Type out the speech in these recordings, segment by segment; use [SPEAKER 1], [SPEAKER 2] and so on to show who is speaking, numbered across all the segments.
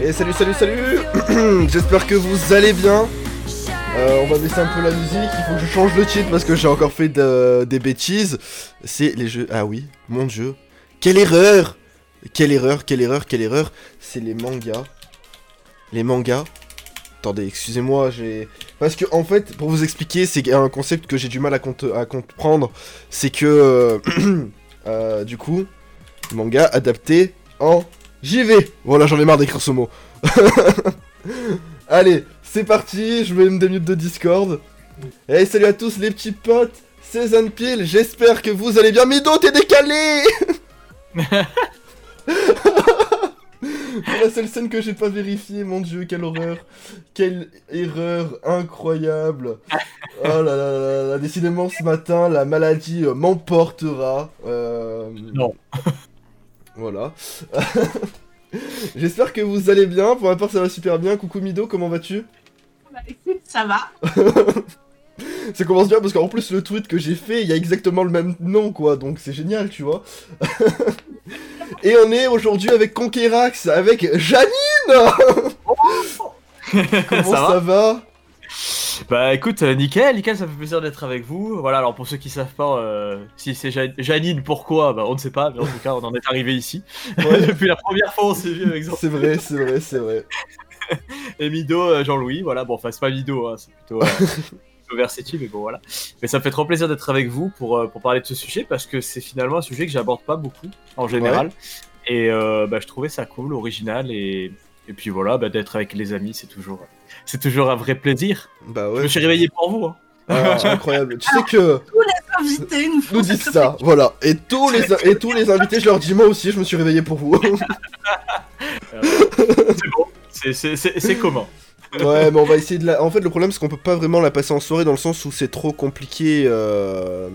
[SPEAKER 1] Et salut, salut, salut J'espère que vous allez bien. Euh, on va baisser un peu la musique. Il faut que je change le titre parce que j'ai encore fait de- des bêtises. C'est les jeux. Ah oui, mon dieu. Quelle erreur Quelle erreur, quelle erreur, quelle erreur C'est les mangas. Les mangas. Attendez, excusez-moi, j'ai. Parce que, en fait, pour vous expliquer, c'est un concept que j'ai du mal à, compte- à comprendre. C'est que. euh, euh, du coup, manga adapté en JV. Voilà, j'en ai marre d'écrire ce mot. Allez, c'est parti, je mets une des minutes de Discord. Hey, salut à tous les petits potes, c'est Zanpil, j'espère que vous allez bien. Mido, t'es décalé C'est la seule scène que j'ai pas vérifiée, mon dieu, quelle horreur. Quelle erreur incroyable. Oh là là là là, décidément ce matin, la maladie euh, m'emportera. Euh,
[SPEAKER 2] Non.
[SPEAKER 1] voilà. J'espère que vous allez bien. Pour ma part, ça va super bien. Coucou Mido, comment vas-tu
[SPEAKER 3] Bah, écoute, ça va.
[SPEAKER 1] Ça commence bien parce qu'en plus le tweet que j'ai fait, il y a exactement le même nom quoi, donc c'est génial, tu vois. Et on est aujourd'hui avec Conquerax, avec Janine Comment ça,
[SPEAKER 2] ça va
[SPEAKER 1] va
[SPEAKER 2] Bah écoute, euh, nickel, nickel, ça fait plaisir d'être avec vous. Voilà, alors pour ceux qui savent pas euh, si c'est Ja- Janine, pourquoi, bah on ne sait pas, mais en tout cas on en est arrivé ici.
[SPEAKER 1] Ouais,
[SPEAKER 2] Depuis la première fois on s'est vu avec Zan-
[SPEAKER 1] C'est vrai, c'est vrai, c'est vrai.
[SPEAKER 2] et Mido, euh, Jean-Louis, voilà, bon enfin c'est pas Mido, hein, c'est plutôt... Euh... plutôt Versetti, mais bon voilà. Mais ça me fait trop plaisir d'être avec vous pour, euh, pour parler de ce sujet parce que c'est finalement un sujet que j'aborde pas beaucoup en général. Et euh, bah, je trouvais ça cool, original et, et puis voilà, bah, d'être avec les amis c'est toujours, c'est toujours un vrai plaisir.
[SPEAKER 1] Bah
[SPEAKER 2] Je me
[SPEAKER 1] ouais,
[SPEAKER 2] suis réveillé pour vous. hein.
[SPEAKER 1] Ah, incroyable. Tu sais que
[SPEAKER 3] Invité une fois.
[SPEAKER 1] nous disent ça, voilà. Et tous les, et tous les invités, je leur dis moi aussi, je me suis réveillé pour vous.
[SPEAKER 2] C'est bon, c'est- c'est- c'est c'est comment
[SPEAKER 1] Ouais, mais on va essayer de la. En fait, le problème, c'est qu'on peut pas vraiment la passer en soirée dans le sens où c'est trop compliqué. euh,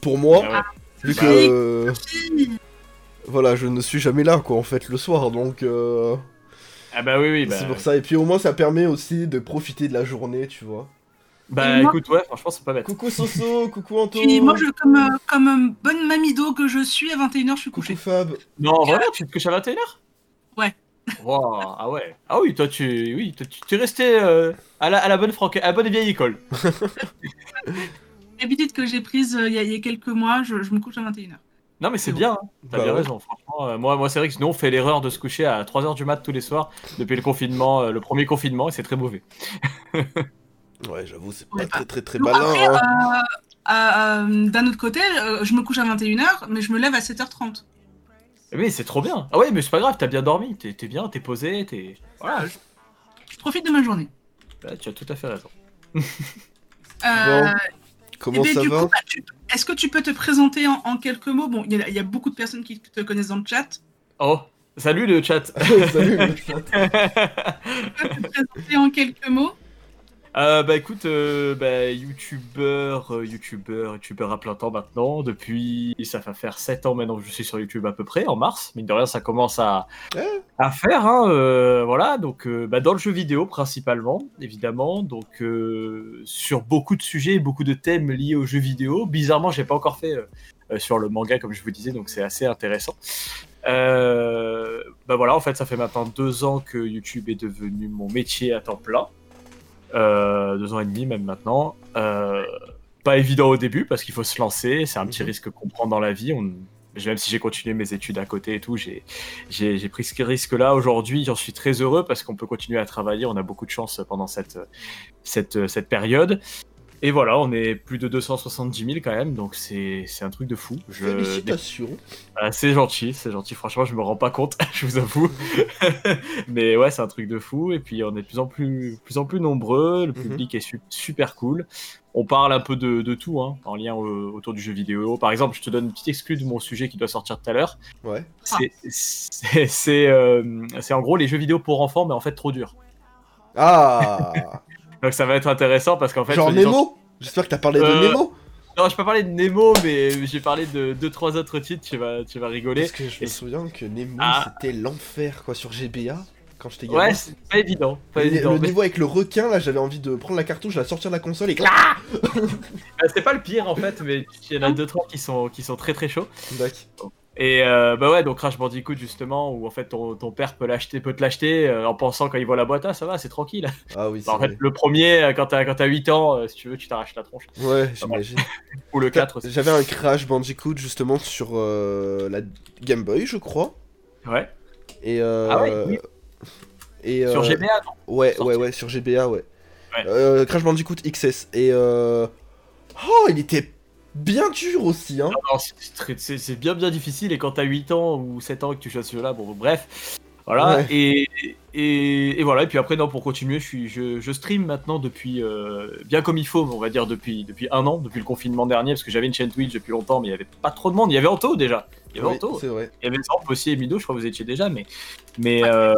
[SPEAKER 1] Pour
[SPEAKER 2] Ah
[SPEAKER 1] moi, vu que. euh,
[SPEAKER 3] Bah,
[SPEAKER 1] Voilà, je ne suis jamais là, quoi, en fait, le soir, donc. euh,
[SPEAKER 2] Ah bah oui, oui, bah,
[SPEAKER 1] C'est pour ça. Et puis au moins, ça permet aussi de profiter de la journée, tu vois.
[SPEAKER 2] bah
[SPEAKER 3] Et moi-
[SPEAKER 2] écoute, ouais, franchement, c'est pas bête.
[SPEAKER 1] Coucou Soso, coucou Anto.
[SPEAKER 3] Puis moi, je, comme, euh, comme euh, bonne mamido que je suis, à 21h, je suis
[SPEAKER 1] Coucou
[SPEAKER 3] couchée.
[SPEAKER 1] Fab.
[SPEAKER 2] Non, vraiment, tu te couches à 21h
[SPEAKER 3] Ouais.
[SPEAKER 2] Wow, ah ouais. Ah oui, toi, tu, oui, toi, tu, tu es resté euh, à, la, à la bonne franque, à la bonne et vieille école.
[SPEAKER 3] L'habitude que j'ai prise euh, il y, a- il y a quelques mois, je, je me couche à 21h.
[SPEAKER 2] Non, mais c'est bien, hein. t'as
[SPEAKER 1] Bah
[SPEAKER 2] bien
[SPEAKER 1] ouais.
[SPEAKER 2] raison, franchement. euh, moi, moi c'est vrai que sinon, on fait l'erreur de se coucher à 3h du mat tous les soirs depuis le confinement, euh, le premier confinement, et c'est très mauvais.
[SPEAKER 1] Ouais, j'avoue, c'est
[SPEAKER 3] Ouais,
[SPEAKER 1] pas très très très
[SPEAKER 3] Bon,
[SPEAKER 1] malin.
[SPEAKER 3] après, bah,
[SPEAKER 1] hein.
[SPEAKER 3] Euh, euh, D'un autre côté, euh, je me couche à 21h, mais je me lève à 7h30.
[SPEAKER 2] Mais c'est trop bien. Ah ouais, mais c'est pas grave, t'as bien dormi, t'es t'es bien, t'es posé, t'es. Voilà,
[SPEAKER 3] Je profite de ma journée.
[SPEAKER 2] bah, tu as tout à fait raison.
[SPEAKER 3] Euh,
[SPEAKER 1] Bon,
[SPEAKER 3] eh
[SPEAKER 1] Comment
[SPEAKER 3] ben,
[SPEAKER 1] ça
[SPEAKER 3] du
[SPEAKER 1] va
[SPEAKER 3] coup, bah, tu- est-ce que tu peux te présenter en, en quelques mots Bon, il y, a- il y a beaucoup de personnes qui te connaissent dans le chat.
[SPEAKER 2] Oh, salut le chat.
[SPEAKER 1] Salut. le chat.
[SPEAKER 3] Tu peux te présenter en quelques mots
[SPEAKER 2] Euh, bah écoute, euh, bah, youtubeur, euh, youtubeur, youtubeur à plein temps maintenant, depuis, ça va faire 7 ans maintenant que je suis sur YouTube à peu près, en mars, mine de rien ça commence à,
[SPEAKER 1] Ouais.
[SPEAKER 2] à faire, hein, euh, voilà, donc euh, bah, dans le jeu vidéo principalement, évidemment, donc euh, sur beaucoup de sujets, beaucoup de thèmes liés au jeu vidéo, bizarrement j'ai pas encore fait euh, euh, sur le manga comme je vous disais, donc c'est assez intéressant. Euh, bah voilà, en fait ça fait maintenant deux ans que YouTube est devenu mon métier à temps plein euh, deux ans et demi même maintenant. Euh, pas évident au début parce qu'il faut se lancer, c'est un petit
[SPEAKER 1] Mhm.
[SPEAKER 2] risque qu'on prend dans la vie. On... Même si j'ai continué mes études à côté et tout, j'ai j'ai j'ai pris ce risque-là. Aujourd'hui, j'en suis très heureux parce qu'on peut continuer à travailler. On a beaucoup de chance pendant cette, cette, cette période. Et voilà, on est plus de 270 000 quand même, donc c'est c'est un truc de fou. Je,
[SPEAKER 1] Félicitations.
[SPEAKER 2] ah, c'est gentil, c'est gentil. Franchement, je me rends pas compte, je vous avoue. Mais ouais, c'est un truc de fou. Et puis, on est de plus en plus, plus, en plus nombreux. Le
[SPEAKER 1] Mhm.
[SPEAKER 2] public est su- super cool. On parle un peu de, de tout, hein, en lien au- autour du jeu vidéo. Par exemple, je te donne une petite exclue de mon sujet qui doit sortir tout à l'heure.
[SPEAKER 1] Ouais.
[SPEAKER 2] C'est- C'est c'est, euh, c'est en gros les jeux vidéo pour enfants, mais en fait trop dur.
[SPEAKER 1] Ah
[SPEAKER 2] Donc, ça va être intéressant parce qu'en fait.
[SPEAKER 1] Genre
[SPEAKER 2] soi-disant-
[SPEAKER 1] Nemo J'espère que t'as parlé de
[SPEAKER 2] Euh,
[SPEAKER 1] Nemo
[SPEAKER 2] Non, je peux parler de Nemo, mais j'ai parlé de deux, trois autres titres. Tu vas, tu vas rigoler.
[SPEAKER 1] Parce que je me
[SPEAKER 2] et-
[SPEAKER 1] souviens que Nemo,
[SPEAKER 2] Ah.
[SPEAKER 1] c'était l'enfer, quoi, sur GBA, quand j'étais gamin.
[SPEAKER 2] Ouais, c'est pas évident. Pas
[SPEAKER 1] Le-
[SPEAKER 2] évident.
[SPEAKER 1] le
[SPEAKER 2] Mais-
[SPEAKER 1] niveau avec le requin, là, j'avais envie de prendre la cartouche, la sortir de la console et
[SPEAKER 2] Bah, Euh, C'est pas le pire en fait, mais il y en a deux trois qui sont qui sont très très chauds.
[SPEAKER 1] Dac.
[SPEAKER 2] Et euh, bah ouais, donc Crash Bandicoot justement, où en fait ton, ton père peut l'acheter, peut te l'acheter euh, en pensant quand il voit la boîte, ah ça va, c'est tranquille.
[SPEAKER 1] Ah oui, c'est
[SPEAKER 2] Bah, en fait,
[SPEAKER 1] vrai.
[SPEAKER 2] le premier, euh, quand t'as quand t'as 8 ans, euh, si tu veux, tu t'arraches la tronche.
[SPEAKER 1] Ouais, j'imagine.
[SPEAKER 2] Ou le 4 euh, aussi.
[SPEAKER 1] J'avais un Crash Bandicoot justement sur euh, la Game Boy, je crois.
[SPEAKER 2] Ouais.
[SPEAKER 1] Et euh,
[SPEAKER 2] Ah ouais, oui.
[SPEAKER 1] et,
[SPEAKER 2] Sur
[SPEAKER 1] euh,
[SPEAKER 2] GBA, non
[SPEAKER 1] Ouais,
[SPEAKER 2] sorti.
[SPEAKER 1] ouais, ouais, sur GBA, ouais.
[SPEAKER 2] Ouais.
[SPEAKER 1] Euh, Crash Bandicoot XS. Et euh... Oh, il était bien dur aussi, hein.
[SPEAKER 2] Non, non, c'est- c'est très- c'est c'est bien bien difficile et quand t'as 8 ans ou 7 ans et que tu joues à ce jeu-là, bon bref. Voilà,
[SPEAKER 1] Ouais.
[SPEAKER 2] et, et, et voilà, et puis après, non, pour continuer, je, suis, je, je stream maintenant depuis, euh, bien comme il faut, on va dire, depuis, depuis un an, depuis le confinement dernier, parce que j'avais une chaîne Twitch depuis longtemps, mais il n'y avait pas trop de monde, il y avait Anto déjà, il y avait
[SPEAKER 1] Oui,
[SPEAKER 2] Anto,
[SPEAKER 1] c'est vrai.
[SPEAKER 2] il y avait Zamp aussi et Mido, je crois que vous étiez déjà, mais, mais, euh,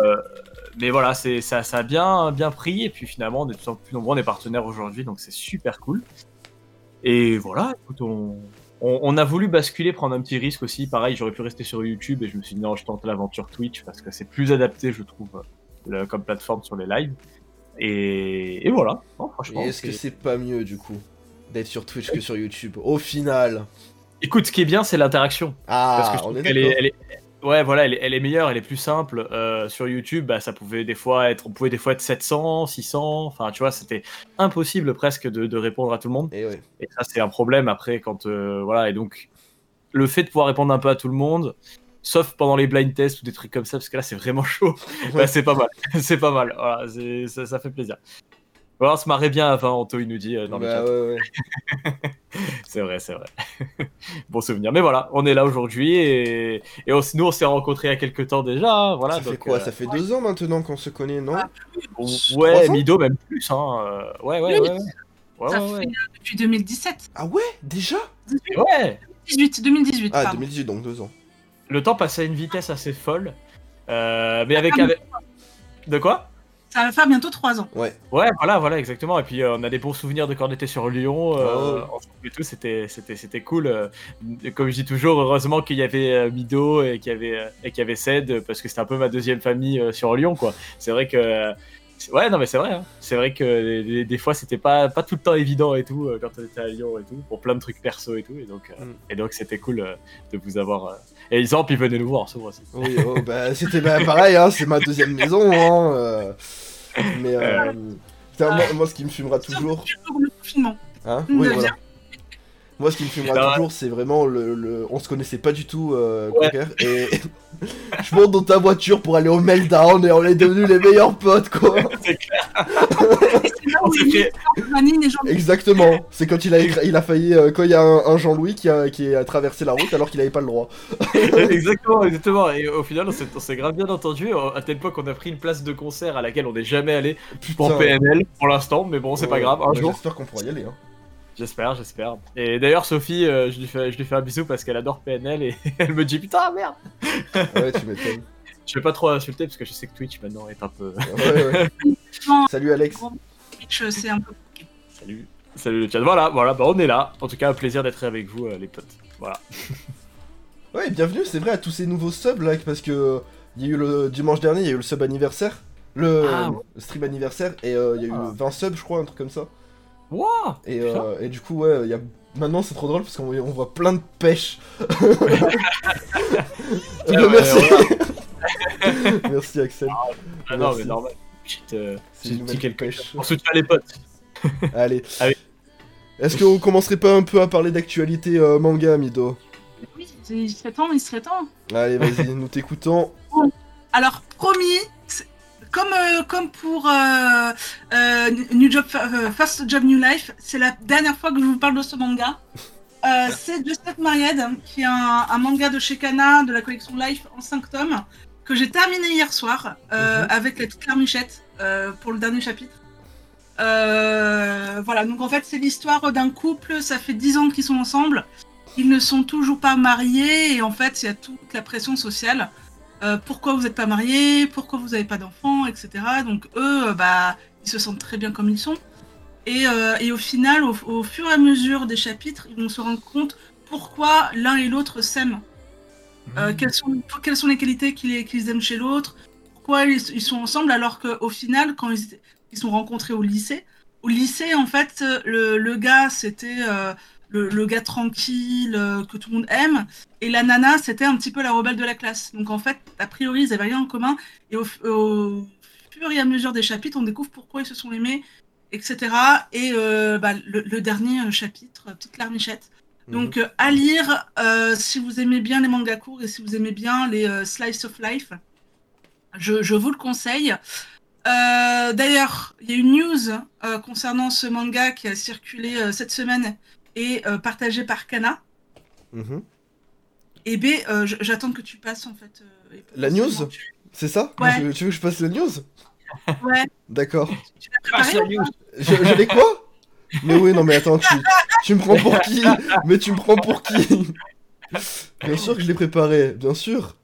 [SPEAKER 2] mais voilà, c'est- ça, ça a bien, bien pris. Et puis finalement, on est de plus en plus nombreux, on est partenaires aujourd'hui, donc c'est super cool. Et voilà, écoute, on, on, on a voulu basculer, prendre un petit risque aussi. Pareil, j'aurais pu rester sur YouTube et je me suis dit non, je tente l'aventure Twitch parce que c'est plus adapté, je trouve, le- comme plateforme sur les lives. Et, et voilà, Non, franchement.
[SPEAKER 1] Mais est-ce que
[SPEAKER 2] c'est-
[SPEAKER 1] c'est pas mieux du coup d'être sur Twitch que sur YouTube Au final.
[SPEAKER 2] Écoute, ce qui est bien, c'est l'interaction. Parce
[SPEAKER 1] Ah,
[SPEAKER 2] que je
[SPEAKER 1] on
[SPEAKER 2] trouve
[SPEAKER 1] est
[SPEAKER 2] qu'elle
[SPEAKER 1] d'accord.
[SPEAKER 2] est, elle est- ouais, voilà, elle est, elle est meilleure, elle est plus simple. Euh, sur YouTube, bah, ça pouvait des fois être, on pouvait des fois être 700, 600. Enfin, tu vois, c'était impossible presque de, de répondre à tout le monde.
[SPEAKER 1] Et Eh ouais.
[SPEAKER 2] Et ça, c'est un problème après quand, euh, voilà. Et donc, le fait de pouvoir répondre un peu à tout le monde, sauf pendant les blind tests ou des trucs comme ça, parce que là, c'est vraiment chaud.
[SPEAKER 1] Ouais.
[SPEAKER 2] Là, c'est pas mal, c'est pas mal. Voilà, c'est- ça, ça fait plaisir. Voilà, on se marrait bien avant. Anto, il nous dit euh, dans le chat.
[SPEAKER 1] Bah, ouais, ouais.
[SPEAKER 2] C'est vrai, c'est vrai. bon souvenir. Mais voilà, on est là aujourd'hui et, et on, nous on s'est rencontrés il y a quelques temps déjà. hein, Voilà,
[SPEAKER 1] ça fait
[SPEAKER 2] donc,
[SPEAKER 1] quoi
[SPEAKER 2] euh,
[SPEAKER 1] Ça fait deux ans maintenant qu'on se connaît, non
[SPEAKER 3] Ah,
[SPEAKER 2] on-
[SPEAKER 1] trois
[SPEAKER 2] Ouais,
[SPEAKER 1] ans
[SPEAKER 2] Mido même plus. Hein. euh, Ouais, ouais, ouais. ouais. Ouais,
[SPEAKER 3] Ça
[SPEAKER 2] ouais,
[SPEAKER 3] fait
[SPEAKER 2] ouais.
[SPEAKER 3] euh, depuis 2017.
[SPEAKER 1] Ah ouais Déjà
[SPEAKER 3] 18,
[SPEAKER 2] Ouais.
[SPEAKER 3] 18, 2018,
[SPEAKER 1] Ah,
[SPEAKER 3] pardon.
[SPEAKER 1] 2018, donc deux ans.
[SPEAKER 2] Le temps passe à une vitesse assez folle. euh, mais avec, avec- De quoi
[SPEAKER 3] Ça va faire bientôt 3 ans.
[SPEAKER 2] Ouais, voilà, voilà, exactement. Et puis euh, on a des bons souvenirs de quand on était sur Lyon. euh,
[SPEAKER 1] Ah
[SPEAKER 2] ensemble et tout, c'était, c'était, c'était cool. euh, comme je dis toujours, heureusement qu'il y avait euh, Mido et qu'il y avait, euh, et qu'il y avait Ced, euh, parce que c'était un peu ma deuxième famille euh, sur Lyon, quoi. C'est vrai que. euh, c'est- Ouais, non, mais c'est vrai. hein. C'est vrai que des, des- des fois, c'était pas, pas tout le temps évident et tout, euh, quand on était à Lyon et tout, pour plein de trucs perso et tout. Et donc, euh,
[SPEAKER 1] Mm.
[SPEAKER 2] et donc c'était cool euh, de vous avoir. euh, Et ils puis venez nous voir souvent aussi.
[SPEAKER 1] Oui, oh, bah, c'était bah, pareil, hein, c'est ma deuxième maison. Hein, euh. Mais euh, putain, moi, moi, ce qui me fumera toujours.
[SPEAKER 3] Surtout pour le confinement.
[SPEAKER 1] Hein
[SPEAKER 3] Mm,
[SPEAKER 1] oui,
[SPEAKER 3] bien.
[SPEAKER 1] voilà. Moi, ce qui me fumera
[SPEAKER 2] Non, ouais.
[SPEAKER 1] toujours, c'est vraiment le, le- On se connaissait pas du tout, euh,
[SPEAKER 2] ben, Ouais.
[SPEAKER 1] Conker, et je monte dans ta voiture pour aller au meltdown et on est devenus les meilleurs potes, quoi.
[SPEAKER 3] Et c'est là
[SPEAKER 2] On
[SPEAKER 3] où
[SPEAKER 2] s'est
[SPEAKER 3] il
[SPEAKER 2] fait-
[SPEAKER 3] fait... Vanine et Jean-Louis.
[SPEAKER 1] Exactement. C'est quand il a, il a failli. euh, quand il y a un, un Jean-Louis qui a, qui a traversé la route alors qu'il avait pas le droit.
[SPEAKER 2] exactement, exactement. Et au final, on s'est, on s'est grave bien entendu. euh, À tel point qu'on a pris une place de concert à laquelle on n'est jamais allé en
[SPEAKER 1] Putain.
[SPEAKER 2] PNL pour l'instant, mais bon, c'est pas
[SPEAKER 1] Ouais,
[SPEAKER 2] grave. Un
[SPEAKER 1] bah,
[SPEAKER 2] jour,
[SPEAKER 1] J'espère qu'on pourra y aller. Hein.
[SPEAKER 2] j'espère, j'espère. Et d'ailleurs, Sophie, euh, je, lui fais, je lui fais un bisou parce qu'elle adore PNL et elle me dit putain, merde.
[SPEAKER 1] Ouais, tu m'étonnes.
[SPEAKER 2] Je vais pas trop insulter parce que je sais que Twitch maintenant est un peu.
[SPEAKER 1] Ouais, ouais. Salut Alex.
[SPEAKER 3] Twitch, c'est un peu.
[SPEAKER 2] Salut. Salut le chat. Voilà, voilà, bah on est là. En tout cas, un plaisir d'être avec vous, euh, les potes. Voilà.
[SPEAKER 1] Ouais, bienvenue, c'est vrai, à tous ces nouveaux subs là, parce que il y a eu le dimanche dernier, il y a eu le sub anniversaire, le
[SPEAKER 2] Ah,
[SPEAKER 1] le stream anniversaire, et euh, il y a eu
[SPEAKER 2] Ah.
[SPEAKER 1] 20 subs, je crois, un truc comme ça.
[SPEAKER 2] Wouah
[SPEAKER 1] Et,
[SPEAKER 2] Putain.
[SPEAKER 1] euh, et du coup, ouais, il y a... maintenant c'est trop drôle parce qu'on on voit plein de pêches.
[SPEAKER 2] Ah ouais,
[SPEAKER 1] merci,
[SPEAKER 2] voilà.
[SPEAKER 1] merci Axel.
[SPEAKER 2] Ah non, mais
[SPEAKER 1] Merci.
[SPEAKER 2] normal. Petite, euh,
[SPEAKER 1] C'est
[SPEAKER 2] petit
[SPEAKER 1] une
[SPEAKER 2] petit
[SPEAKER 1] nouvelle
[SPEAKER 2] quelque
[SPEAKER 1] pêche.
[SPEAKER 2] On soutient les potes.
[SPEAKER 1] Allez.
[SPEAKER 2] Allez.
[SPEAKER 1] Est-ce qu'on commencerait pas un peu à parler d'actualité euh, manga, Mido
[SPEAKER 3] Oui, c'est- il serait temps, il serait temps.
[SPEAKER 1] Allez, vas-y, nous t'écoutons.
[SPEAKER 3] Alors, promis, c'est- comme, euh, comme pour euh, euh, New Job, euh, First Job New Life, c'est la dernière fois que je vous parle de ce manga. Euh, c'est Just Not Married, qui est un, un manga de chez Kana, de la collection Life en 5 tomes, que j'ai terminé hier soir euh,
[SPEAKER 1] Mhm.
[SPEAKER 3] avec la toute larmichette euh, pour le dernier chapitre. Euh, voilà, donc en fait, c'est l'histoire d'un couple, ça fait 10 ans qu'ils sont ensemble. Ils ne sont toujours pas mariés et en fait, il y a toute la pression sociale euh, pourquoi vous n'êtes pas mariés, pourquoi vous n'avez pas d'enfants, etc. Donc eux, euh, bah, ils se sentent très bien comme ils sont. Et, euh, et au final, au, au fur et à mesure des chapitres, ils vont se rendre compte pourquoi l'un et l'autre s'aiment. Euh, quelles, sont, quelles sont les qualités qu'ils qu'ils aiment chez l'autre, pourquoi ils, ils sont ensemble, alors qu'au final, quand ils, étaient- ils sont rencontrés au lycée, au lycée, en fait, euh, le, le gars, c'était euh, le, le gars tranquille euh, que tout le monde aime. Et la nana, c'était un petit peu la rebelle de la classe. Donc en fait, a priori, ils avaient rien en commun. Et au, f- au fur et à mesure des chapitres, on découvre pourquoi ils se sont aimés, etc. Et euh, bah, le, le dernier euh, chapitre, euh, petite larmichette.
[SPEAKER 1] Mhm.
[SPEAKER 3] Donc euh, à lire euh, si vous aimez bien les mangas courts et si vous aimez bien les euh, slice of life. Je, je vous le conseille. Euh, D'ailleurs, il y a une news euh, concernant ce manga qui a circulé euh, cette semaine et euh, partagée par Kana.
[SPEAKER 1] Mhm.
[SPEAKER 3] Et B, euh, j- j'attends que tu passes en fait. euh, et-
[SPEAKER 1] La news C'est ça
[SPEAKER 3] Ouais.
[SPEAKER 1] tu, veux, tu veux que je passe la news
[SPEAKER 3] Ouais.
[SPEAKER 1] D'accord.
[SPEAKER 3] Pareil,
[SPEAKER 2] Passe la news.
[SPEAKER 1] Je, je l'ai quoi Mais oui, non mais attends, tu, tu me prends pour qui Mais tu me prends pour qui Bien sûr que je l'ai préparé, bien sûr.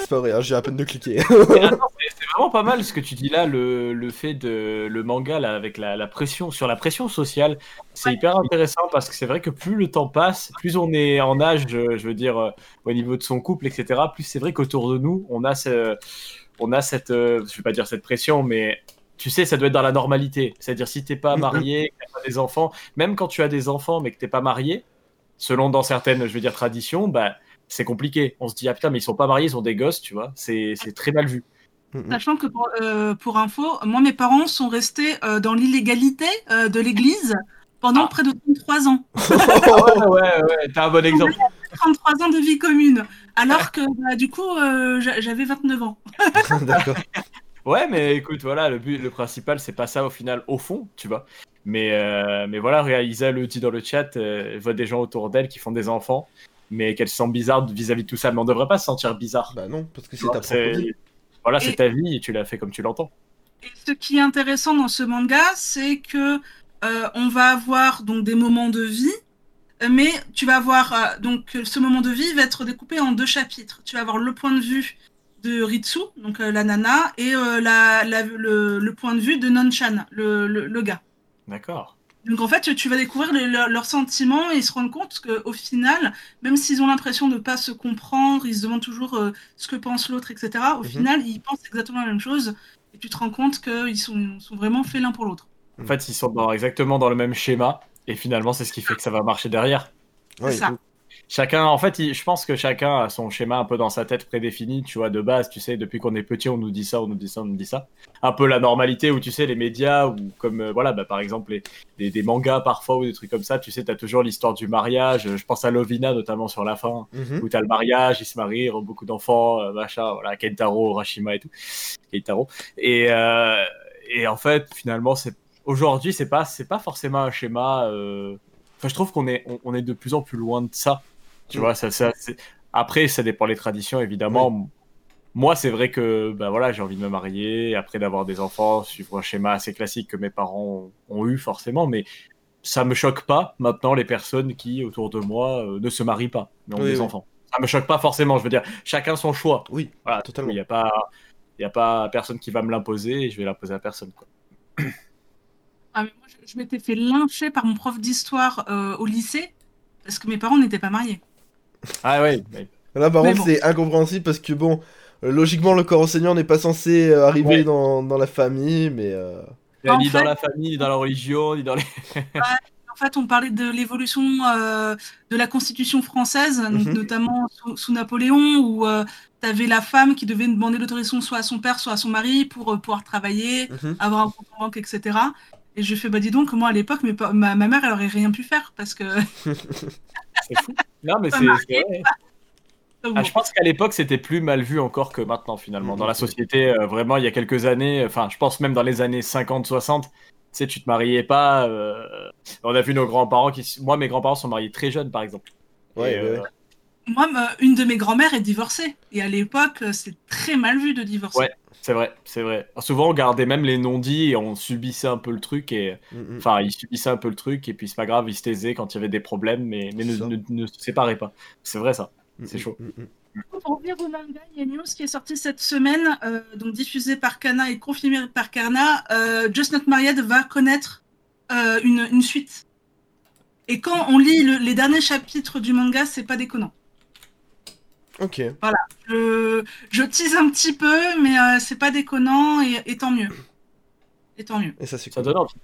[SPEAKER 1] C'est pas vrai, hein, j'ai à peine de cliquer.
[SPEAKER 2] Et attends, c'est- c'est vraiment pas mal ce que tu dis là, le, le fait de le manga là, avec la, la pression sur la pression sociale, c'est hyper intéressant parce que c'est vrai que plus le temps passe, plus on est en âge, je, je veux dire euh, au niveau de son couple, etc. Plus c'est vrai qu'autour de nous, on a ce, on a cette, euh, je vais pas dire cette pression, mais tu sais, ça doit être dans la normalité. C'est-à-dire si t'es pas
[SPEAKER 1] Mhm.
[SPEAKER 2] marié, que t'as pas des enfants, même quand tu as des enfants mais que t'es pas marié, selon dans certaines, je veux dire traditions, bah c'est compliqué. On se dit ah putain mais ils sont pas mariés, ils ont des gosses, tu vois. C'est c'est très mal vu.
[SPEAKER 1] Mm.
[SPEAKER 3] Sachant que pour, euh, pour info, moi mes parents sont restés euh, dans l'illégalité euh, de l'église pendant
[SPEAKER 2] Ah.
[SPEAKER 3] près de 33 ans.
[SPEAKER 2] ouais, ouais, ouais, t'as un bon exemple.
[SPEAKER 3] 33 ans de vie commune.
[SPEAKER 1] Ah.
[SPEAKER 3] Alors que bah, du coup, euh, j'a- j'avais 29 ans.
[SPEAKER 1] D'accord.
[SPEAKER 2] Ouais, mais écoute, voilà, le but, le principal, c'est pas ça au final, au fond, tu vois. Mais, euh, mais voilà, regarde, Isa le dit dans le chat, euh, elle voit des gens autour d'elle qui font des enfants, mais qu'elle se sent bizarre vis-à-vis de tout ça. Mais on devrait pas se sentir bizarre.
[SPEAKER 1] Bah non, parce que c'est ta propre
[SPEAKER 2] C'est-
[SPEAKER 1] vie.
[SPEAKER 2] Voilà,
[SPEAKER 3] Et-
[SPEAKER 2] c'est ta vie et tu l'as fait comme tu l'entends.
[SPEAKER 3] Et ce qui est intéressant dans ce manga, c'est que euh, on va avoir donc des moments de vie, euh, mais tu vas avoir euh, donc euh, ce moment de vie va être découpé en deux chapitres. Tu vas avoir le point de vue de Ritsu, donc euh, la nana, et euh, la- la- le, le point de vue de Nonchan, le- le- le gars.
[SPEAKER 2] D'accord.
[SPEAKER 3] Donc en fait, tu vas découvrir le- leur- leurs sentiments et ils se rendent compte qu'au final, même s'ils ont l'impression de ne pas se comprendre, ils se demandent toujours euh, ce que pense l'autre, etc. Au
[SPEAKER 1] Mhm.
[SPEAKER 3] final, ils pensent exactement la même chose et tu te rends compte qu'ils sont, sont vraiment faits l'un pour l'autre.
[SPEAKER 2] En
[SPEAKER 1] Mm.
[SPEAKER 2] fait, ils sont dans- exactement dans le même schéma et finalement, c'est ce qui fait que ça va marcher derrière.
[SPEAKER 1] Ouais,
[SPEAKER 3] c'est ça.
[SPEAKER 2] Chacun, en fait, il- je pense que chacun a son schéma un peu dans sa tête prédéfini, tu vois, de base, tu sais, depuis qu'on est petit, on nous dit ça, on nous dit ça, on nous dit ça. Un peu la normalité où, tu sais, les médias, ou comme, euh, voilà, bah, par exemple, les, des, des mangas parfois, ou des trucs comme ça, tu sais, t'as toujours l'histoire du mariage, je pense à Lovina, notamment sur la fin,
[SPEAKER 1] Mhm.
[SPEAKER 2] où t'as le mariage, ils se marient, ont beaucoup d'enfants, euh, machin, voilà, Kentaro, Rashima et tout, Kentaro. Et, euh, et en fait, finalement, c'est aujourd'hui, c'est pas, c'est pas forcément un schéma. euh, Enfin, je trouve qu'on est, on, on est de plus en plus loin de ça. Tu
[SPEAKER 1] Mm.
[SPEAKER 2] vois, ça, ça, c'est- après, ça dépend des traditions, évidemment. Moi, c'est vrai que, bah voilà, j'ai envie de me marier, après d'avoir des enfants, suivre un schéma assez classique que mes parents ont, ont eu forcément, mais ça me choque pas maintenant les personnes qui autour de moi euh, ne se marient pas, mais ont
[SPEAKER 1] Oui,
[SPEAKER 2] des
[SPEAKER 1] oui.
[SPEAKER 2] enfants. Ça me choque pas forcément. Je veux dire, chacun son choix.
[SPEAKER 1] Oui,
[SPEAKER 2] Voilà,
[SPEAKER 1] totalement.
[SPEAKER 2] Il n'y a pas, il y a pas personne qui va me l'imposer et je vais l'imposer à personne. Quoi.
[SPEAKER 3] Ah, mais moi, je, je m'étais fait lyncher par mon prof d'histoire euh, au lycée parce que mes parents n'étaient pas mariés.
[SPEAKER 2] Ah ouais. mais-
[SPEAKER 1] Là, par
[SPEAKER 3] Mais
[SPEAKER 1] contre,
[SPEAKER 3] bon.
[SPEAKER 1] c'est incompréhensible parce que bon, euh, logiquement, le corps enseignant n'est pas censé euh, arriver
[SPEAKER 2] Ouais.
[SPEAKER 1] dans, dans la famille, mais. euh,
[SPEAKER 2] Ni
[SPEAKER 3] En
[SPEAKER 2] dans
[SPEAKER 3] fait-
[SPEAKER 2] la famille, ni dans la religion, ni dans les.
[SPEAKER 3] En fait, on parlait de l'évolution euh, de la Constitution française, donc
[SPEAKER 1] Mhm.
[SPEAKER 3] notamment sous, sous Napoléon, où tu avais la femme qui devait demander l'autorisation soit à son père, soit à son mari pour euh, pouvoir travailler,
[SPEAKER 2] Mhm.
[SPEAKER 3] avoir un compte en banque, etc. Et je fais, bah dis donc, moi à l'époque, mes pa- ma, ma mère, elle aurait rien pu faire parce que.
[SPEAKER 2] C'est fou. Non, mais
[SPEAKER 3] Pas
[SPEAKER 2] c'est.
[SPEAKER 3] marié,
[SPEAKER 2] c'est vrai.
[SPEAKER 3] Donc,
[SPEAKER 2] Ah,
[SPEAKER 3] bon.
[SPEAKER 2] je pense qu'à l'époque, c'était plus mal vu encore que maintenant, finalement. Dans la
[SPEAKER 1] Mm.
[SPEAKER 2] société, euh, vraiment, il y a quelques années, enfin, je pense même dans les années 50-60, tu sais, tu te mariais pas. euh, On a vu nos grands-parents qui. s- Moi, mes grands-parents sont mariés très jeunes, par exemple.
[SPEAKER 1] Ouais,
[SPEAKER 2] Et, euh,
[SPEAKER 1] ouais, ouais.
[SPEAKER 3] Moi, ma- une de mes grand-mères est divorcée. Et à l'époque, euh, c'est très mal vu de divorcer.
[SPEAKER 2] Ouais. C'est vrai, c'est vrai. Souvent, on gardait même les non-dits et on subissait un peu le truc. Et...
[SPEAKER 1] mhm.
[SPEAKER 2] Enfin, ils subissaient un peu le truc, et puis c'est pas grave, ils se taisaient quand il y avait des problèmes, mais, mais
[SPEAKER 1] C'est
[SPEAKER 2] ne,
[SPEAKER 1] ça.
[SPEAKER 2] ne- ne se séparaient pas. C'est vrai, ça. c'est chaud.
[SPEAKER 1] Mhm.
[SPEAKER 3] Pour revenir au manga, il y a une news qui est sortie cette semaine, euh, donc diffusée par Kana et confirmée par Kana. euh, Just Not Married va connaître euh, une, une suite. Et quand on lit le- les derniers chapitres du manga, c'est pas déconnant.
[SPEAKER 1] Ok.
[SPEAKER 3] Je, je tease un petit peu, mais euh, c'est pas déconnant et, et tant mieux. Et tant mieux.
[SPEAKER 1] Et ça, c'est
[SPEAKER 2] Ça
[SPEAKER 1] cool.
[SPEAKER 2] donne envie.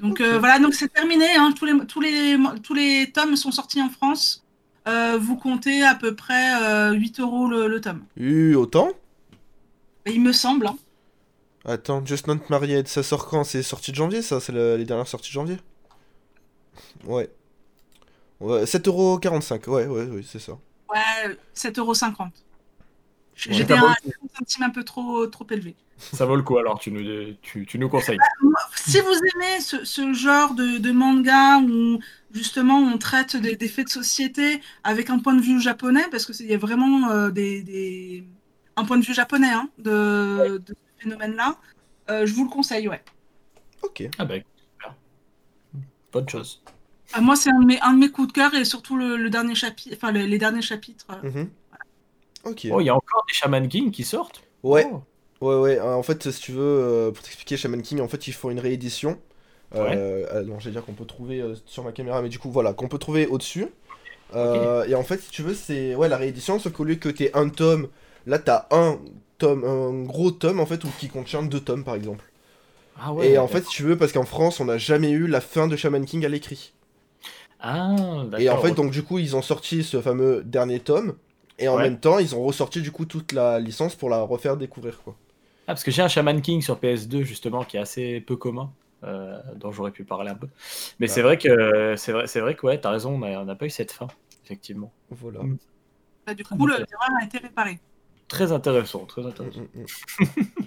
[SPEAKER 3] Donc euh, voilà, donc c'est terminé. hein. Tous, les, tous, les, tous les tomes sont sortis en France. Euh, vous comptez à peu près euh, 8 euros le, le tome.
[SPEAKER 1] Eu Euh, autant
[SPEAKER 3] Et il me semble. hein.
[SPEAKER 1] Attends, Just Not Married, ça sort quand C'est sorti de janvier, ça C'est la- les dernières sorties de janvier Ouais. Ouais, 7,45€, ouais, ouais, ouais, c'est ça.
[SPEAKER 3] Ouais, 7,50 euros. J-
[SPEAKER 2] Ouais.
[SPEAKER 3] J'étais
[SPEAKER 2] T'as
[SPEAKER 3] à
[SPEAKER 2] pas
[SPEAKER 3] un centime un peu trop, trop élevé.
[SPEAKER 2] Ça vaut le coup alors, tu nous, tu, tu nous conseilles.
[SPEAKER 3] Si vous aimez ce, ce genre de, de manga où justement on traite des, des faits de société avec un point de vue japonais, parce que c'est- il y a vraiment euh, des, des- un point de vue japonais hein, de, de ce phénomène-là, euh, je vous le conseille, ouais.
[SPEAKER 1] Ok.
[SPEAKER 2] Ah bah écoute, super. Bonne chose.
[SPEAKER 3] Ah, moi, c'est un, de mes- un de mes coups de cœur et surtout le, le dernier chapitre, enfin les, les derniers chapitres. euh.
[SPEAKER 1] Mhm. Ok.
[SPEAKER 2] Oh, il y a encore des Shaman King qui sortent
[SPEAKER 1] Ouais,
[SPEAKER 2] Oh.
[SPEAKER 1] ouais, ouais. euh, En fait, si tu veux, euh, pour t'expliquer, Shaman King, en fait, ils font une réédition. Euh, euh, non, j'allais dire qu'on peut trouver euh, sur ma caméra, mais du coup, voilà, qu'on peut trouver au-dessus. Euh, Et en fait, si tu veux, c'est ouais, la réédition, sauf qu'au lieu que t'aies un tome, là, t'as un tome, un gros tome, en fait, ou qui contient deux tomes, par exemple.
[SPEAKER 2] Ah ouais,
[SPEAKER 1] et en fait,
[SPEAKER 2] d'accord.
[SPEAKER 1] si tu veux, parce qu'en France, on n'a jamais eu la fin de Shaman King à l'écrit.
[SPEAKER 2] Ah, d'accord.
[SPEAKER 1] Et en fait, donc du coup, ils ont sorti ce fameux dernier tome, et en
[SPEAKER 2] Ouais.
[SPEAKER 1] même temps, ils ont ressorti du coup toute la licence pour la refaire découvrir, quoi.
[SPEAKER 2] Ah, parce que j'ai un Shaman King sur PS2 justement qui est assez peu commun, euh, dont j'aurais pu parler un peu. Mais
[SPEAKER 1] Ouais.
[SPEAKER 2] c'est vrai que c'est vrai, c'est vrai que ouais, t'as raison, on a- on n'a pas eu cette fin, effectivement.
[SPEAKER 1] Voilà.
[SPEAKER 2] Mm.
[SPEAKER 3] Bah, du coup, le- l'erreur a été réparée.
[SPEAKER 2] Très intéressant, très intéressant.
[SPEAKER 1] Mm, mm, mm.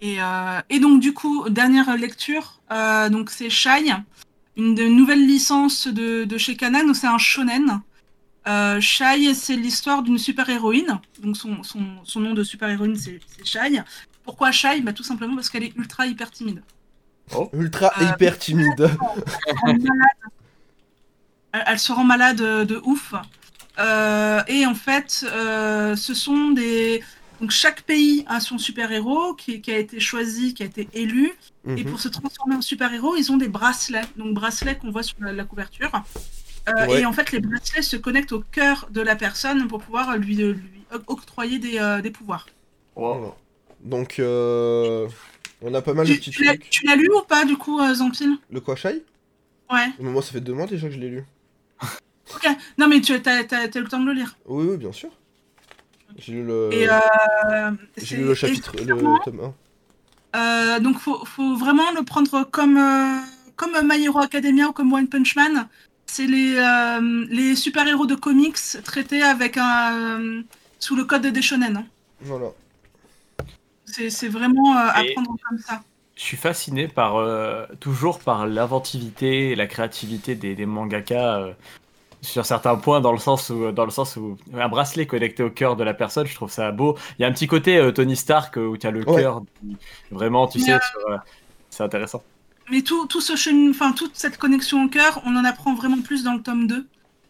[SPEAKER 3] Et, euh, et donc, du coup, dernière lecture, euh, donc c'est Shai, une, de- nouvelle licence de, de chez Kanan, donc c'est un shonen. Euh, Shai, c'est l'histoire d'une super-héroïne, donc son, son- son nom de super-héroïne, c'est c'est Shai. Pourquoi Shai bah, Tout simplement parce qu'elle est ultra hyper timide.
[SPEAKER 1] Ultra
[SPEAKER 3] Euh,
[SPEAKER 1] hyper timide.
[SPEAKER 3] rend malade. Elle, elle se rend malade euh, de ouf. Euh, et en fait, euh, ce sont des. Donc chaque pays a son super-héros qui, qui a été choisi, qui a été élu. Et
[SPEAKER 1] Mhm.
[SPEAKER 3] pour se transformer en super-héros, ils ont des bracelets. Donc bracelets qu'on voit sur la, la couverture. Euh,
[SPEAKER 1] Ouais.
[SPEAKER 3] Et en fait, les bracelets se connectent au cœur de la personne pour pouvoir lui, euh, lui octroyer des, euh, des pouvoirs.
[SPEAKER 1] Mm.
[SPEAKER 2] Wow.
[SPEAKER 1] Voilà. Donc, euh, on a pas mal de
[SPEAKER 3] Tu,
[SPEAKER 1] petits
[SPEAKER 3] tu l'as-
[SPEAKER 1] trucs.
[SPEAKER 3] tu l'as lu ou pas du coup, euh, Zampil
[SPEAKER 1] Le Kwashai
[SPEAKER 3] Ouais.
[SPEAKER 1] Mais Moi, ça fait deux mois déjà que je l'ai lu.
[SPEAKER 3] Ok. Non mais tu as, t'as- t'as- t'as eu le temps de le lire.
[SPEAKER 1] Oui, oui, bien sûr. J'ai lu le,
[SPEAKER 3] Et, euh,
[SPEAKER 1] j'ai
[SPEAKER 3] c'est-
[SPEAKER 1] lu le
[SPEAKER 3] et
[SPEAKER 1] chapitre, le
[SPEAKER 3] clairement,
[SPEAKER 1] tome 1.
[SPEAKER 3] Euh, donc faut, faut vraiment le prendre comme euh, comme My Hero Academia ou comme One Punch Man. C'est les, euh, les super-héros de comics traités avec un euh, sous le code des shonen. hein.
[SPEAKER 1] Voilà.
[SPEAKER 3] C'est c'est vraiment euh, à
[SPEAKER 2] Et-
[SPEAKER 3] prendre comme ça.
[SPEAKER 2] Je suis fasciné par euh, toujours par l'inventivité et la créativité des, des mangaka euh, sur certains points, dans le sens où dans le sens où un bracelet connecté au cœur de la personne, je trouve ça beau. Il y a un petit côté euh, Tony Stark euh, où tu as le
[SPEAKER 1] Ouais.
[SPEAKER 2] cœur du- vraiment, tu
[SPEAKER 3] Mais,
[SPEAKER 2] sais,
[SPEAKER 3] euh,
[SPEAKER 2] sur, euh, c'est intéressant.
[SPEAKER 3] Mais tout, tout ce chemin, enfin toute cette connexion au cœur, on en apprend vraiment plus dans le tome 2.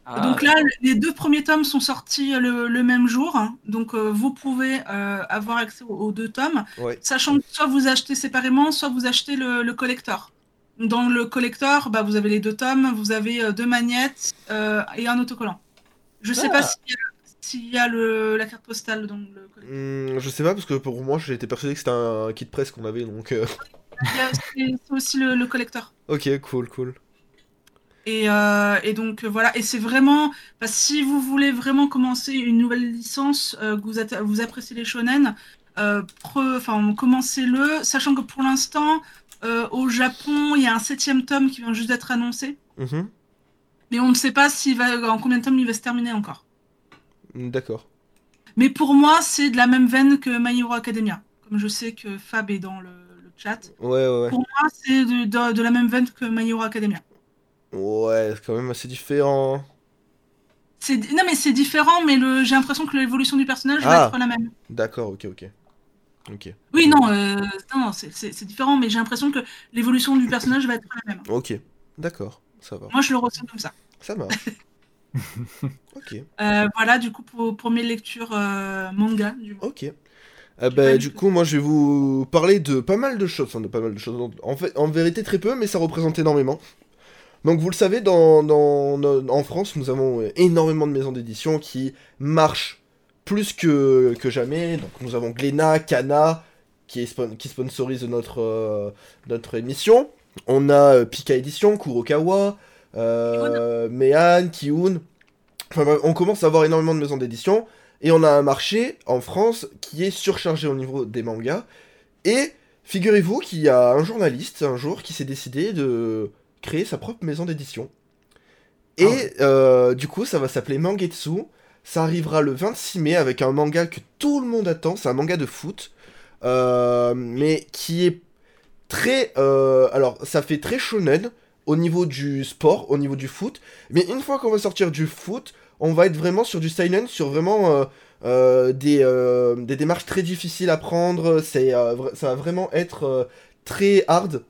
[SPEAKER 3] Ah.
[SPEAKER 2] Ah.
[SPEAKER 3] Donc là, les deux premiers tomes sont sortis le, le même jour, hein. donc euh, vous pouvez euh, avoir accès aux, aux deux tomes,
[SPEAKER 1] Ouais.
[SPEAKER 3] sachant que soit vous achetez séparément, soit vous achetez le, le collector. Dans le collector, bah, vous avez les deux tomes, vous avez euh, deux magnettes euh, et un autocollant. Je sais
[SPEAKER 2] Ah.
[SPEAKER 3] pas s'il y a, s'il y a le, la carte postale dans le collector.
[SPEAKER 1] Hum, je sais pas, parce que pour moi, j'étais persuadé que c'était un kit presse qu'on avait, donc... euh,
[SPEAKER 3] Il y a- C'est c'est aussi le, le collector.
[SPEAKER 1] Ok, cool, cool.
[SPEAKER 3] Et, euh, et donc euh, voilà, et c'est vraiment, bah, si vous voulez vraiment commencer une nouvelle licence, euh, que vous, atta- vous appréciez les shonen, euh, pre- enfin, commencez-le, sachant que pour l'instant, euh, au Japon, il y a un septième tome qui vient juste d'être annoncé,
[SPEAKER 1] Mhm.
[SPEAKER 3] mais on ne sait pas s'il va, en combien de tomes il va se terminer encore.
[SPEAKER 1] Mm, D'accord.
[SPEAKER 3] Mais pour moi, c'est de la même veine que My Hero Academia, comme je sais que Fab est dans le, le chat.
[SPEAKER 1] Ouais, ouais, ouais.
[SPEAKER 3] Pour moi, c'est de, de- de la même veine que My Hero Academia.
[SPEAKER 1] Ouais, c'est quand même assez différent.
[SPEAKER 3] C'est- Non mais c'est différent, mais le- j'ai l'impression que l'évolution du personnage va
[SPEAKER 1] Ah.
[SPEAKER 3] être la même.
[SPEAKER 1] D'accord, ok, ok. Ok.
[SPEAKER 3] Oui, non, euh, non, non, c'est- c'est c'est différent, mais j'ai l'impression que l'évolution du personnage va être la même.
[SPEAKER 1] Ok. D'accord, ça va.
[SPEAKER 3] Moi, je le ressens comme ça.
[SPEAKER 1] Ça marche. ok,
[SPEAKER 3] Euh, voilà, du coup, pour, pour mes lectures euh, manga. Du...
[SPEAKER 1] ok. Ah
[SPEAKER 3] pas
[SPEAKER 1] bah,
[SPEAKER 3] du
[SPEAKER 1] du
[SPEAKER 3] tout.
[SPEAKER 1] coup, moi, je vais vous parler de pas mal de choses. Enfin, de pas mal de choses. En fait, en vérité, très peu, mais ça représente énormément. Donc, vous le savez, dans, dans- dans- en France, nous avons euh, énormément de maisons d'édition qui marchent plus que, que jamais. Donc, nous avons Glénat, Cana, qui, est spon- qui sponsorise notre, euh, notre émission. On a euh, Pika Edition, Kurokawa, euh, Meian, Kiun. Enfin, bref, on commence à avoir énormément de maisons d'édition. Et on a un marché en France qui est surchargé au niveau des mangas. Et figurez-vous qu'il y a un journaliste un jour qui s'est décidé de créer sa propre maison d'édition. Et
[SPEAKER 2] Ah ouais.
[SPEAKER 1] euh, du coup, ça va s'appeler Mangetsu. Ça arrivera le 26 mai avec un manga que tout le monde attend. C'est un manga de foot. euh, mais qui est très. euh, alors, ça fait très shonen au niveau du sport, au niveau du foot. Mais une fois qu'on va sortir du foot, on va être vraiment sur du silent, sur vraiment euh, euh, des, euh, des démarches très difficiles à prendre. C'est, euh, vra- ça va vraiment être euh, très hard.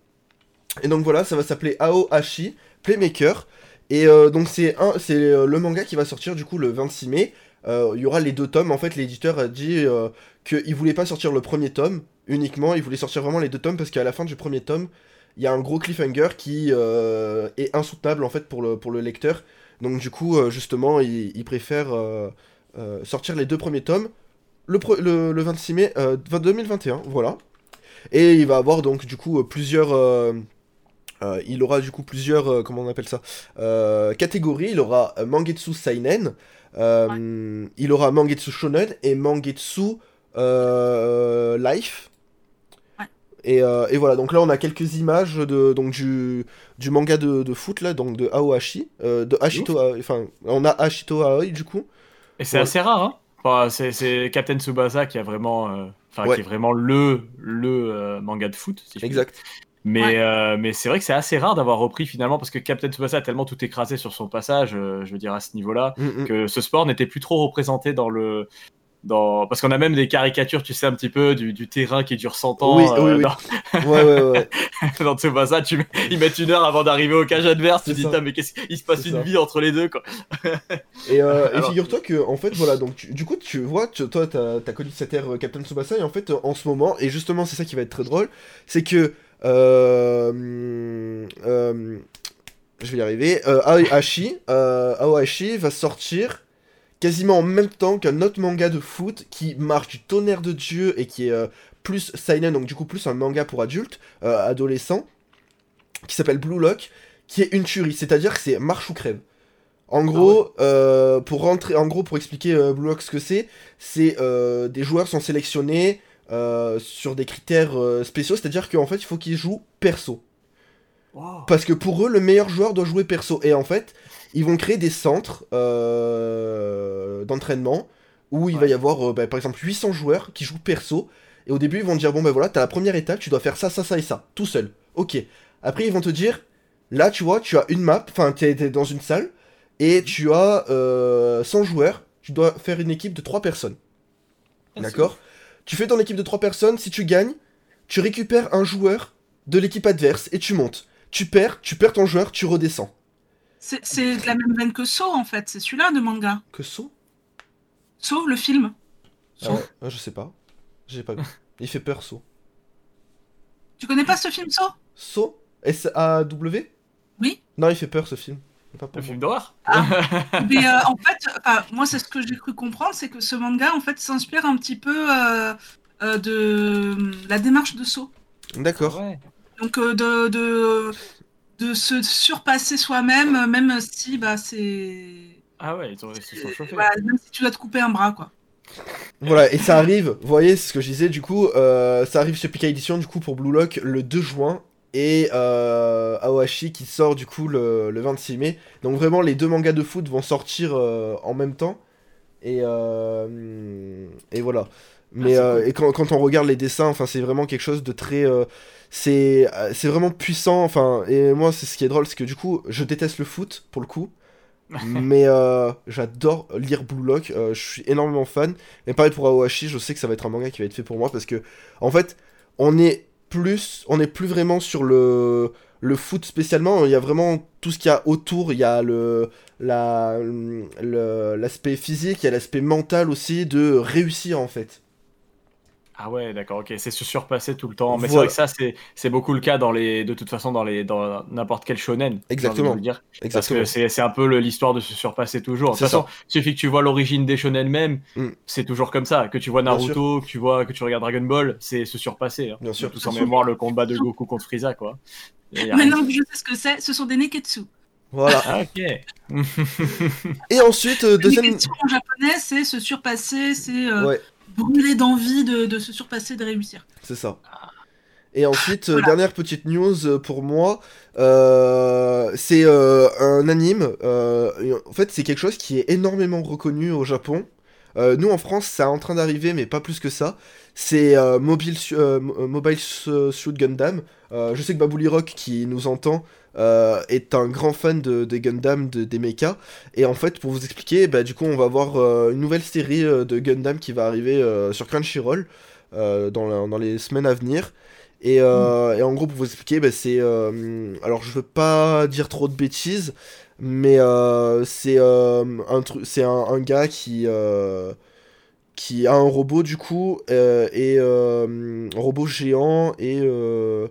[SPEAKER 1] Et donc voilà, ça va s'appeler Aohashi Playmaker. Et euh, donc c'est un, c'est euh, le manga qui va sortir du coup le 26 mai. Euh, Il y aura les deux tomes. En fait, l'éditeur a dit euh, qu'il voulait pas sortir le premier tome uniquement. Il voulait sortir vraiment les deux tomes parce qu'à la fin du premier tome, il y a un gros cliffhanger qui euh, est insoutenable en fait pour le, pour le lecteur. Donc du coup, euh, justement, il, il préfère euh, euh, sortir les deux premiers tomes le, pre- le, le 26 mai euh, 20- 2021, voilà. Et il va avoir donc du coup euh, plusieurs... euh, euh, il aura du coup plusieurs... euh, comment on appelle ça Euh, Catégories. Il aura euh, Mangetsu Seinen, euh, il aura Mangetsu Shonen et Mangetsu euh, Life.
[SPEAKER 3] Ouais.
[SPEAKER 1] Et, euh, et voilà, donc là on a quelques images de, donc du, du manga de, de foot là, donc de Aohashi, euh, de Ashito, Aoi, enfin on a Ashito Aoi du coup.
[SPEAKER 2] Et c'est
[SPEAKER 1] Ouais.
[SPEAKER 2] assez rare, hein Enfin, c'est, c'est Captain Tsubasa qui a vraiment, euh, enfin,
[SPEAKER 1] Ouais.
[SPEAKER 2] qui est vraiment le le euh, manga de foot. Si je puis dire.
[SPEAKER 1] Exact.
[SPEAKER 2] Mais
[SPEAKER 3] Ouais.
[SPEAKER 2] euh, mais c'est vrai que c'est assez rare d'avoir repris finalement parce que Captain Tsubasa a tellement tout écrasé sur son passage, euh, je veux dire à ce niveau-là,
[SPEAKER 1] Mm, mm.
[SPEAKER 2] que ce sport n'était plus trop représenté dans le dans parce qu'on a même des caricatures, tu sais un petit peu du, du terrain qui dure 100 ans.
[SPEAKER 1] Oui, oui, oui.
[SPEAKER 2] dans-
[SPEAKER 1] Ouais, ouais, ouais.
[SPEAKER 2] dans Tsubasa, tu mets- ils mettent une heure avant d'arriver au cage adverse. Tu
[SPEAKER 1] C'est
[SPEAKER 2] dis,
[SPEAKER 1] ça.
[SPEAKER 2] Tain, mais qu'est-ce qu'il se passe
[SPEAKER 1] C'est
[SPEAKER 2] une
[SPEAKER 1] ça.
[SPEAKER 2] vie entre les deux, quoi.
[SPEAKER 1] Et, euh, et
[SPEAKER 2] Alors-
[SPEAKER 1] figure-toi que, en fait, voilà, donc tu- du coup, tu vois, tu- toi, t'as as connu cette ère euh, Captain Tsubasa, et en fait, euh, en ce moment, et justement, c'est ça qui va être très drôle, c'est que. Euh, hum, euh, je vais y arriver. Euh, Aohashi, euh, Aohashi va sortir quasiment en même temps qu'un autre manga de foot qui marche du tonnerre de Dieu et qui est euh, plus seinen, donc du coup, plus un manga pour adultes, euh, adolescents, qui s'appelle Blue Lock, qui est une tuerie, c'est-à-dire que c'est marche ou crève. En gros, euh, pour rentrer, en gros, pour expliquer euh, Blue Lock ce que c'est, c'est euh, des joueurs sont sélectionnés euh, sur des critères euh, spéciaux, c'est-à-dire qu'en fait, il faut qu'ils jouent perso. Parce que pour eux, le meilleur joueur doit jouer perso. Et en fait, ils vont créer des centres euh, d'entraînement où il va
[SPEAKER 2] Ouais.
[SPEAKER 1] y avoir, euh, bah, par exemple, 800 joueurs qui jouent perso. Et au début, ils vont te dire, bon, ben voilà, t'as la première étape, tu dois faire ça, ça, ça et ça, tout seul. Ok. Après, ils vont te dire, là, tu vois, tu as une map, enfin, t'es t'es dans une salle, et tu as euh, 100 joueurs, tu dois faire une équipe de 3 personnes. D'accord Tu fais ton équipe de 3 personnes, si tu gagnes, tu récupères un joueur de l'équipe adverse et tu montes. Tu perds, tu perds ton joueur, tu redescends.
[SPEAKER 3] C'est c'est de la même veine que So, en fait. C'est celui-là de manga.
[SPEAKER 1] Que saut
[SPEAKER 3] So, le film.
[SPEAKER 1] Ah ouais, ah, Je sais pas. J'ai pas vu. Il fait peur, saut.
[SPEAKER 3] Tu connais pas ce film, So
[SPEAKER 1] Saut S-A-W
[SPEAKER 3] Oui.
[SPEAKER 1] Non, il fait peur ce film. Il est Pas pour
[SPEAKER 2] Le
[SPEAKER 1] moi.
[SPEAKER 2] film d'horreur.
[SPEAKER 3] Mais euh, en fait, enfin, moi, c'est ce que j'ai cru comprendre, c'est que ce manga, en fait, s'inspire un petit peu euh, euh, de la démarche de So.
[SPEAKER 1] D'accord.
[SPEAKER 2] Ouais.
[SPEAKER 3] Donc, euh, de, de, de se surpasser soi-même, euh, même si, bah, c'est.
[SPEAKER 2] Ah ouais, ils, ont, ils se sont chauffés.
[SPEAKER 3] Voilà, Bah, même si tu dois te couper un bras, quoi.
[SPEAKER 1] Voilà, et ça arrive, vous voyez, c'est ce que je disais, du coup, euh, ça arrive chez Pika Edition, du coup, pour Blue Lock, le 2 juin, et euh, Aohashi qui sort, du coup, le, le 26 mai. Donc vraiment, les deux mangas de foot vont sortir euh, en même temps, et, euh, et voilà. Mais
[SPEAKER 2] Ah, c'est
[SPEAKER 1] euh,
[SPEAKER 2] cool.
[SPEAKER 1] et quand, quand on regarde les dessins, enfin, c'est vraiment quelque chose de très... euh, c'est euh, c'est vraiment puissant, enfin, et moi, c'est ce qui est drôle, c'est que du coup, je déteste le foot, pour le coup, mais euh, j'adore lire Blue Lock, euh, je suis énormément fan. Et pareil pour Aohashi, je sais que ça va être un manga qui va être fait pour moi parce que, en fait, on est plus, on est plus vraiment sur le, le foot spécialement. Il y a vraiment tout ce qu'il y a autour. Il y a le, la, le- l'aspect physique, il y a l'aspect mental aussi de réussir en fait.
[SPEAKER 2] Ah ouais, d'accord, ok, c'est se surpasser tout le temps. Mais
[SPEAKER 1] Voilà.
[SPEAKER 2] c'est vrai que ça, c'est- c'est beaucoup le cas dans les, de toute façon, dans les, dans n'importe quel shonen. j'ai envie de
[SPEAKER 1] Exactement.
[SPEAKER 2] le dire. Parce
[SPEAKER 1] Exactement.
[SPEAKER 2] que c'est c'est un peu le- l'histoire de se surpasser toujours. De toute
[SPEAKER 1] C'est ça.
[SPEAKER 2] façon, suffit que tu vois l'origine des shonen même,
[SPEAKER 1] Mm.
[SPEAKER 2] c'est toujours comme ça. Que tu vois
[SPEAKER 1] Bien sûr.
[SPEAKER 2] Naruto, que tu vois, que tu regardes Dragon Ball, c'est se surpasser. hein.
[SPEAKER 1] Bien sûr.
[SPEAKER 2] Tous en mémoire le combat de Goku contre Frieza, quoi. Et y a rien.
[SPEAKER 3] Maintenant que je sais ce que c'est, ce sont des neketsu.
[SPEAKER 1] Voilà.
[SPEAKER 2] Ah, ok.
[SPEAKER 1] Et ensuite, euh,
[SPEAKER 3] Les
[SPEAKER 1] deuxième.
[SPEAKER 3] neketsu en japonais, c'est se surpasser, c'est euh,
[SPEAKER 1] Ouais,
[SPEAKER 3] brûler d'envie de, de se surpasser, de réussir.
[SPEAKER 1] c'est ça. Et ensuite, euh,
[SPEAKER 3] Voilà.
[SPEAKER 1] dernière petite news euh, pour moi, euh, c'est euh, un anime. euh, et en fait, c'est quelque chose qui est énormément reconnu au Japon. Euh, nous en France, ça est en train d'arriver, mais pas plus que ça. C'est euh, Mobile, Su- euh, Mo- euh, Mobile Su- Suit Gundam. Euh, je sais que Babouli Rock, qui nous entend, euh, est un grand fan de, des Gundam, de- des mechas. Et en fait, pour vous expliquer, bah, du coup, on va avoir euh, une nouvelle série euh, de Gundam qui va arriver euh, sur Crunchyroll euh, dans, la- dans les semaines à venir. Et, euh, et en gros, pour vous expliquer, bah, c'est. euh, alors, je veux pas dire trop de bêtises, mais euh, c'est euh, un, tru- c'est un, un gars qui. euh, qui a un robot du coup euh, et euh, un robot géant et euh,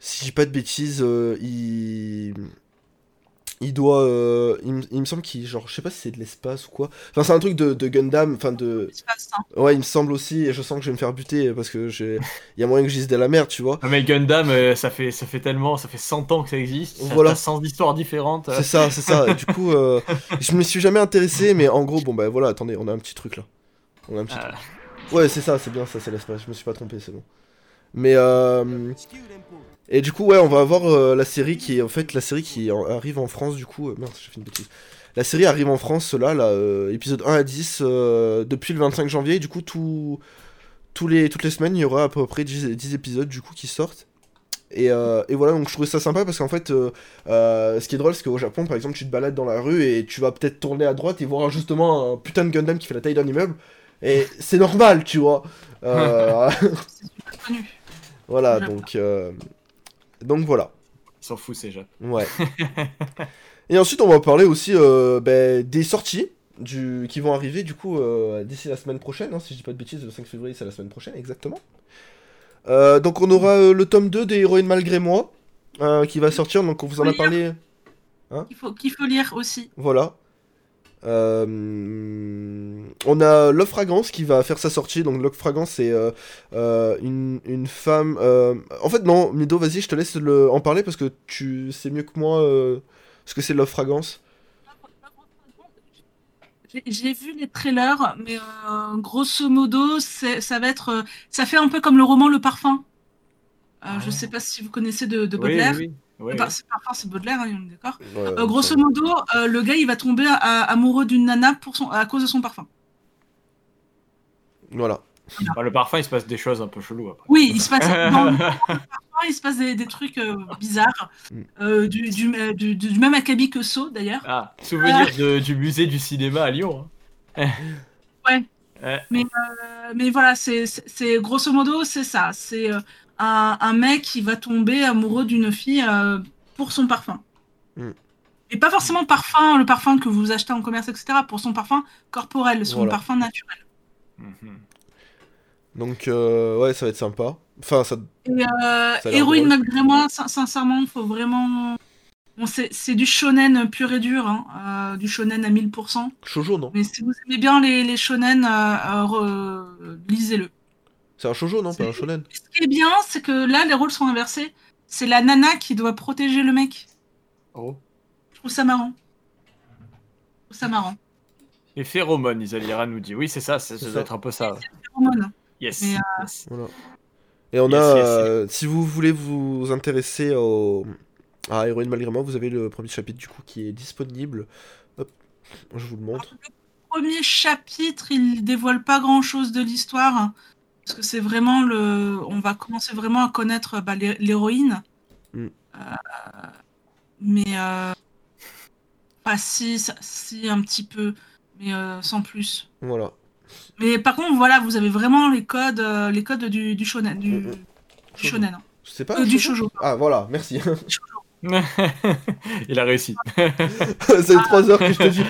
[SPEAKER 1] si je dis pas de bêtises euh, il il doit euh, il, me- il me semble qu'il genre je sais pas si c'est de l'espace ou quoi enfin c'est un truc de, de Gundam enfin de
[SPEAKER 3] C'est pas ça.
[SPEAKER 1] ouais il me semble aussi et je sens que je vais me faire buter parce que j'ai il y a moyen que je dise de la merde tu vois
[SPEAKER 2] Ah, Mais Gundam, euh, ça fait, ça fait tellement, ça fait 100 ans que ça existe. Ça
[SPEAKER 1] Voilà.
[SPEAKER 2] a 100 histoires différentes.
[SPEAKER 1] c'est ça c'est ça Et du coup euh, je me suis jamais intéressé mais en gros bon bah voilà attendez on a un petit truc là on a un petit
[SPEAKER 2] Ah.
[SPEAKER 1] truc. ouais c'est ça c'est bien ça c'est l'espace je me suis pas trompé c'est bon mais euh, Et du coup, ouais, on va avoir euh, la série qui est en fait la série qui en- arrive en France, du coup. euh, merde, j'ai fait une bêtise. La série arrive en France, là, là euh, épisode 1 à 10, euh, depuis le 25 janvier. Et du coup, tout, tous les, toutes les semaines, il y aura à peu près 10, 10 épisodes du coup qui sortent. Et, euh, et voilà, donc je trouvais ça sympa parce qu'en fait, euh, euh, ce qui est drôle, c'est qu'au Japon, par exemple, tu te balades dans la rue et tu vas peut-être tourner à droite et voir justement un putain de Gundam qui fait la taille d'un immeuble. Et c'est normal, tu vois. Euh,
[SPEAKER 3] C'est super connu.
[SPEAKER 1] voilà, donc, euh, donc voilà.
[SPEAKER 2] Ils s'en foutent, ces gens.
[SPEAKER 1] Ouais. Et ensuite, on va parler aussi euh, ben, des sorties du... qui vont arriver du coup euh, d'ici la semaine prochaine. hein, si je dis pas de bêtises, le 5 février, c'est la semaine prochaine, exactement. Euh, donc, on aura euh, le tome 2 des Héroïnes Malgré Moi euh, qui va sortir. Donc, on vous en a parlé.
[SPEAKER 3] Qu'il faut, qu'il faut lire aussi.
[SPEAKER 1] Voilà. Euh, on a Love Fragrance qui va faire sa sortie. Donc Love Fragrance c'est euh, euh, une, une femme. euh, En fait non, Mido, vas-y, je te laisse le... en parler parce que tu sais mieux que moi euh, ce que c'est Love Fragrance.
[SPEAKER 3] J'ai- J'ai vu les trailers, mais euh, grosso modo, c'est- ça va être, euh, ça fait un peu comme le roman Le Parfum. Euh,
[SPEAKER 2] Ah.
[SPEAKER 3] Je sais pas si vous connaissez de, de
[SPEAKER 2] Oui, oui,
[SPEAKER 3] Baudelaire.
[SPEAKER 2] oui. Oui,
[SPEAKER 3] Le Par- c'est Parfum, c'est Baudelaire, hein, on est d'accord.
[SPEAKER 1] Ouais,
[SPEAKER 3] Euh, grosso modo, euh, le gars, il va tomber à- amoureux d'une nana pour son, à cause de son parfum.
[SPEAKER 1] Voilà.
[SPEAKER 2] oui. Bah, le parfum, il se passe des choses un peu cheloues après.
[SPEAKER 3] Oui, il se passe dans le parfum, il se passe des, des trucs euh, bizarres,
[SPEAKER 1] Mm.
[SPEAKER 3] Euh, du, du- euh, du- du- du même acabit que So d'ailleurs.
[SPEAKER 2] Ah, souvenir de- du musée du cinéma à Lyon. hein.
[SPEAKER 3] Ouais.
[SPEAKER 2] Euh,
[SPEAKER 3] Euh, mais voilà, c'est c'est- c'est- grosso modo, c'est ça. C'est euh, un, un mec qui va tomber amoureux d'une fille euh, pour son parfum.
[SPEAKER 1] Mm.
[SPEAKER 3] Et pas forcément parfum, le parfum que vous achetez en commerce, etc. Pour son parfum corporel, son
[SPEAKER 1] Voilà.
[SPEAKER 3] parfum naturel.
[SPEAKER 2] mhm.
[SPEAKER 1] Donc euh, ouais, ça va être sympa. Enfin, ça...
[SPEAKER 3] Et, euh,
[SPEAKER 1] Ça a l'air
[SPEAKER 3] héroïne
[SPEAKER 1] drôle.
[SPEAKER 3] malgré moi, sin- sincèrement, faut vraiment. Bon, c'est c'est du shonen pur et dur, hein, euh, du shonen à 1000%.
[SPEAKER 1] Shoujo, non
[SPEAKER 3] Mais si vous aimez bien les, les shonen, euh, euh, re- lisez-le.
[SPEAKER 1] C'est un shoujo, non Pas un
[SPEAKER 3] C'est-
[SPEAKER 1] shonen
[SPEAKER 3] Ce qui est bien, c'est que là, les rôles sont inversés. C'est la nana qui doit protéger le mec.
[SPEAKER 2] Oh.
[SPEAKER 3] Je trouve ça marrant. Je trouve ça marrant.
[SPEAKER 2] Les phéromones, Isalira nous dit. Oui, c'est ça, ça, ça
[SPEAKER 1] C'est ça.
[SPEAKER 2] doit être un peu ça. ouais.
[SPEAKER 3] Hormones.
[SPEAKER 2] Yes.
[SPEAKER 3] Mais, euh,
[SPEAKER 2] yes.
[SPEAKER 1] Voilà. Et on
[SPEAKER 2] Yes,
[SPEAKER 1] a,
[SPEAKER 2] yes,
[SPEAKER 1] euh, si vous voulez vous intéresser au... à Héroïne Malgré Moi, vous avez le premier chapitre du coup qui est disponible. Hop, je vous le montre.
[SPEAKER 3] Premier chapitre, il dévoile pas grand-chose de l'histoire. hein, Parce que c'est vraiment le. On va commencer vraiment à connaître bah, l'hé- l'héroïne.
[SPEAKER 1] Mm.
[SPEAKER 3] Euh, Mais. euh, Pas si, ça- si, un petit peu. Mais euh, sans plus.
[SPEAKER 1] Voilà.
[SPEAKER 3] Mais par contre, voilà, vous avez vraiment les codes, euh, les codes du, du shonen, du,
[SPEAKER 1] Mm, mm.
[SPEAKER 3] du shonen, hein.
[SPEAKER 1] Je sais pas.
[SPEAKER 3] Euh, du
[SPEAKER 1] shoujo
[SPEAKER 3] shoujo.
[SPEAKER 1] Ah voilà, merci.
[SPEAKER 2] Il a réussi.
[SPEAKER 3] Ah.
[SPEAKER 1] Ça fait 3 heures que je te dis.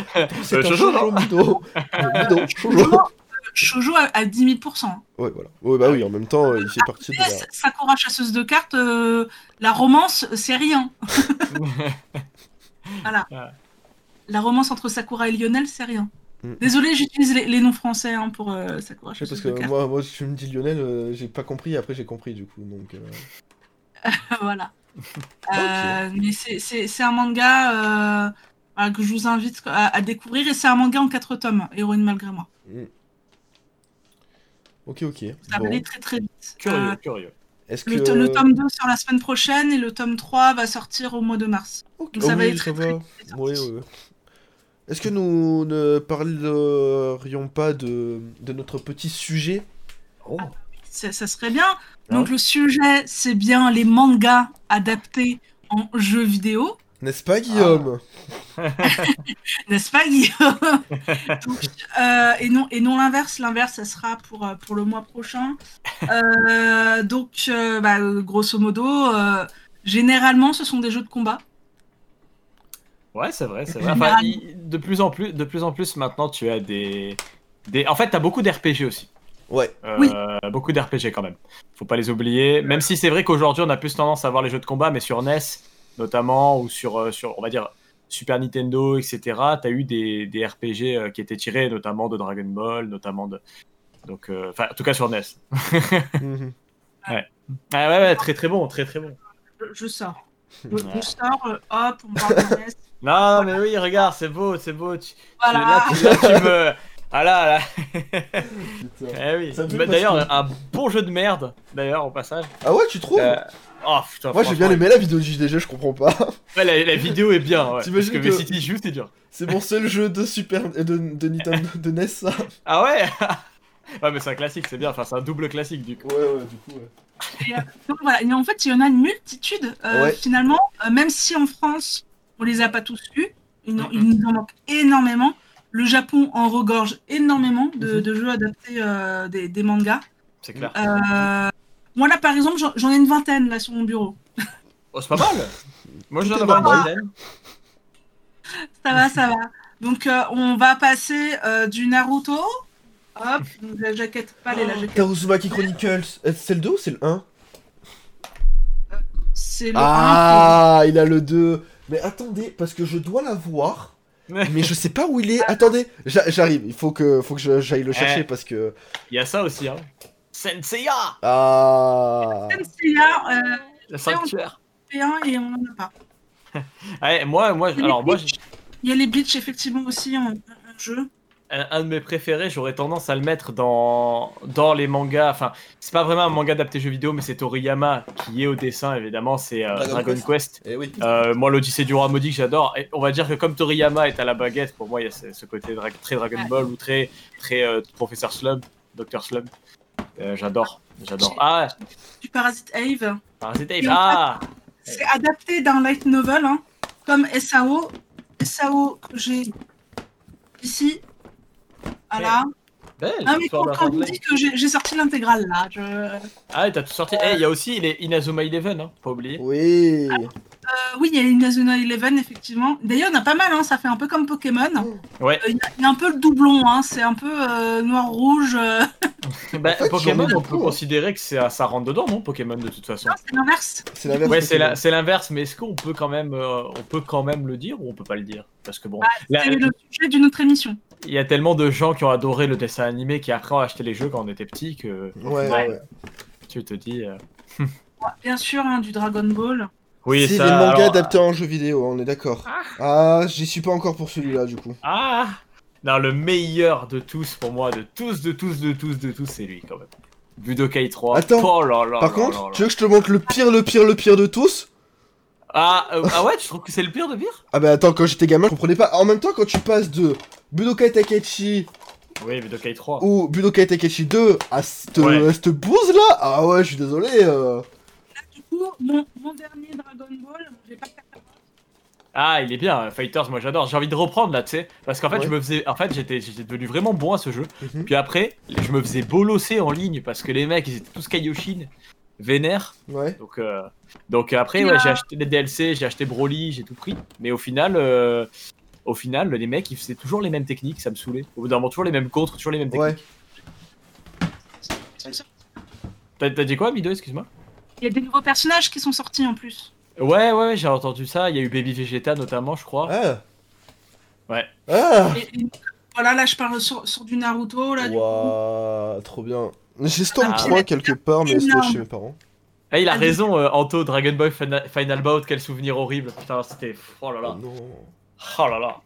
[SPEAKER 1] C'est
[SPEAKER 2] Euh,
[SPEAKER 1] un
[SPEAKER 2] shoujo,
[SPEAKER 1] shoujo, Mido. Euh, Mido, shoujo.
[SPEAKER 3] Vraiment, euh, Shoujo à, à 10 000 hein.
[SPEAKER 1] Ouais, voilà. Ouais, bah oui, en même temps, il fait partie de la...
[SPEAKER 3] Sakura chasseuse de cartes, euh, la romance, c'est rien. Voilà.
[SPEAKER 2] Ouais.
[SPEAKER 3] La romance entre Sakura et Lionel, c'est rien.
[SPEAKER 1] Mm.
[SPEAKER 3] Désolé, j'utilise les, les noms français hein, pour euh, Sakura
[SPEAKER 1] Je sais parce
[SPEAKER 3] chasseuse
[SPEAKER 1] que
[SPEAKER 3] de cartes.
[SPEAKER 1] moi, moi, tu me dis Lionel, euh, j'ai pas compris, et après j'ai compris du coup. Donc, euh,
[SPEAKER 3] voilà. Euh, mais c'est- c'est c'est un manga euh, voilà, que je vous invite à, à découvrir et c'est un manga en quatre tomes, Héroïne malgré moi.
[SPEAKER 1] ok, ok.
[SPEAKER 3] Ça va
[SPEAKER 1] Bon.
[SPEAKER 3] aller très très vite.
[SPEAKER 2] Curieux,
[SPEAKER 3] Euh,
[SPEAKER 2] curieux.
[SPEAKER 1] Est-ce que
[SPEAKER 3] le, to- le tome 2 sort la semaine prochaine et le tome 3 va sortir au mois de mars.
[SPEAKER 1] Ok.
[SPEAKER 3] Donc ça
[SPEAKER 1] Oh
[SPEAKER 3] va
[SPEAKER 1] oui,
[SPEAKER 3] être
[SPEAKER 1] ça
[SPEAKER 3] très, très
[SPEAKER 1] va.
[SPEAKER 3] vite. les sorties.
[SPEAKER 1] Ouais, ouais, ouais. Est-ce que nous ne parlerions pas de, de notre petit sujet
[SPEAKER 2] Oh.
[SPEAKER 3] Ça, ça serait bien.
[SPEAKER 1] Ah.
[SPEAKER 3] Donc le sujet, c'est bien les mangas adaptés en jeux vidéo.
[SPEAKER 1] N'est-ce pas, Guillaume
[SPEAKER 3] N'est-ce pas, Guillaume Donc, euh, Et non, et non l'inverse. L'inverse, ça sera pour, euh, pour le mois prochain. Euh, donc, euh, bah, euh, grosso modo, euh, généralement, ce sont des jeux de combat.
[SPEAKER 2] Ouais, c'est vrai, c'est vrai. Enfin, il- de plus en plus, de plus en plus maintenant, tu as des, des... En fait, t'as beaucoup d'RPG aussi.
[SPEAKER 1] Ouais.
[SPEAKER 2] Euh,
[SPEAKER 3] Oui.
[SPEAKER 2] Beaucoup d'RPG quand même. Faut pas les oublier. Même si c'est vrai qu'aujourd'hui, on a plus tendance à voir les jeux de combat, mais sur NES notamment ou sur, euh, sur on va dire Super Nintendo, etc. T'as eu des, des RPG euh, qui étaient tirés, notamment de Dragon Ball, notamment de. Donc, euh, enfin, en tout cas sur NES.
[SPEAKER 1] Mhm.
[SPEAKER 2] Ah ouais, ouais, très très bon, très très bon.
[SPEAKER 3] Je, je sors. Je, je sors, euh, hop, on parle de reste.
[SPEAKER 2] Non, mais oui, regarde, c'est beau, c'est beau. Tu, tu-
[SPEAKER 3] Voilà.
[SPEAKER 2] Là, tu, là, tu me. Ah là, là.
[SPEAKER 1] Putain.
[SPEAKER 2] Eh oui.
[SPEAKER 1] Ça me fait
[SPEAKER 2] Bah,
[SPEAKER 1] pas
[SPEAKER 2] d'ailleurs,
[SPEAKER 1] sourire.
[SPEAKER 2] un bon jeu de merde, d'ailleurs, au passage.
[SPEAKER 1] Ah ouais, tu trouves
[SPEAKER 2] Euh, Oh putain.
[SPEAKER 1] Moi j'ai bien aimé la vidéo de JDG, je comprends pas.
[SPEAKER 2] franchement, ouais, la, la vidéo est bien, ouais. Parce
[SPEAKER 1] T'imagines
[SPEAKER 2] que,
[SPEAKER 1] que-
[SPEAKER 2] si tu joues, c'est dur.
[SPEAKER 1] C'est mon seul jeu de Super euh, de, de Nintendo de NES ça.
[SPEAKER 2] Ah ouais Ouais, mais c'est un classique, c'est bien. Enfin, c'est un double classique, du coup.
[SPEAKER 1] Ouais ouais du coup ouais.
[SPEAKER 3] Donc, voilà. Et en fait, il y en a une multitude, euh,
[SPEAKER 1] Ouais.
[SPEAKER 3] finalement, euh, même si en France, on les a pas tous eus. Il, en-
[SPEAKER 2] Mhm.
[SPEAKER 3] il nous en manque énormément. Le Japon en regorge énormément
[SPEAKER 1] Mm-hmm.
[SPEAKER 3] de, de jeux adaptés euh, des, des mangas.
[SPEAKER 2] C'est clair.
[SPEAKER 3] Euh, moi là par exemple j'en- j'en ai une vingtaine là sur mon bureau.
[SPEAKER 2] Oh, c'est pas mal Moi, je
[SPEAKER 1] Tout
[SPEAKER 2] viens
[SPEAKER 1] est
[SPEAKER 2] d'avoir une
[SPEAKER 1] normal.
[SPEAKER 2] dizaine.
[SPEAKER 3] Ça va, ça va. Donc euh, on va passer euh, du Naruto. Hop, donc la jaquette pâle et la jaquette.
[SPEAKER 1] Taruzumaki Chronicles, euh, c'est le 2 ou c'est le 1
[SPEAKER 3] C'est le
[SPEAKER 1] Ah, il a le 2. Mais attendez parce que je dois l'avoir.
[SPEAKER 2] Ouais.
[SPEAKER 1] Mais je sais pas où il est. Attendez, j'a- j'arrive. Il faut que, faut que je- j'aille le chercher
[SPEAKER 2] Eh.
[SPEAKER 1] parce que
[SPEAKER 2] Il y a ça aussi, hein. Senseiya
[SPEAKER 1] ah.
[SPEAKER 3] 1. Même s'il y a euh,
[SPEAKER 2] Le sanctuaire.
[SPEAKER 3] P1 et on n'en a pas.
[SPEAKER 2] Ouais, moi, moi,
[SPEAKER 3] Il y a
[SPEAKER 2] alors,
[SPEAKER 3] les
[SPEAKER 2] moi,
[SPEAKER 3] Bleach. Il y a les Bleach effectivement aussi en, en jeu.
[SPEAKER 2] un, un de mes préférés, j'aurais tendance à le mettre dans, dans les mangas. Enfin, c'est pas vraiment un manga adapté jeu vidéo, mais c'est Toriyama qui est au dessin, évidemment. C'est euh,
[SPEAKER 1] Dragon
[SPEAKER 2] Dragon,
[SPEAKER 1] Quest.
[SPEAKER 2] Quest.
[SPEAKER 1] Eh oui.
[SPEAKER 2] Euh, moi, l'Odyssée du Roi Maudit, que j'adore. Et On va dire que comme Toriyama est à la baguette, pour moi, il y a ce, ce côté dra- très Dragon
[SPEAKER 3] Ouais.
[SPEAKER 2] Ball ou très, très euh, Professeur Slump, Docteur Slump. Euh, j'adore, j'adore. Ah,
[SPEAKER 3] Du Parasite Ave.
[SPEAKER 2] Parasite Ape,
[SPEAKER 3] Et en
[SPEAKER 2] ah
[SPEAKER 3] C'est adapté d'un light novel hein, comme SAO. SAO que j'ai ici. Voilà.
[SPEAKER 2] Belle
[SPEAKER 3] Ah mais
[SPEAKER 2] histoire
[SPEAKER 3] quand,
[SPEAKER 2] d'un
[SPEAKER 3] quand on
[SPEAKER 2] Rodney.
[SPEAKER 3] dit que j'ai j'ai sorti l'intégrale là, je... Euh,
[SPEAKER 2] Ah, t'as tout sorti. Eh, Il y a aussi les Inazuma Eleven, hein, pas oublier.
[SPEAKER 1] Oui.
[SPEAKER 3] oui, il y a Inazuna Eleven effectivement. D'ailleurs, il y en a pas mal, hein, ça fait un peu comme Pokémon.
[SPEAKER 2] Ouais.
[SPEAKER 3] Euh, Il y, a- il y a un peu le doublon, hein, c'est un peu euh, noir rouge. euh,
[SPEAKER 2] Bah,
[SPEAKER 1] fait,
[SPEAKER 2] Pokémon,
[SPEAKER 1] j'en ai
[SPEAKER 2] on
[SPEAKER 1] beaucoup,
[SPEAKER 2] peut
[SPEAKER 1] hein.
[SPEAKER 2] considérer que c'est- ça rentre dedans, non Pokémon, de toute façon.
[SPEAKER 3] Non, c'est l'inverse.
[SPEAKER 1] C'est la même.
[SPEAKER 2] Ouais, c'est la- c'est l'inverse, mais est-ce qu'on peut quand même, euh, on peut quand même le dire ou on peut pas le dire Parce que bon, là,
[SPEAKER 3] Bah, C'est le sujet d'une autre émission.
[SPEAKER 2] il y a tellement de gens qui ont adoré le dessin animé qui après ont acheté les jeux quand on était petit que
[SPEAKER 1] Ouais, ouais.
[SPEAKER 3] Ouais.
[SPEAKER 1] ouais.
[SPEAKER 2] tu te dis. euh,
[SPEAKER 3] Ouais, Bien sûr, hein, du Dragon Ball.
[SPEAKER 2] Oui,
[SPEAKER 1] c'est
[SPEAKER 2] ça.
[SPEAKER 1] des mangas
[SPEAKER 2] alors, euh,
[SPEAKER 1] adaptés en jeu vidéo, on est d'accord. Ah, j'y suis pas encore pour celui-là du coup.
[SPEAKER 2] Ah Non, le meilleur de tous pour moi, de tous, de tous, de tous, de tous, c'est lui quand même. Budokai 3.
[SPEAKER 1] Attends.
[SPEAKER 2] Oh là là
[SPEAKER 1] Par
[SPEAKER 2] là
[SPEAKER 1] contre,
[SPEAKER 2] là là.
[SPEAKER 1] tu veux que je te montre le pire, le pire, le pire de tous
[SPEAKER 2] Ah, euh, ah ouais, tu trouves que c'est le pire de pire
[SPEAKER 1] Ah bah attends, quand j'étais gamin, je comprenais pas. En même temps, quand tu passes de Budokai Takechi
[SPEAKER 2] Oui, Budokai 3.
[SPEAKER 1] ou Budokai Takechi 2 à cette,
[SPEAKER 2] Ouais.
[SPEAKER 1] à cette bouse là, ah ouais, je suis désolé. euh.
[SPEAKER 3] Du coup, mon, mon dernier Dragon Ball, j'ai pas fait-
[SPEAKER 2] Ah, il est bien, euh, Fighters, moi j'adore. J'ai envie de reprendre là, tu sais. Parce qu'en fait,
[SPEAKER 1] Ouais.
[SPEAKER 2] je me faisais. En fait, j'étais j'étais devenu vraiment bon à ce jeu.
[SPEAKER 1] Mhm.
[SPEAKER 2] Puis après, je me faisais bolosser en ligne parce que les mecs, ils étaient tous Kaioshin, vénères.
[SPEAKER 1] Ouais.
[SPEAKER 2] Donc, euh, donc après, ouais, j'ai acheté des DLC, j'ai acheté Broly, j'ai tout pris. Mais au final, euh, au final, les mecs, ils faisaient toujours les mêmes techniques, ça me saoulait. Au bout d'un moment, toujours les mêmes contres, toujours les mêmes techniques.
[SPEAKER 1] Ouais.
[SPEAKER 3] sont sortis.
[SPEAKER 2] T'as t'as dit quoi, Mido, excuse-moi
[SPEAKER 3] Il y a des nouveaux personnages qui sont sortis en plus.
[SPEAKER 2] Ouais, ouais, ouais, j'ai entendu ça. Il y a eu Baby Vegeta notamment, je crois.
[SPEAKER 1] Ah
[SPEAKER 2] Ouais.
[SPEAKER 1] Ah
[SPEAKER 3] Et- et- voilà, là, je parle sur, sur du Naruto. Là, du coup.
[SPEAKER 1] Waouh, trop bien. J'ai Storm
[SPEAKER 2] Ah.
[SPEAKER 1] 3 quelque part, mais c'était
[SPEAKER 3] Énorme.
[SPEAKER 1] chez mes parents.
[SPEAKER 2] Eh, il a
[SPEAKER 3] Ah,
[SPEAKER 2] raison, euh, Anto, Dragon Ball Final, Final Bout, quel souvenir horrible. Putain, c'était. Oh là
[SPEAKER 1] Oh
[SPEAKER 2] là.
[SPEAKER 1] non.
[SPEAKER 2] Oh là là.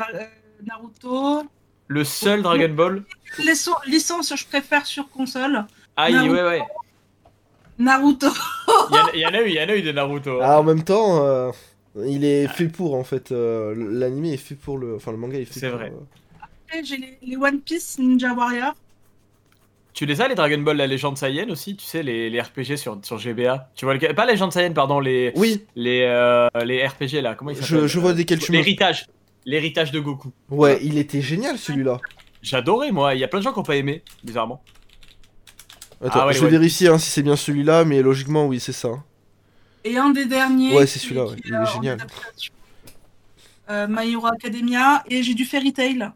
[SPEAKER 3] Euh, Naruto.
[SPEAKER 2] Le seul Dragon Ball.
[SPEAKER 3] Les so- licences, je préfère sur console.
[SPEAKER 2] Aïe,
[SPEAKER 3] Naruto.
[SPEAKER 2] ouais, ouais.
[SPEAKER 3] Naruto.
[SPEAKER 2] Il y en a- il y en a eu, il y en a eu des Naruto. hein.
[SPEAKER 1] Ah, en même temps, euh, il
[SPEAKER 2] Ah.
[SPEAKER 1] est fait pour en fait. euh, L'anime est fait pour le. Enfin, le manga est fait
[SPEAKER 2] C'est
[SPEAKER 1] pour,
[SPEAKER 2] vrai.
[SPEAKER 1] euh,
[SPEAKER 3] Après, J'ai les, les One Piece, Ninja Warrior.
[SPEAKER 2] Tu les as, les Dragon Ball, la légende Saiyan aussi, tu sais, les, les RPG sur, sur GBA. Tu vois, le... pas légende Saiyan, pardon, les,
[SPEAKER 1] Oui,
[SPEAKER 2] les, euh, les RPG là, comment ils
[SPEAKER 1] je,
[SPEAKER 2] s'appellent
[SPEAKER 1] je vois desquels tu me.
[SPEAKER 2] L'héritage. L'héritage de Goku.
[SPEAKER 1] Ouais, il était génial celui-là.
[SPEAKER 2] J'adorais, moi. Il y a plein de gens qui n'ont pas aimé, bizarrement.
[SPEAKER 1] Attends,
[SPEAKER 2] Ah ouais,
[SPEAKER 1] je vais
[SPEAKER 2] ouais.
[SPEAKER 1] vérifier hein, si c'est bien celui-là, mais logiquement, oui, c'est ça. hein.
[SPEAKER 3] Et un des derniers.
[SPEAKER 1] Ouais, c'est
[SPEAKER 3] qui-
[SPEAKER 1] celui-là,
[SPEAKER 3] qui
[SPEAKER 1] ouais.
[SPEAKER 3] est,
[SPEAKER 1] Il est
[SPEAKER 3] euh, en
[SPEAKER 1] génial.
[SPEAKER 3] adaptation. Euh, My Hero Academia. Et j'ai du Fairy Tail.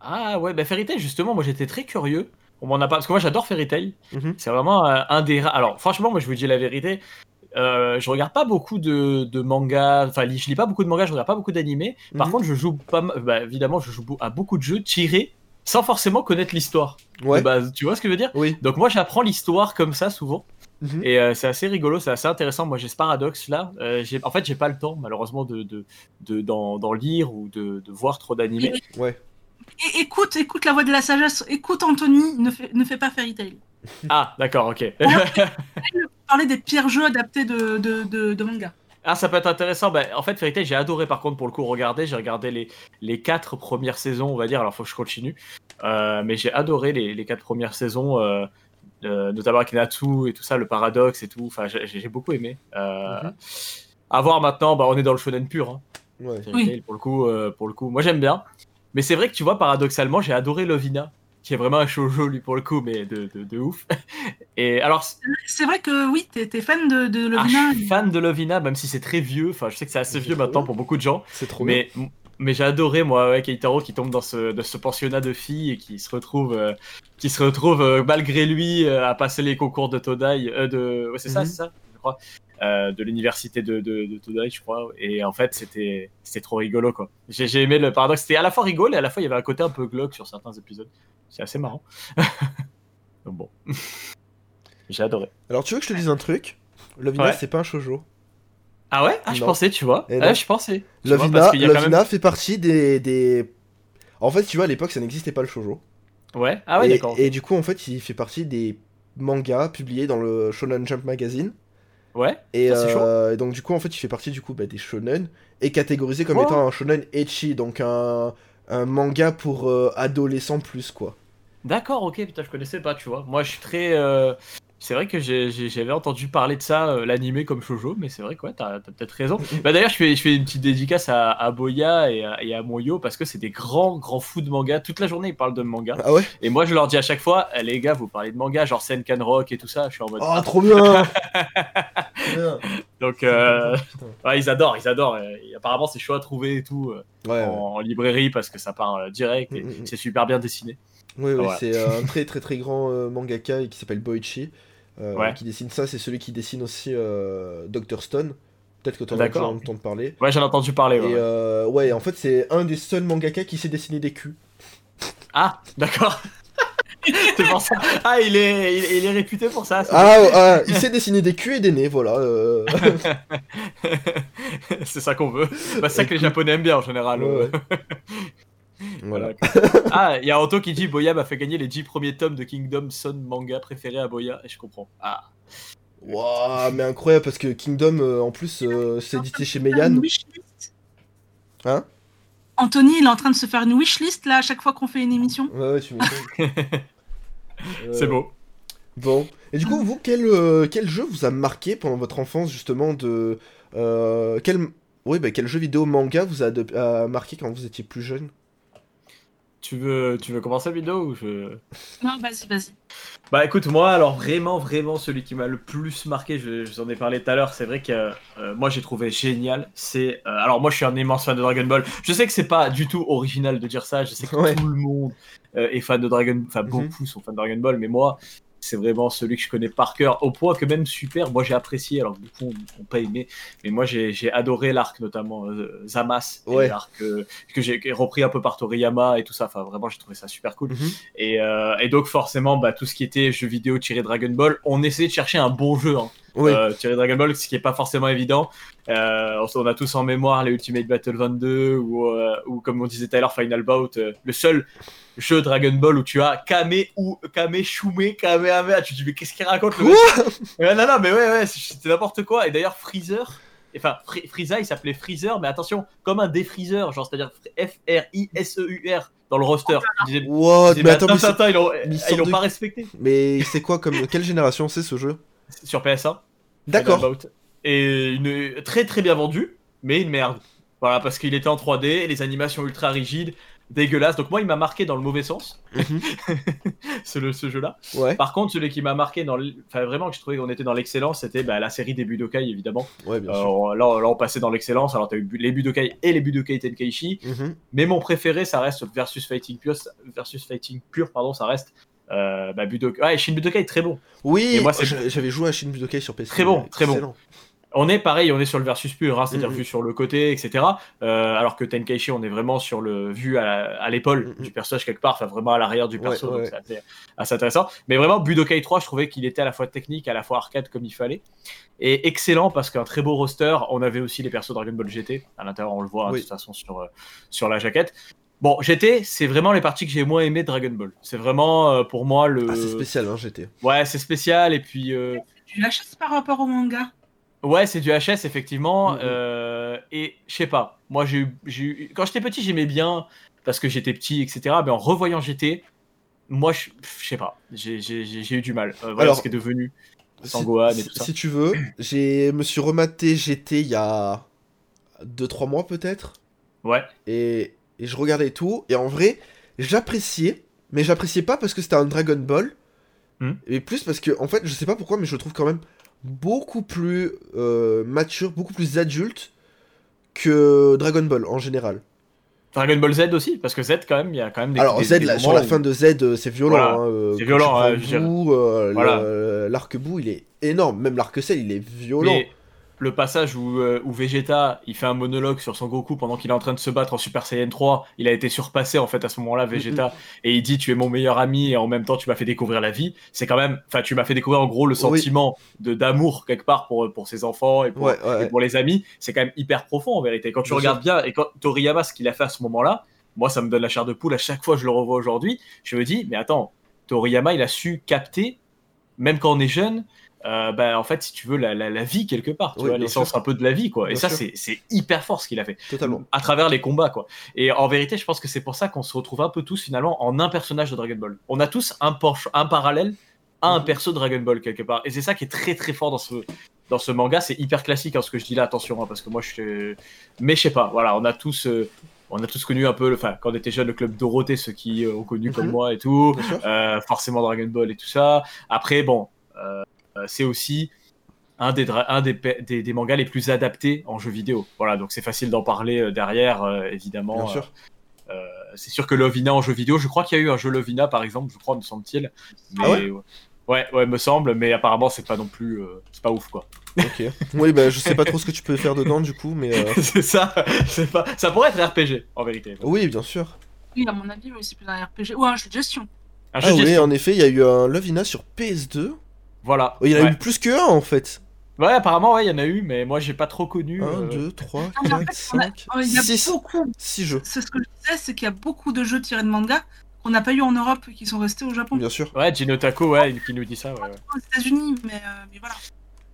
[SPEAKER 2] Ah ouais, bah Fairy Tail, justement, moi j'étais très curieux. On m'en a pas. Parce que moi j'adore Fairy Tail.
[SPEAKER 1] Mhm.
[SPEAKER 2] C'est vraiment euh, un des. ra- Alors, franchement, moi je vous dis la vérité. euh, je regarde pas beaucoup de, de mangas, enfin je lis pas beaucoup de mangas, je regarde pas beaucoup d'animés. Par
[SPEAKER 1] Mhm.
[SPEAKER 2] contre, je joue pas, ma- bah, évidemment, je joue à beaucoup de jeux tirés sans forcément connaître l'histoire.
[SPEAKER 1] Ouais.
[SPEAKER 2] de base. tu vois ce que je veux dire
[SPEAKER 1] Oui.
[SPEAKER 2] Donc moi j'apprends l'histoire comme ça souvent
[SPEAKER 1] Mhm.
[SPEAKER 2] et euh, c'est assez rigolo, c'est assez intéressant. Moi j'ai ce paradoxe là. Euh, j'ai- en fait j'ai pas le temps malheureusement de de- de- d'en d'en lire ou de, de voir trop d'animés.
[SPEAKER 3] Et écoute, écoute la voix de la sagesse. Écoute Anthony, ne fais, ne fais pas Fairy Tail.
[SPEAKER 2] Ah d'accord ok.
[SPEAKER 3] Parler des pires jeux adaptés de, de, de, de manga.
[SPEAKER 2] ah ça peut être intéressant. Bah, en fait vérité j'ai adoré par contre pour le coup regarder. J'ai regardé les les quatre premières saisons on va dire. Alors faut que je continue. Euh, mais j'ai adoré les, les quatre premières saisons. euh, euh, notamment avec Natsu et tout ça, le paradoxe et tout. Enfin, j'ai j'ai beaucoup aimé. Euh,
[SPEAKER 1] Mhm.
[SPEAKER 2] À voir maintenant, bah, on est dans le shonen pur. hein.
[SPEAKER 1] Ouais.
[SPEAKER 2] Fairy
[SPEAKER 3] Oui.
[SPEAKER 2] Tail, pour le coup, euh, pour le coup, moi j'aime bien. Mais c'est vrai que tu vois, paradoxalement, j'ai adoré Lovina, qui est vraiment un shoujo lui pour le coup, mais de, de, de ouf. Et alors, c'est-
[SPEAKER 3] C'est vrai que oui, t'es t'es fan de, de
[SPEAKER 2] ah, je
[SPEAKER 3] Lovina.
[SPEAKER 2] suis fan de Lovina, même si c'est très vieux. Enfin, je sais que c'est assez
[SPEAKER 1] C'est
[SPEAKER 2] vieux
[SPEAKER 1] trop
[SPEAKER 2] maintenant
[SPEAKER 1] bien.
[SPEAKER 2] pour beaucoup de gens,
[SPEAKER 1] C'est trop bien.
[SPEAKER 2] mais mais j'ai adoré moi, ouais, Keitaro qui tombe dans ce de ce pensionnat de filles et qui se retrouve euh, qui se retrouve euh, malgré lui euh, à passer les concours de Todai, euh, de ouais, c'est ça,
[SPEAKER 1] Mhm.
[SPEAKER 2] c'est ça, je crois. euh, de l'université de, de, de Todai, je crois. Et en fait, c'était c'était trop rigolo, quoi. J'ai j'ai aimé le paradoxe. C'était à la fois rigolo et à la fois, il y avait un côté un peu glauque sur certains épisodes. C'est assez marrant. Donc bon. J'ai adoré.
[SPEAKER 1] Alors, tu veux que je te dise un truc Lovina,
[SPEAKER 2] Ouais.
[SPEAKER 1] c'est pas un shoujo.
[SPEAKER 2] Ah ouais Ah, je
[SPEAKER 1] Non.
[SPEAKER 2] pensais, tu vois.
[SPEAKER 1] Et
[SPEAKER 2] Ah,
[SPEAKER 1] non.
[SPEAKER 2] je pensais. Tu vois,
[SPEAKER 1] Lovina,
[SPEAKER 2] parce qu'il y a quand
[SPEAKER 1] Lovina fait partie des, des. En fait, tu vois, à l'époque, ça n'existait pas le shoujo.
[SPEAKER 2] même- Ouais, ah ouais,
[SPEAKER 1] et,
[SPEAKER 2] d'accord.
[SPEAKER 1] et du coup, en fait, il fait partie des mangas publiés dans le Shonen Jump magazine.
[SPEAKER 2] Ouais.
[SPEAKER 1] Et,
[SPEAKER 2] Ça, c'est
[SPEAKER 1] euh, et donc, du coup, en fait, il fait partie du coup bah, des shonen et catégorisé comme
[SPEAKER 2] Ouais.
[SPEAKER 1] étant un shonen ecchi, donc un, un manga pour euh, adolescents plus quoi.
[SPEAKER 2] D'accord, ok, putain, je connaissais pas, tu vois. Moi, je suis très. euh, C'est vrai que j'ai- j'ai- j'avais entendu parler de ça, euh, l'animé comme Shoujo, mais c'est vrai que ouais, t'as t'as peut-être raison. Bah, D'ailleurs, je fais, je fais une petite dédicace à, à Boya et à, et à Moyo parce que c'est des grands, grands fous de manga. Toute la journée, ils parlent de manga.
[SPEAKER 1] Ah ouais
[SPEAKER 2] Et moi, je leur dis à chaque fois, Eh, les gars, vous parlez de manga, genre Senkan Rock et tout ça. Je suis en mode.
[SPEAKER 1] Oh, trop bien Trop bien.
[SPEAKER 2] Donc, euh,
[SPEAKER 1] Putain.
[SPEAKER 2] ouais, ils adorent, ils adorent. euh, et apparemment, c'est chaud à trouver et tout euh,
[SPEAKER 1] Ouais, ouais.
[SPEAKER 2] en, en librairie parce que ça part euh, direct et
[SPEAKER 1] Mm, mm, mm.
[SPEAKER 2] c'est super bien dessiné.
[SPEAKER 1] Oui, oui,
[SPEAKER 2] Voilà.
[SPEAKER 1] c'est euh, un très très très grand euh, mangaka qui s'appelle Boichi euh,
[SPEAKER 2] Ouais.
[SPEAKER 1] qui dessine ça. C'est celui qui dessine aussi euh, Dr. Stone. Peut-être que tu en as déjà
[SPEAKER 2] D'accord.
[SPEAKER 1] entendu parler.
[SPEAKER 2] Ouais, j'en ai entendu parler. ouais.
[SPEAKER 1] Et euh, ouais, en fait, c'est un des seuls mangaka qui sait dessiner des culs.
[SPEAKER 2] Ah, d'accord. c'est pour ça. Ah, il est, il, il est réputé pour ça. c'est-
[SPEAKER 1] Ah, ah, il sait dessiner des culs et des nez, voilà. euh.
[SPEAKER 2] c'est ça qu'on veut. Bah, c'est ça que les Japonais aiment bien en général.
[SPEAKER 1] Ouais,
[SPEAKER 2] euh,
[SPEAKER 1] ouais. voilà.
[SPEAKER 2] Ah, il y a Anto qui dit Boya m'a fait gagner les 10 premiers tomes de Kingdom Son manga préféré à Boya. Et je comprends. Ah,
[SPEAKER 1] Waouh, mais incroyable parce que Kingdom, euh, en plus, euh, c'est édité chez Meian.
[SPEAKER 3] Une wishlist.
[SPEAKER 1] Hein
[SPEAKER 3] Anthony, il est en train de se faire une wishlist là à chaque fois qu'on fait une émission.
[SPEAKER 1] Ouais, ouais, tu m'étonnes. Euh,
[SPEAKER 2] c'est beau.
[SPEAKER 1] Bon. Et du coup, vous, quel, euh, quel jeu vous a marqué pendant votre enfance, justement, de... euh, quel... Oui, bah, quel jeu vidéo manga vous a, de- a marqué quand vous étiez plus jeune
[SPEAKER 2] Tu veux, tu veux commencer la vidéo ou je.
[SPEAKER 3] Non, vas-y, vas-y.
[SPEAKER 2] Bah écoute, moi, alors vraiment, vraiment, celui qui m'a le plus marqué, je, je vous en ai parlé tout à l'heure, c'est vrai que euh, moi j'ai trouvé génial. C'est. euh, alors moi je suis un immense fan de Dragon Ball. Je sais que c'est pas du tout original de dire ça, je sais que
[SPEAKER 1] Ouais.
[SPEAKER 2] tout le monde euh, est fan de Dragon Enfin,
[SPEAKER 1] Mhm.
[SPEAKER 2] beaucoup sont fans de Dragon Ball, mais moi, C'est vraiment celui que je connais par cœur, au point que même Super, moi j'ai apprécié, alors beaucoup on- on pas aimé, mais moi j'ai j'ai adoré l'arc, notamment euh, Zamas, et
[SPEAKER 1] Ouais.
[SPEAKER 2] l'arc euh, que j'ai repris un peu par Toriyama et tout ça. Enfin, vraiment, j'ai trouvé ça super cool.
[SPEAKER 1] Mhm.
[SPEAKER 2] Et, euh, et donc, forcément, bah, tout ce qui était jeux vidéo tiré Dragon Ball, on essayait de chercher un bon jeu hein,
[SPEAKER 1] Oui.
[SPEAKER 2] euh, tiré Dragon Ball, ce qui est pas forcément évident. Euh, on a tous en mémoire les Ultimate Battle 22 ou, euh, ou comme on disait tout à l'heure, Final Bout, euh, le seul jeu Dragon Ball où tu as Kame ou Kame Shume Kamehameha. Tu te dis, mais qu'est-ce qu'il raconte le
[SPEAKER 1] Quoi
[SPEAKER 2] mec Ouais, Non, non, mais ouais, ouais, c'est c'est n'importe quoi. Et d'ailleurs, Freezer. Enfin, Fri- Frieza, il s'appelait Freezer, mais attention, comme un défreezer, genre c'est-à-dire F-R-I-S-E-U-R E dans le roster. Tu disais,
[SPEAKER 1] What
[SPEAKER 2] c'est-
[SPEAKER 1] Oh, Mais attends,
[SPEAKER 2] attends,
[SPEAKER 1] mais c'est-
[SPEAKER 2] attends, ils l'ont-
[SPEAKER 1] mais ils
[SPEAKER 2] ils
[SPEAKER 1] sortent
[SPEAKER 2] l'ont
[SPEAKER 1] de-
[SPEAKER 2] pas respecté
[SPEAKER 1] mais c'est quoi comme. Quelle génération c'est ce jeu
[SPEAKER 2] sur PS1.
[SPEAKER 1] D'accord.
[SPEAKER 2] About. Et une, très très bien vendu, mais une merde. Voilà, parce qu'il était en 3D, les animations ultra rigides, dégueulasses. Donc moi, il m'a marqué dans le mauvais sens,
[SPEAKER 1] Mhm.
[SPEAKER 2] ce, le- ce jeu-là.
[SPEAKER 1] Ouais.
[SPEAKER 2] Par contre, celui qui m'a marqué, dans l- enfin vraiment que je trouvais qu'on était dans l'excellence, c'était bah, la série des Budokai, évidemment.
[SPEAKER 1] Ouais, bien sûr.
[SPEAKER 2] Ah. Alors, là, on- là, on passait dans l'excellence. Alors, t'as eu bu- les Budokai et les Budokai Tenkaichi.
[SPEAKER 1] Mhm.
[SPEAKER 2] Mais mon préféré, ça reste versus fighting pure, versus fighting pure, pardon, ça reste euh, bah, Budokai. Ouais, Shin Budokai est très bon.
[SPEAKER 1] Oui,
[SPEAKER 2] Et moi, c'est-
[SPEAKER 1] j'a- j'avais joué à Shin Budokai sur PC.
[SPEAKER 2] Très bon, très bon.
[SPEAKER 1] Excellent.
[SPEAKER 2] On est pareil, on est sur le versus pur, hein, c'est-à-dire
[SPEAKER 1] Mhm.
[SPEAKER 2] vu sur le côté, etc. Euh, alors que Tenkaichi, on est vraiment sur le vu à, à l'épaule
[SPEAKER 1] Mhm.
[SPEAKER 2] du personnage quelque part, enfin vraiment à l'arrière du perso,
[SPEAKER 1] Ouais, ouais,
[SPEAKER 2] donc c'est assez, assez intéressant. Mais vraiment, Budokai 3, je trouvais qu'il était à la fois technique, à la fois arcade comme il fallait. Et excellent parce qu'un très beau roster, on avait aussi les persos Dragon Ball GT, à l'intérieur, on le voit hein,
[SPEAKER 1] Oui.
[SPEAKER 2] de toute façon sur, euh, sur la jaquette. Bon, GT, c'est vraiment les parties que j'ai moins aimées de Dragon Ball. C'est vraiment euh, pour moi le.
[SPEAKER 1] Ah, c'est spécial, hein, j'étais.
[SPEAKER 2] ouais, c'est spécial, et puis. euh,
[SPEAKER 3] Tu la chasses par rapport au manga.
[SPEAKER 2] Ouais, c'est du HS effectivement.
[SPEAKER 1] Mhm.
[SPEAKER 2] euh, et je sais pas. Moi, j'ai eu, j'ai eu- quand j'étais petit, j'aimais bien parce que j'étais petit, etc. Mais en revoyant GT, moi, je pff, je sais pas. J'ai- J'ai j'ai- j'ai eu du mal. Euh, voilà
[SPEAKER 1] Alors-
[SPEAKER 2] ce qui est devenu. Sans
[SPEAKER 1] si,
[SPEAKER 2] Gohan et
[SPEAKER 1] si-
[SPEAKER 2] tout ça.
[SPEAKER 1] si tu veux, j'ai me suis rematé GT il y a 2-3 mois peut-être.
[SPEAKER 2] Ouais.
[SPEAKER 1] Et, et je regardais tout. Et en vrai, j'appréciais. Mais j'appréciais pas parce que c'était un Dragon Ball.
[SPEAKER 2] Hmm.
[SPEAKER 1] Mais plus parce que, en fait, je sais pas pourquoi, mais je le trouve quand même beaucoup plus euh, mature, beaucoup plus adulte que Dragon Ball en général.
[SPEAKER 2] Dragon Ball Z aussi, parce que Z quand même, il y a quand même des.
[SPEAKER 1] Alors
[SPEAKER 2] des-
[SPEAKER 1] Z,
[SPEAKER 2] des
[SPEAKER 1] la- sur
[SPEAKER 2] moments
[SPEAKER 1] la
[SPEAKER 2] où-
[SPEAKER 1] fin de Z, euh, c'est violent.
[SPEAKER 2] Voilà.
[SPEAKER 1] hein, euh,
[SPEAKER 2] C'est
[SPEAKER 1] quand
[SPEAKER 2] violent,
[SPEAKER 1] tu
[SPEAKER 2] hein,
[SPEAKER 1] prends
[SPEAKER 2] je
[SPEAKER 1] le bout, euh,
[SPEAKER 2] Voilà.
[SPEAKER 1] le- L'arc-bout, il est énorme. Même l'arc-sel, il est violent.
[SPEAKER 2] Mais le passage où, euh, où Vegeta, il fait un monologue sur son Goku pendant qu'il est en train de se battre en Super Saiyan 3, il a été surpassé en fait à ce moment-là, Vegeta, et il dit tu es mon meilleur ami et en même temps tu m'as fait découvrir la vie. C'est quand même, enfin tu m'as fait découvrir en gros le
[SPEAKER 1] Oui.
[SPEAKER 2] sentiment de d'amour quelque part pour pour ses enfants et pour,
[SPEAKER 1] Ouais, ouais,
[SPEAKER 2] et
[SPEAKER 1] ouais.
[SPEAKER 2] pour les amis. C'est quand même hyper profond en vérité. Quand tu
[SPEAKER 1] Bien
[SPEAKER 2] regardes bien et quand Toriyama ce qu'il a fait à ce moment-là, moi ça me donne la chair de poule à chaque fois que je le revois aujourd'hui. Je me dis mais attends, Toriyama il a su capter même quand on est jeune, euh, bah, en fait, si tu veux, la, la, la vie quelque part, tu
[SPEAKER 1] Oui,
[SPEAKER 2] vois,
[SPEAKER 1] bien
[SPEAKER 2] l'essence
[SPEAKER 1] sûr.
[SPEAKER 2] un peu de la vie, quoi. Et
[SPEAKER 1] Bien
[SPEAKER 2] ça,
[SPEAKER 1] sûr.
[SPEAKER 2] c'est c'est hyper fort ce qu'il a fait,
[SPEAKER 1] totalement.
[SPEAKER 2] à travers les combats, quoi. Et en vérité, je pense que c'est pour ça qu'on se retrouve un peu tous finalement en un personnage de Dragon Ball. On a tous un, penchant- un parallèle à un
[SPEAKER 1] Mhm.
[SPEAKER 2] perso de Dragon Ball quelque part. Et c'est ça qui est très très fort dans ce, dans ce manga. C'est hyper classique, hein, ce que je dis là, attention, hein, parce que moi, je. suis- Mais je sais pas, voilà, on a tous. euh, on a tous connu un peu, le- enfin, quand on était jeune, le club Dorothée, ceux qui euh, ont connu comme
[SPEAKER 1] Mhm.
[SPEAKER 2] moi et tout.
[SPEAKER 1] Bien sûr.
[SPEAKER 2] Euh, forcément Dragon Ball et tout ça. Après, bon, euh, euh, c'est aussi un, des, dra- un des, pe- des, des mangas les plus adaptés en jeu vidéo. Voilà, donc c'est facile d'en parler euh, derrière, euh, évidemment.
[SPEAKER 1] Bien
[SPEAKER 2] Euh,
[SPEAKER 1] sûr.
[SPEAKER 2] c'est sûr que Lovina en jeu vidéo, je crois qu'il y a eu un jeu Lovina, par exemple, je crois, me semble-t-il.
[SPEAKER 1] Ah ouais
[SPEAKER 2] Mais, ouais, ouais, ouais, me semble, mais apparemment, c'est pas non plus. euh, c'est pas ouf, quoi.
[SPEAKER 1] Ok. oui, bah, je sais pas trop ce que tu peux faire dedans du coup, mais euh,
[SPEAKER 2] c'est ça, c'est pas. Ça pourrait être RPG, en vérité.
[SPEAKER 1] oui, bien sûr.
[SPEAKER 3] Oui, à mon avis, oui, c'est plus un RPG ou un jeu de gestion.
[SPEAKER 2] Un jeu
[SPEAKER 1] Ah
[SPEAKER 2] de
[SPEAKER 1] oui,
[SPEAKER 2] gestion.
[SPEAKER 1] en effet, il y a eu un Lovina sur PS2.
[SPEAKER 2] Voilà.
[SPEAKER 1] Oh, il y en a
[SPEAKER 2] ouais.
[SPEAKER 1] eu plus que un en fait.
[SPEAKER 2] Ouais, apparemment, ouais, il y en a eu, mais moi, j'ai pas trop connu.
[SPEAKER 1] 1,
[SPEAKER 2] euh,
[SPEAKER 1] 2, 3,
[SPEAKER 3] Ah, mais en
[SPEAKER 1] 4,
[SPEAKER 3] fait, on a-
[SPEAKER 1] 5,
[SPEAKER 3] Oh, il y a
[SPEAKER 1] 6,
[SPEAKER 3] beaucoup.
[SPEAKER 1] 6 jeux.
[SPEAKER 3] C'est ce que je disais, c'est qu'il y a beaucoup de jeux tirés de manga qu'on n'a pas eu en Europe et qui sont restés au Japon.
[SPEAKER 1] Bien sûr.
[SPEAKER 2] Ouais, Gino Taco, ouais, qui nous dit ça. ouais, ouais.
[SPEAKER 3] Aux États-Unis, mais, euh, mais voilà.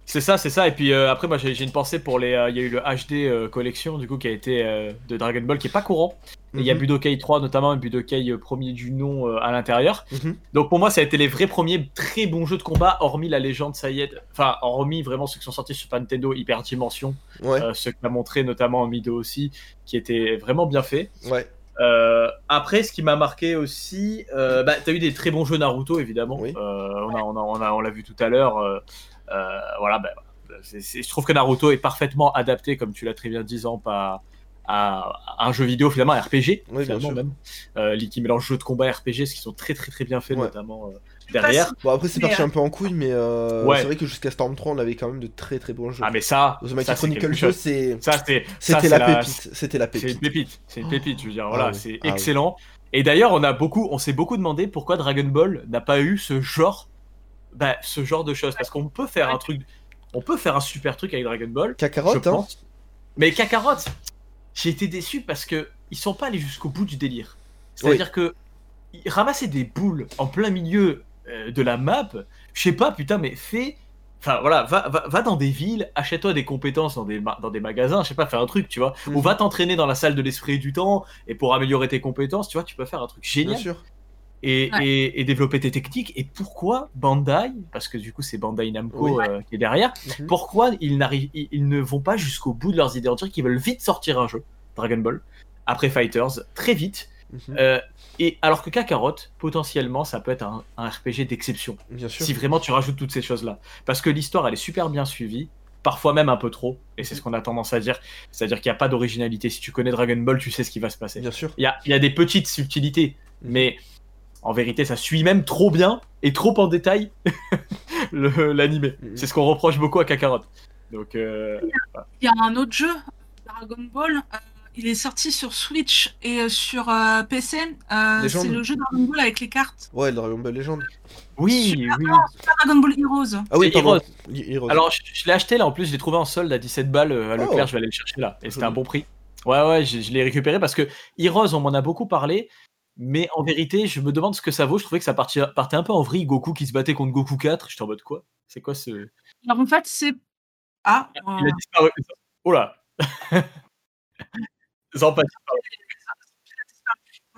[SPEAKER 2] C'est ça, c'est ça. Et puis euh, après, moi, j'ai j'ai une pensée pour les. euh, Il y a eu le HD euh, collection du coup qui a été euh, de Dragon Ball qui est pas courant. Et Il y a
[SPEAKER 1] Mhm,
[SPEAKER 2] Budokai 3 notamment, et Budokai euh, premier du nom euh, à l'intérieur.
[SPEAKER 1] mhm.
[SPEAKER 2] Donc pour moi, ça a été les vrais premiers très bons jeux de combat, hormis la légende Sayed. Enfin, hormis vraiment ceux qui sont sortis sur Super Nintendo, Hyper Dimension,
[SPEAKER 1] Ouais,
[SPEAKER 2] euh, ceux que m'a montré notamment Mido aussi, qui étaient vraiment bien faits.
[SPEAKER 1] ouais.
[SPEAKER 2] Euh, après, ce qui m'a marqué aussi, euh, bah, t'as eu des très bons jeux Naruto, évidemment.
[SPEAKER 1] Oui.
[SPEAKER 2] Euh, on a, on a, on a, on l'a vu tout à l'heure. euh, euh, voilà, bah, c'est- c'est- je trouve que Naruto est parfaitement adapté, comme tu l'as très bien dit, Zamp, à, à, à un jeu vidéo finalement, un RPG,
[SPEAKER 1] Oui, bien
[SPEAKER 2] finalement
[SPEAKER 1] sûr.
[SPEAKER 2] même, euh, li- qui mélange jeux de combat et RPG, ce qui sont très très très bien faits,
[SPEAKER 1] Ouais.
[SPEAKER 2] notamment euh, derrière.
[SPEAKER 1] Bon, après, c'est
[SPEAKER 3] Mais,
[SPEAKER 1] parti un peu en couille, mais euh,
[SPEAKER 2] Ouais.
[SPEAKER 1] c'est vrai que jusqu'à Storm 3, on avait quand même de très très bons jeux.
[SPEAKER 2] Ah mais ça,
[SPEAKER 1] The
[SPEAKER 2] ça
[SPEAKER 1] Mighty
[SPEAKER 2] c'est quelque
[SPEAKER 1] Chronicle Show,
[SPEAKER 2] chose.
[SPEAKER 1] c'est-
[SPEAKER 2] Ça c'est, ça,
[SPEAKER 1] c'était
[SPEAKER 2] c'est
[SPEAKER 1] la pépite. C'était la
[SPEAKER 2] C'est une
[SPEAKER 1] pépite.
[SPEAKER 2] pépite, c'est une pépite, je veux dire, voilà,
[SPEAKER 1] oui,
[SPEAKER 2] c'est
[SPEAKER 1] ah oui.
[SPEAKER 2] excellent. Et d'ailleurs, on a beaucoup, on s'est beaucoup demandé pourquoi Dragon Ball n'a pas eu ce genre, bah, ce genre de choses, parce qu'on peut faire un truc, on peut faire un super truc avec Dragon Ball, je
[SPEAKER 1] Kakarot, hein
[SPEAKER 2] pense. Mais Kakarot, j'ai été déçu parce que ils sont pas allés jusqu'au bout du délire. C'est-à-dire que ils ramassaient des boules en plein milieu euh, de la map. Je sais pas, putain, mais fais. Enfin voilà, va, va, va dans des villes, achète-toi des compétences dans des, ma- dans des magasins, je sais pas, fais un truc, tu vois.
[SPEAKER 1] Mhm.
[SPEAKER 2] Ou va t'entraîner dans la salle de l'esprit et du temps, et pour améliorer tes compétences, tu vois, tu peux faire un truc
[SPEAKER 1] bien
[SPEAKER 2] génial
[SPEAKER 1] sûr.
[SPEAKER 2] et,
[SPEAKER 3] Ouais.
[SPEAKER 2] et, et développer tes techniques. Et pourquoi Bandai, parce que du coup c'est Bandai Namco
[SPEAKER 1] Oui.
[SPEAKER 2] euh, qui est derrière,
[SPEAKER 1] Mhm.
[SPEAKER 2] pourquoi ils, n'arrivent- ils- ils ne vont pas jusqu'au bout de leurs idées On dirait qu'ils veulent vite sortir un jeu, Dragon Ball, après Fighters, très vite.
[SPEAKER 1] Mhm.
[SPEAKER 2] Euh, et alors que Kakarot, potentiellement, ça peut être un, un RPG d'exception,
[SPEAKER 1] Bien sûr.
[SPEAKER 2] si vraiment tu rajoutes toutes ces choses-là. Parce que l'histoire, elle est super bien suivie, parfois même un peu trop, et c'est ce qu'on a tendance à dire. C'est-à-dire qu'il n'y a pas d'originalité. Si tu connais Dragon Ball, tu sais ce qui va se passer.
[SPEAKER 1] Bien sûr.
[SPEAKER 2] Il y a, il y a des petites subtilités,
[SPEAKER 1] Mhm.
[SPEAKER 2] mais en vérité, ça suit même trop bien et trop en détail le- l'animé.
[SPEAKER 1] Mhm.
[SPEAKER 2] C'est ce qu'on reproche beaucoup à Kakarot. Donc, euh,
[SPEAKER 3] Il y a un autre jeu, Dragon Ball. euh, il est sorti sur Switch et euh, sur euh, PC. euh,
[SPEAKER 1] Légende.
[SPEAKER 3] c'est le jeu Dragon Ball avec les cartes.
[SPEAKER 1] Ouais, Dragon Ball Legend.
[SPEAKER 2] oui, oui.
[SPEAKER 3] Pas Dragon Ball Heroes.
[SPEAKER 1] Ah oui,
[SPEAKER 2] C'est
[SPEAKER 1] pardon. He- Heroes.
[SPEAKER 2] Alors, je, je l'ai acheté là, en plus, je l'ai trouvé en solde à 17 balles euh, à
[SPEAKER 1] Oh.
[SPEAKER 2] Leclerc, je vais aller le chercher là. Et c'était un
[SPEAKER 1] Joli.
[SPEAKER 2] bon prix. Ouais, ouais, je, je l'ai récupéré parce que Heroes, on m'en a beaucoup parlé. Mais en vérité, je me demande ce que ça vaut. Je trouvais que ça parti- partait un peu en vrille. Goku qui se battait contre Goku 4. J'étais en mode quoi C'est quoi ce.
[SPEAKER 3] Alors en fait, c'est. Ah, euh,
[SPEAKER 2] Il a disparu. Oh là Zampa disparu.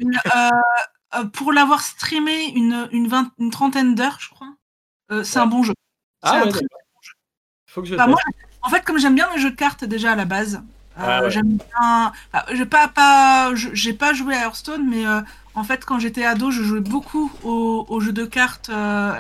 [SPEAKER 3] une, euh, euh, pour l'avoir streamé une, une, vingt- une trentaine d'heures, je crois, euh, c'est
[SPEAKER 2] Ouais.
[SPEAKER 3] un bon jeu. C'est
[SPEAKER 2] Ah
[SPEAKER 3] un
[SPEAKER 2] ouais,
[SPEAKER 3] très-
[SPEAKER 2] d'accord. Faut que je
[SPEAKER 3] Bah,
[SPEAKER 2] teste.
[SPEAKER 3] moi, en fait, comme j'aime bien les jeux de cartes déjà à la base, euh,
[SPEAKER 2] Ah ouais.
[SPEAKER 3] j'aime bien. enfin, j'ai pas, pas, je- j'ai pas joué à Hearthstone, mais euh, en fait, quand j'étais ado, je jouais beaucoup aux, aux jeux de cartes euh,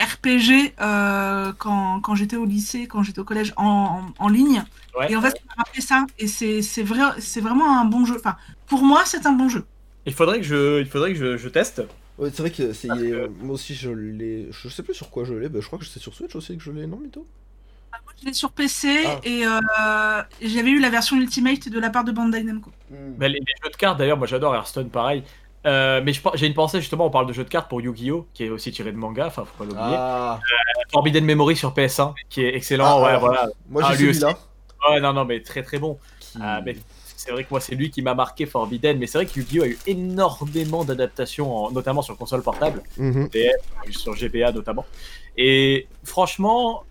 [SPEAKER 3] RPG euh, quand, quand j'étais au lycée, quand j'étais au collège en, en- en ligne.
[SPEAKER 2] Ouais.
[SPEAKER 3] Et en fait, ça m'a rappelé ça. Et c'est c'est vrai, c'est vraiment un bon jeu. Enfin, pour moi, c'est un bon jeu.
[SPEAKER 2] Il faudrait que je, il faudrait que je, je teste.
[SPEAKER 1] Ouais, c'est vrai que c'est.
[SPEAKER 2] Parce que-
[SPEAKER 1] euh, Moi aussi, je l'ai. Je sais plus sur quoi je l'ai. Bah, je crois que c'est sur Switch aussi que je l'ai, non, Mito
[SPEAKER 3] Je l'ai sur PC
[SPEAKER 1] Ah.
[SPEAKER 3] et euh, j'avais eu la version Ultimate de la part de Bandai Namco.
[SPEAKER 2] Bah, les, les jeux de cartes, d'ailleurs, moi j'adore Hearthstone, pareil. Euh, mais je pense- j'ai une pensée justement, on parle de jeux de cartes pour Yu-Gi-Oh! qui est aussi tiré de manga, enfin faut pas l'oublier.
[SPEAKER 1] Ah,
[SPEAKER 2] Forbidden Memory sur PS1 qui est excellent,
[SPEAKER 1] Ah,
[SPEAKER 2] ouais,
[SPEAKER 1] ah.
[SPEAKER 2] voilà.
[SPEAKER 1] moi
[SPEAKER 2] Ah,
[SPEAKER 1] j'ai
[SPEAKER 2] lui
[SPEAKER 1] celui-là.
[SPEAKER 2] Ouais, non, non, mais très très bon.
[SPEAKER 1] qui-
[SPEAKER 2] Ah, mais c'est vrai que moi c'est lui qui m'a marqué Forbidden, mais c'est vrai que Yu-Gi-Oh! a eu énormément d'adaptations, en- notamment sur console portable.
[SPEAKER 1] Mhm.
[SPEAKER 2] sur GBA notamment. Et franchement,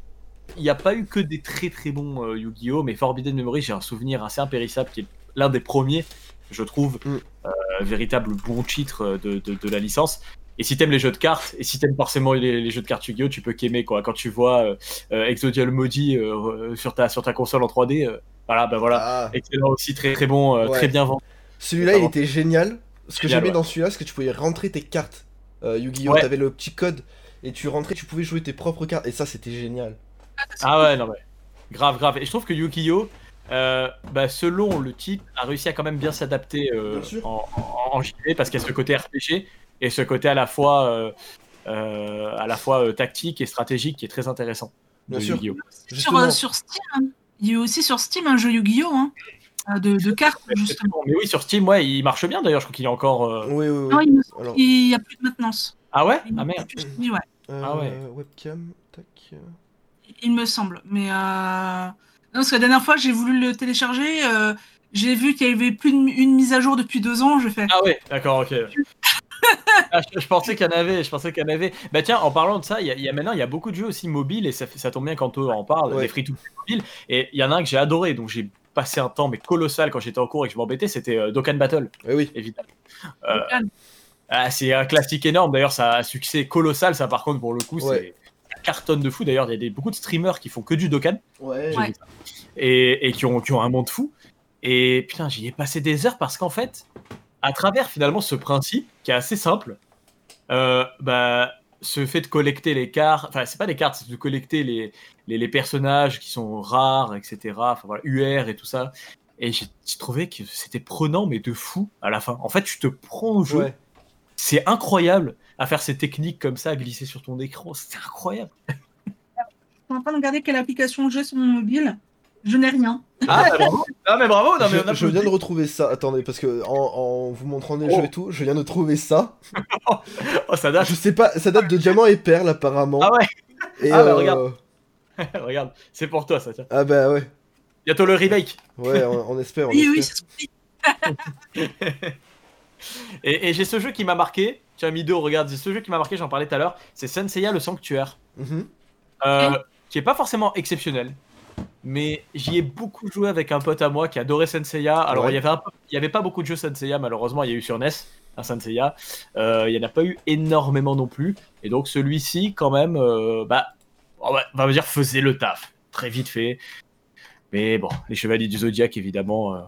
[SPEAKER 2] il n'y a pas eu que des très très bons euh, Yu-Gi-Oh! Mais Forbidden Memory, j'ai un souvenir assez impérissable qui est l'un des premiers, je trouve,
[SPEAKER 1] Mm.
[SPEAKER 2] euh, véritable bon titre euh, de, de- de la licence. Et si t'aimes les jeux de cartes, et si t'aimes forcément les, les jeux de cartes Yu-Gi-Oh, tu peux qu'aimer quoi. Quand tu vois euh, euh, Exodial Maudit euh, euh, sur ta sur ta console en 3D, euh, voilà, bah voilà,
[SPEAKER 1] Ah.
[SPEAKER 2] excellent aussi, très très bon, euh,
[SPEAKER 1] Ouais.
[SPEAKER 2] très bien vendu.
[SPEAKER 1] Celui-là, il était génial. Ce que
[SPEAKER 2] Génial,
[SPEAKER 1] j'aimais
[SPEAKER 2] ouais.
[SPEAKER 1] dans celui-là, c'est que tu pouvais rentrer tes cartes. Euh, Yu-Gi-Oh!
[SPEAKER 2] Ouais.
[SPEAKER 1] T'avais le petit code et tu rentrais, tu pouvais jouer tes propres cartes. Et ça, c'était génial.
[SPEAKER 2] Ah ouais, non, mais grave, grave. Et je trouve que Yukio, euh, bah, selon le titre, a réussi à quand même bien s'adapter euh,
[SPEAKER 1] Bien sûr.
[SPEAKER 2] en, en, en JV parce qu'il y a ce côté RPG et ce côté à la fois, euh, euh, à la fois euh, tactique et stratégique qui est très intéressant. de
[SPEAKER 1] Bien sûr.
[SPEAKER 2] Yu-Gi-Oh.
[SPEAKER 3] Sur,
[SPEAKER 1] Justement.
[SPEAKER 3] euh, sur Steam, hein. il y a eu aussi sur Steam un jeu Yu-Gi-Oh! hein, euh, de, de cartes, justement.
[SPEAKER 2] Mais oui, sur Steam, ouais, il marche bien d'ailleurs. Je crois qu'il est encore. euh,
[SPEAKER 1] Oui, oui, oui.
[SPEAKER 3] Non, il me semble
[SPEAKER 1] Alors,
[SPEAKER 3] qu'il n'y a plus de maintenance.
[SPEAKER 2] Ah ouais
[SPEAKER 3] Il-
[SPEAKER 2] Ah merde.
[SPEAKER 3] je dis, ouais,
[SPEAKER 1] euh,
[SPEAKER 2] Ah ouais.
[SPEAKER 1] webcam, tac. euh.
[SPEAKER 3] il me semble. Mais euh, non, parce que la dernière fois, j'ai voulu le télécharger. euh, j'ai vu qu'il y avait plus d'une une mise à jour depuis deux ans. Je fais.
[SPEAKER 2] Ah ouais, d'accord, ok. Ah, je, je pensais qu'il y en avait, je pensais qu'il y en avait. Bah tiens, en parlant de ça, il y a, il y a maintenant il y a beaucoup de jeux aussi mobiles et ça, fait- ça tombe bien quand on en parle,
[SPEAKER 1] Ouais.
[SPEAKER 2] des free to play mobiles. Et il y en a un que j'ai adoré, donc j'ai passé un temps mais colossal quand j'étais en cours et que je m'embêtais, c'était euh, Dokkan Battle,
[SPEAKER 1] Eh oui.
[SPEAKER 2] évidemment. Euh, ah, c'est un classique énorme, d'ailleurs ça a un succès colossal, ça par contre pour le coup
[SPEAKER 1] Ouais.
[SPEAKER 2] c'est ça cartonne de fou. D'ailleurs il y a des, beaucoup de streamers qui font que du Dokkan
[SPEAKER 1] Ouais.
[SPEAKER 3] Ouais.
[SPEAKER 2] et, et qui, ont, qui ont un monde fou. Et putain, j'y ai passé des heures parce qu'en fait, à travers finalement ce principe qui est assez simple, euh, bah, ce fait de collecter les cartes, enfin, c'est pas des cartes, c'est de collecter les, les, les personnages qui sont rares, etc. Enfin, voilà, UR et tout ça. Et j'ai j'ai trouvé que c'était prenant, mais de fou à la fin. En fait, tu te prends au jeu.
[SPEAKER 1] Ouais.
[SPEAKER 2] C'est incroyable à faire ces techniques comme ça, à glisser sur ton écran. C'est incroyable.
[SPEAKER 3] Je suis en train de regarder quelle application j'ai sur mon mobile. Je n'ai rien.
[SPEAKER 2] Ah, bah, bravo. Ah, mais bravo. Non,
[SPEAKER 1] je,
[SPEAKER 2] mais on
[SPEAKER 1] je
[SPEAKER 2] applaudit.
[SPEAKER 1] viens de retrouver ça. Attendez, parce que en, en vous montrant les
[SPEAKER 2] Oh.
[SPEAKER 1] jeux et tout, je viens de trouver ça.
[SPEAKER 2] Oh, ça date.
[SPEAKER 1] Je sais pas, ça date de Diamant et Perle apparemment.
[SPEAKER 2] Ah ouais,
[SPEAKER 1] Et,
[SPEAKER 2] Ah bah,
[SPEAKER 1] euh,
[SPEAKER 2] regarde. regarde, c'est pour toi ça. Tiens.
[SPEAKER 1] Ah bah ouais.
[SPEAKER 2] Bientôt le remake.
[SPEAKER 1] Ouais, on, on espère. on
[SPEAKER 3] Oui, oui,
[SPEAKER 1] espère.
[SPEAKER 3] c'est
[SPEAKER 2] Et, et j'ai ce jeu qui m'a marqué. Tu as mis deux, regarde, j'ai ce jeu qui m'a marqué, j'en parlais tout à l'heure. C'est Senseiya le Sanctuaire.
[SPEAKER 1] Mhm.
[SPEAKER 2] Euh, Qui est pas forcément exceptionnel. Mais j'y ai beaucoup joué avec un pote à moi qui adorait Senseiya. Alors
[SPEAKER 1] Ouais.
[SPEAKER 2] il y avait un peu- il y avait pas beaucoup de jeux Senseiya malheureusement. Il y a eu sur NES un Senseiya. Euh, il y en a pas eu énormément non plus. Et donc celui-ci quand même, euh, bah, on va, on va dire faisait le taf très vite fait. Mais bon, les Chevaliers du Zodiac évidemment. euh,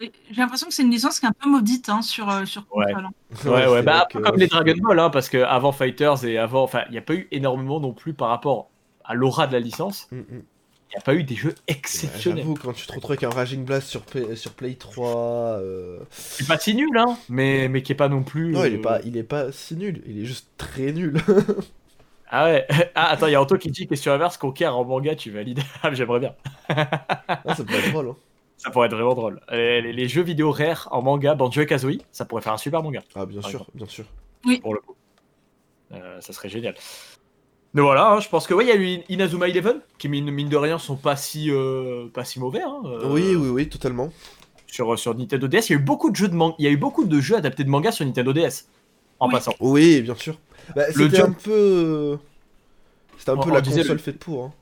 [SPEAKER 3] J'ai l'impression que c'est une licence qui est un peu maudite hein, sur, euh, sur
[SPEAKER 2] Ouais.
[SPEAKER 3] console, hein.
[SPEAKER 2] Ouais, ouais,
[SPEAKER 1] c'est
[SPEAKER 2] bah,
[SPEAKER 1] vrai
[SPEAKER 2] un peu
[SPEAKER 1] que-
[SPEAKER 2] comme les Dragon Ball, hein, parce que avant Fighters et avant. Enfin, il n'y a pas eu énormément non plus par rapport à l'aura de la licence.
[SPEAKER 1] Mhm, mhm.
[SPEAKER 2] Il n'y a pas eu des jeux
[SPEAKER 1] Ouais,
[SPEAKER 2] exceptionnels.
[SPEAKER 1] J'avoue, quand tu te retrouves avec un Raging Blast sur, P- sur Play 3. euh,
[SPEAKER 2] C'est pas si nul, hein, mais, mais qui est pas non plus.
[SPEAKER 1] Non, il est,
[SPEAKER 2] euh,
[SPEAKER 1] pas, il est pas si nul, il est juste très nul.
[SPEAKER 2] Ah ouais. Ah, attends, il y a Anto qui dit question inverse, Conquer en manga, tu valides. Ah, J'aimerais bien.
[SPEAKER 1] ah, ça peut être drôle. Hein.
[SPEAKER 2] Ça pourrait être vraiment drôle. Euh, Les, les jeux vidéo rares en manga, Banjo et Kazooie, ça pourrait faire un super manga.
[SPEAKER 1] Ah, bien
[SPEAKER 2] Par
[SPEAKER 1] sûr, bien sûr.
[SPEAKER 2] pour le coup. Euh, ça serait génial. Mais voilà, hein, je pense que ouais, il y a eu Inazuma Eleven, qui mine, mine de rien sont pas si, euh, pas si mauvais. hein, euh,
[SPEAKER 1] Oui, oui, oui, totalement.
[SPEAKER 2] Sur, sur Nintendo DS, il y a eu beaucoup de jeux de manga, il y a eu beaucoup de jeux adaptés de manga sur Nintendo DS. En
[SPEAKER 3] Oui.
[SPEAKER 2] passant.
[SPEAKER 1] Oui, bien sûr. Bah, c'était
[SPEAKER 2] jump-
[SPEAKER 1] un peu. euh, C'était un
[SPEAKER 2] On-
[SPEAKER 1] peu
[SPEAKER 2] on
[SPEAKER 1] la
[SPEAKER 2] disait le-
[SPEAKER 1] console faite pour. hein.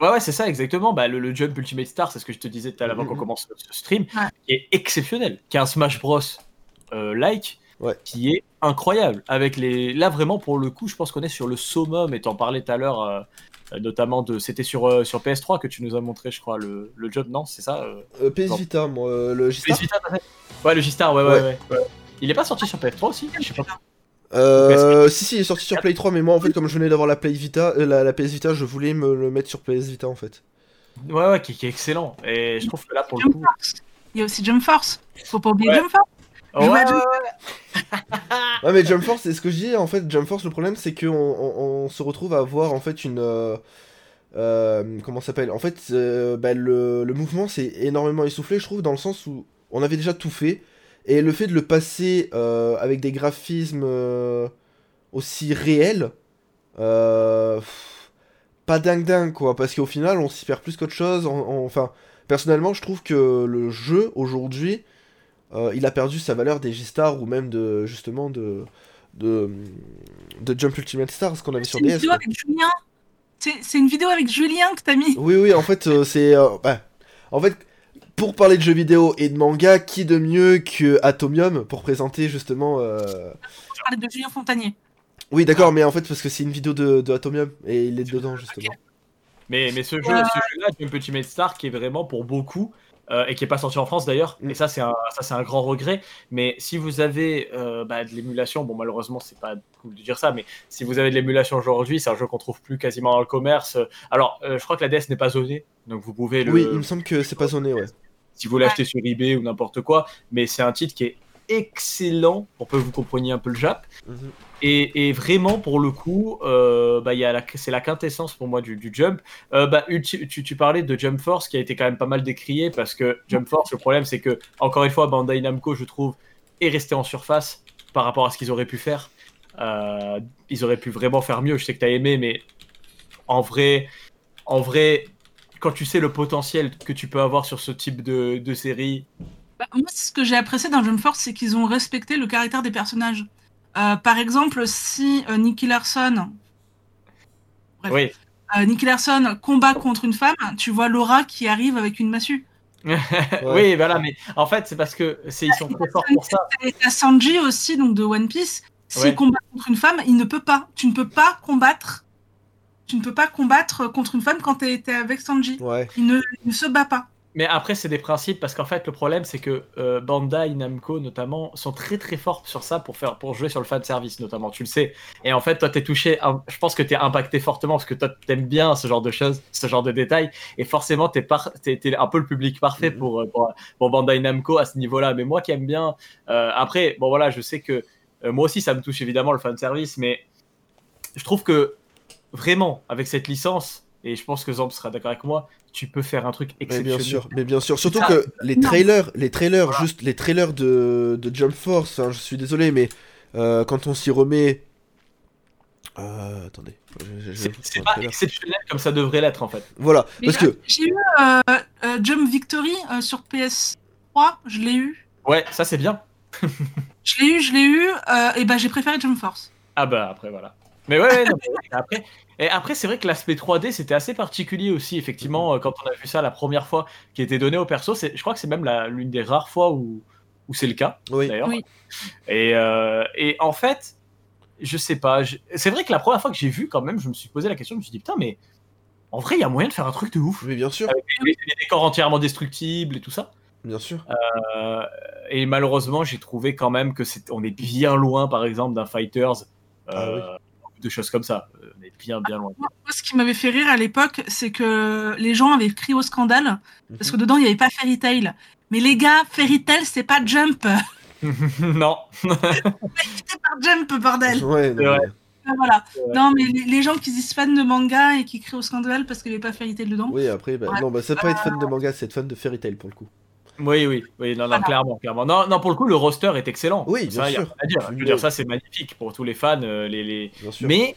[SPEAKER 2] Ouais, ouais, c'est ça exactement. Bah, le, le Jump Ultimate Star, c'est ce que je te disais tout à l'heure avant
[SPEAKER 1] Mhm.
[SPEAKER 2] qu'on commence ce stream,
[SPEAKER 3] Mm-hmm. Ouais.
[SPEAKER 2] qui est exceptionnel, qui est un Smash Bros euh, like,
[SPEAKER 1] Ouais.
[SPEAKER 2] qui est incroyable. Avec les, là vraiment pour le coup, je pense qu'on est sur le summum. Et t'en parlais tout à l'heure, euh, euh, notamment de, c'était sur euh, sur PS3 que tu nous as montré, je crois, le, le Jump. Non, c'est ça. euh,
[SPEAKER 1] Euh, PS
[SPEAKER 2] Non.
[SPEAKER 1] Vita, moi, euh, le G-Star
[SPEAKER 2] PS Vita, ouais. ouais, le G-Star, ouais, ouais,
[SPEAKER 1] Ouais.
[SPEAKER 2] ouais, ouais. Il est pas sorti sur PS3 aussi Je sais pas.
[SPEAKER 1] Euh, si, si, il est sorti sur Play 3, mais moi, en fait, comme je venais d'avoir la Play Vita, euh, la, la PS Vita, je voulais me le mettre sur PS Vita, en fait.
[SPEAKER 2] Ouais, ouais, qui, qui est excellent. Et je trouve que là pour le
[SPEAKER 3] Jump
[SPEAKER 2] coup.
[SPEAKER 3] Force. Il y a aussi Jump Force. Faut pas oublier
[SPEAKER 2] Ouais. Ah
[SPEAKER 3] Jump Force.
[SPEAKER 2] Ouais, ouais,
[SPEAKER 3] m'adonne-
[SPEAKER 2] ouais.
[SPEAKER 1] Ouais, mais Jump Force, c'est ce que je dis, en fait, Jump Force, le problème, c'est qu'on on, on se retrouve à avoir, en fait, une... euh, euh, comment ça s'appelle En fait, euh, bah, le, le mouvement s'est énormément essoufflé, je trouve, dans le sens où on avait déjà tout fait, et le fait de le passer euh, avec des graphismes euh, aussi réels, euh, pff, pas dingue dingue, quoi, parce qu'au final, on s'y perd plus qu'autre chose, on- on- enfin... Personnellement, je trouve que le jeu aujourd'hui, euh, il a perdu sa valeur des G-Stars ou même de justement de de, de Jump Ultimate Stars qu'on avait
[SPEAKER 3] C'est
[SPEAKER 1] sur
[SPEAKER 3] une
[SPEAKER 1] DS.
[SPEAKER 3] vidéo
[SPEAKER 1] quoi.
[SPEAKER 3] avec Julien. C'est c'est une vidéo avec Julien que t'as mis.
[SPEAKER 1] Oui, oui, en fait, euh, c'est euh, bah, en fait pour parler de jeux vidéo et de manga, qui de mieux que Atomium pour présenter justement. euh,
[SPEAKER 3] Je parlais de Julien Fontanier.
[SPEAKER 1] Oui, d'accord, mais en fait parce que c'est une vidéo de, de Atomium et il est dedans justement.
[SPEAKER 2] Mais, mais ce jeu,
[SPEAKER 3] Ouais.
[SPEAKER 2] ce jeu-là, Jump Ultimate Star, qui est vraiment pour beaucoup, euh, et qui est pas sorti en France d'ailleurs,
[SPEAKER 1] Mm.
[SPEAKER 2] et ça c'est un, ça, c'est un grand regret, mais si vous avez euh, bah, de l'émulation, bon malheureusement c'est pas cool de dire ça, mais si vous avez de l'émulation aujourd'hui, c'est un jeu qu'on trouve plus quasiment dans le commerce. Alors euh, je crois que la DS n'est pas zonée, donc vous pouvez le,
[SPEAKER 1] Oui, il me semble que c'est pas zoné, ouais.
[SPEAKER 2] si vous l'achetez sur eBay ou n'importe quoi, mais c'est un titre qui est excellent pour que vous compreniez un peu le Jap.
[SPEAKER 1] Mhm.
[SPEAKER 2] Et, et vraiment, pour le coup, euh, bah, il y a la- c'est la quintessence pour moi du, du jump. Euh, bah, ulti- tu, tu parlais de Jump Force qui a été quand même pas mal décrié parce que Jump Force, le problème c'est que, encore une fois, Bandai Namco, je trouve, est resté en surface par rapport à ce qu'ils auraient pu faire. Euh, ils auraient pu vraiment faire mieux. Je sais que tu as aimé, mais en vrai, en vrai, quand tu sais le potentiel que tu peux avoir sur ce type de, de série,
[SPEAKER 3] Bah, moi, ce que j'ai apprécié dans Jump Force, c'est qu'ils ont respecté le caractère des personnages. Euh, par exemple, si euh, Nicky Larson,
[SPEAKER 2] oui,
[SPEAKER 3] euh, Nicky Larson combat contre une femme, tu vois Laura qui arrive avec une massue.
[SPEAKER 2] oui, voilà, mais en fait, c'est parce que c'est ils sont trop forts pour ça.
[SPEAKER 3] Et t'as Sanji aussi, donc de One Piece, s'il
[SPEAKER 2] Ouais.
[SPEAKER 3] combat contre une femme, il ne peut pas. Tu ne peux pas combattre. Tu ne peux pas combattre contre une femme quand t'es t'es avec Sanji.
[SPEAKER 1] Ouais.
[SPEAKER 3] Il ne, il ne se bat pas.
[SPEAKER 2] Mais après, c'est des principes parce qu'en fait, le problème, c'est que euh, Bandai, Namco notamment, sont très très forts sur ça pour faire pour jouer sur le fan service notamment. Tu le sais. Et en fait, toi, t'es touché. hein, Je pense que t'es impacté fortement parce que toi, t'aimes bien ce genre de choses, ce genre de détails. Et forcément, t'es par... t'es- t'es un peu le public parfait
[SPEAKER 1] Mhm.
[SPEAKER 2] pour, euh, pour pour Bandai Namco à ce niveau-là. Mais moi, qui aime bien. euh, après, bon voilà, je sais que Euh, moi aussi, ça me touche évidemment le fan service, mais je trouve que vraiment, avec cette licence, et je pense que Zamp sera d'accord avec moi, tu peux faire un truc
[SPEAKER 1] Mais
[SPEAKER 2] exceptionnel.
[SPEAKER 1] bien sûr, mais bien sûr. Surtout
[SPEAKER 2] ça.
[SPEAKER 1] que les
[SPEAKER 3] Non.
[SPEAKER 1] trailers, les trailers,
[SPEAKER 2] Voilà.
[SPEAKER 1] juste les trailers de, de Jump Force, hein, je suis désolé, mais euh, quand on s'y remet. Euh, attendez. je- je- je-
[SPEAKER 2] C'est-
[SPEAKER 1] je-
[SPEAKER 2] C'est
[SPEAKER 1] un
[SPEAKER 2] pas
[SPEAKER 1] trailer.
[SPEAKER 2] exceptionnel comme ça devrait l'être en fait.
[SPEAKER 1] Voilà,
[SPEAKER 3] Mais
[SPEAKER 1] parce
[SPEAKER 3] là,
[SPEAKER 1] que.
[SPEAKER 3] J'ai eu euh, euh, Jump Victory euh, sur PS3, je l'ai eu.
[SPEAKER 2] Ouais, ça c'est bien.
[SPEAKER 3] Je l'ai eu, je l'ai eu, euh, et bah j'ai préféré Jump Force.
[SPEAKER 2] Ah bah après voilà. Mais ouais, ouais, non, mais après, et après c'est vrai que l'aspect 3D c'était assez particulier aussi
[SPEAKER 1] Mhm.
[SPEAKER 2] effectivement euh, quand on a vu ça la première fois qui était donné au perso, c'est- je crois que c'est même la- l'une des rares fois où, où c'est le cas
[SPEAKER 1] Oui.
[SPEAKER 2] d'ailleurs.
[SPEAKER 3] Oui.
[SPEAKER 2] Et, euh, et en fait, je sais pas, je- c'est vrai que la première fois que j'ai vu quand même, je me suis posé la question, je me suis dit putain mais en vrai il y a moyen de faire un truc de ouf.
[SPEAKER 1] Mais bien sûr,
[SPEAKER 2] Les, les décors entièrement destructibles et tout ça.
[SPEAKER 1] bien sûr.
[SPEAKER 2] Euh, et malheureusement, j'ai trouvé quand même que c'est, on est bien loin, par exemple, d'un Fighters,
[SPEAKER 1] Ah
[SPEAKER 2] euh, de choses comme ça. Euh, On est bien, bien loin.
[SPEAKER 3] Moi, moi, ce qui m'avait fait rire à l'époque, c'est que les gens avaient crié au scandale, parce
[SPEAKER 2] Mhm.
[SPEAKER 3] que dedans, il n'y avait pas Fairy Tail. Mais les gars, Fairy Tail, c'est pas Jump.
[SPEAKER 2] non.
[SPEAKER 3] C'est pas Jump, bordel.
[SPEAKER 1] Ouais, non,
[SPEAKER 2] vrai.
[SPEAKER 1] mais-
[SPEAKER 3] Ah, Voilà.
[SPEAKER 2] Ouais.
[SPEAKER 3] Non, mais les, les gens qui disent fan de manga et qui crient au scandale parce qu'il n'y avait pas Fairy Tail dedans.
[SPEAKER 1] oui, après, bah,
[SPEAKER 3] Ouais.
[SPEAKER 1] non, bah, c'est pas être fan de manga, c'est être fan de fairy tale pour le coup.
[SPEAKER 2] Oui, oui, oui, non, non,
[SPEAKER 3] Voilà.
[SPEAKER 2] clairement, clairement. Non, non, pour le coup, le roster est excellent.
[SPEAKER 1] Oui, bien
[SPEAKER 2] ça, y a
[SPEAKER 1] sûr.
[SPEAKER 2] rien à dire. Je veux dire, ça, c'est magnifique pour tous les fans. euh, les, les-
[SPEAKER 1] Bien sûr.
[SPEAKER 2] Mais,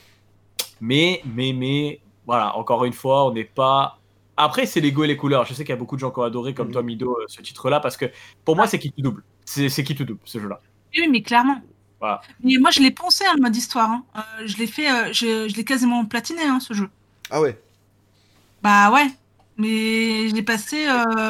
[SPEAKER 2] mais, mais, mais, voilà, encore une fois, on n'est pas. Après, c'est les goûts et les couleurs. Je sais qu'il y a beaucoup de gens qui ont adoré, comme
[SPEAKER 1] Mhm.
[SPEAKER 2] toi, Mido, euh, ce titre-là, parce que pour
[SPEAKER 1] Ah.
[SPEAKER 2] moi, c'est qui te double. C'est c'est qui te double, ce jeu-là.
[SPEAKER 3] Oui, mais clairement.
[SPEAKER 2] Voilà.
[SPEAKER 3] Mais moi, je l'ai poncé, hein, le mode histoire. hein. Euh, je l'ai fait, euh, je, je l'ai quasiment platiné, hein, ce jeu.
[SPEAKER 1] Ah ouais,
[SPEAKER 3] Bah ouais. Mais je l'ai passé, euh,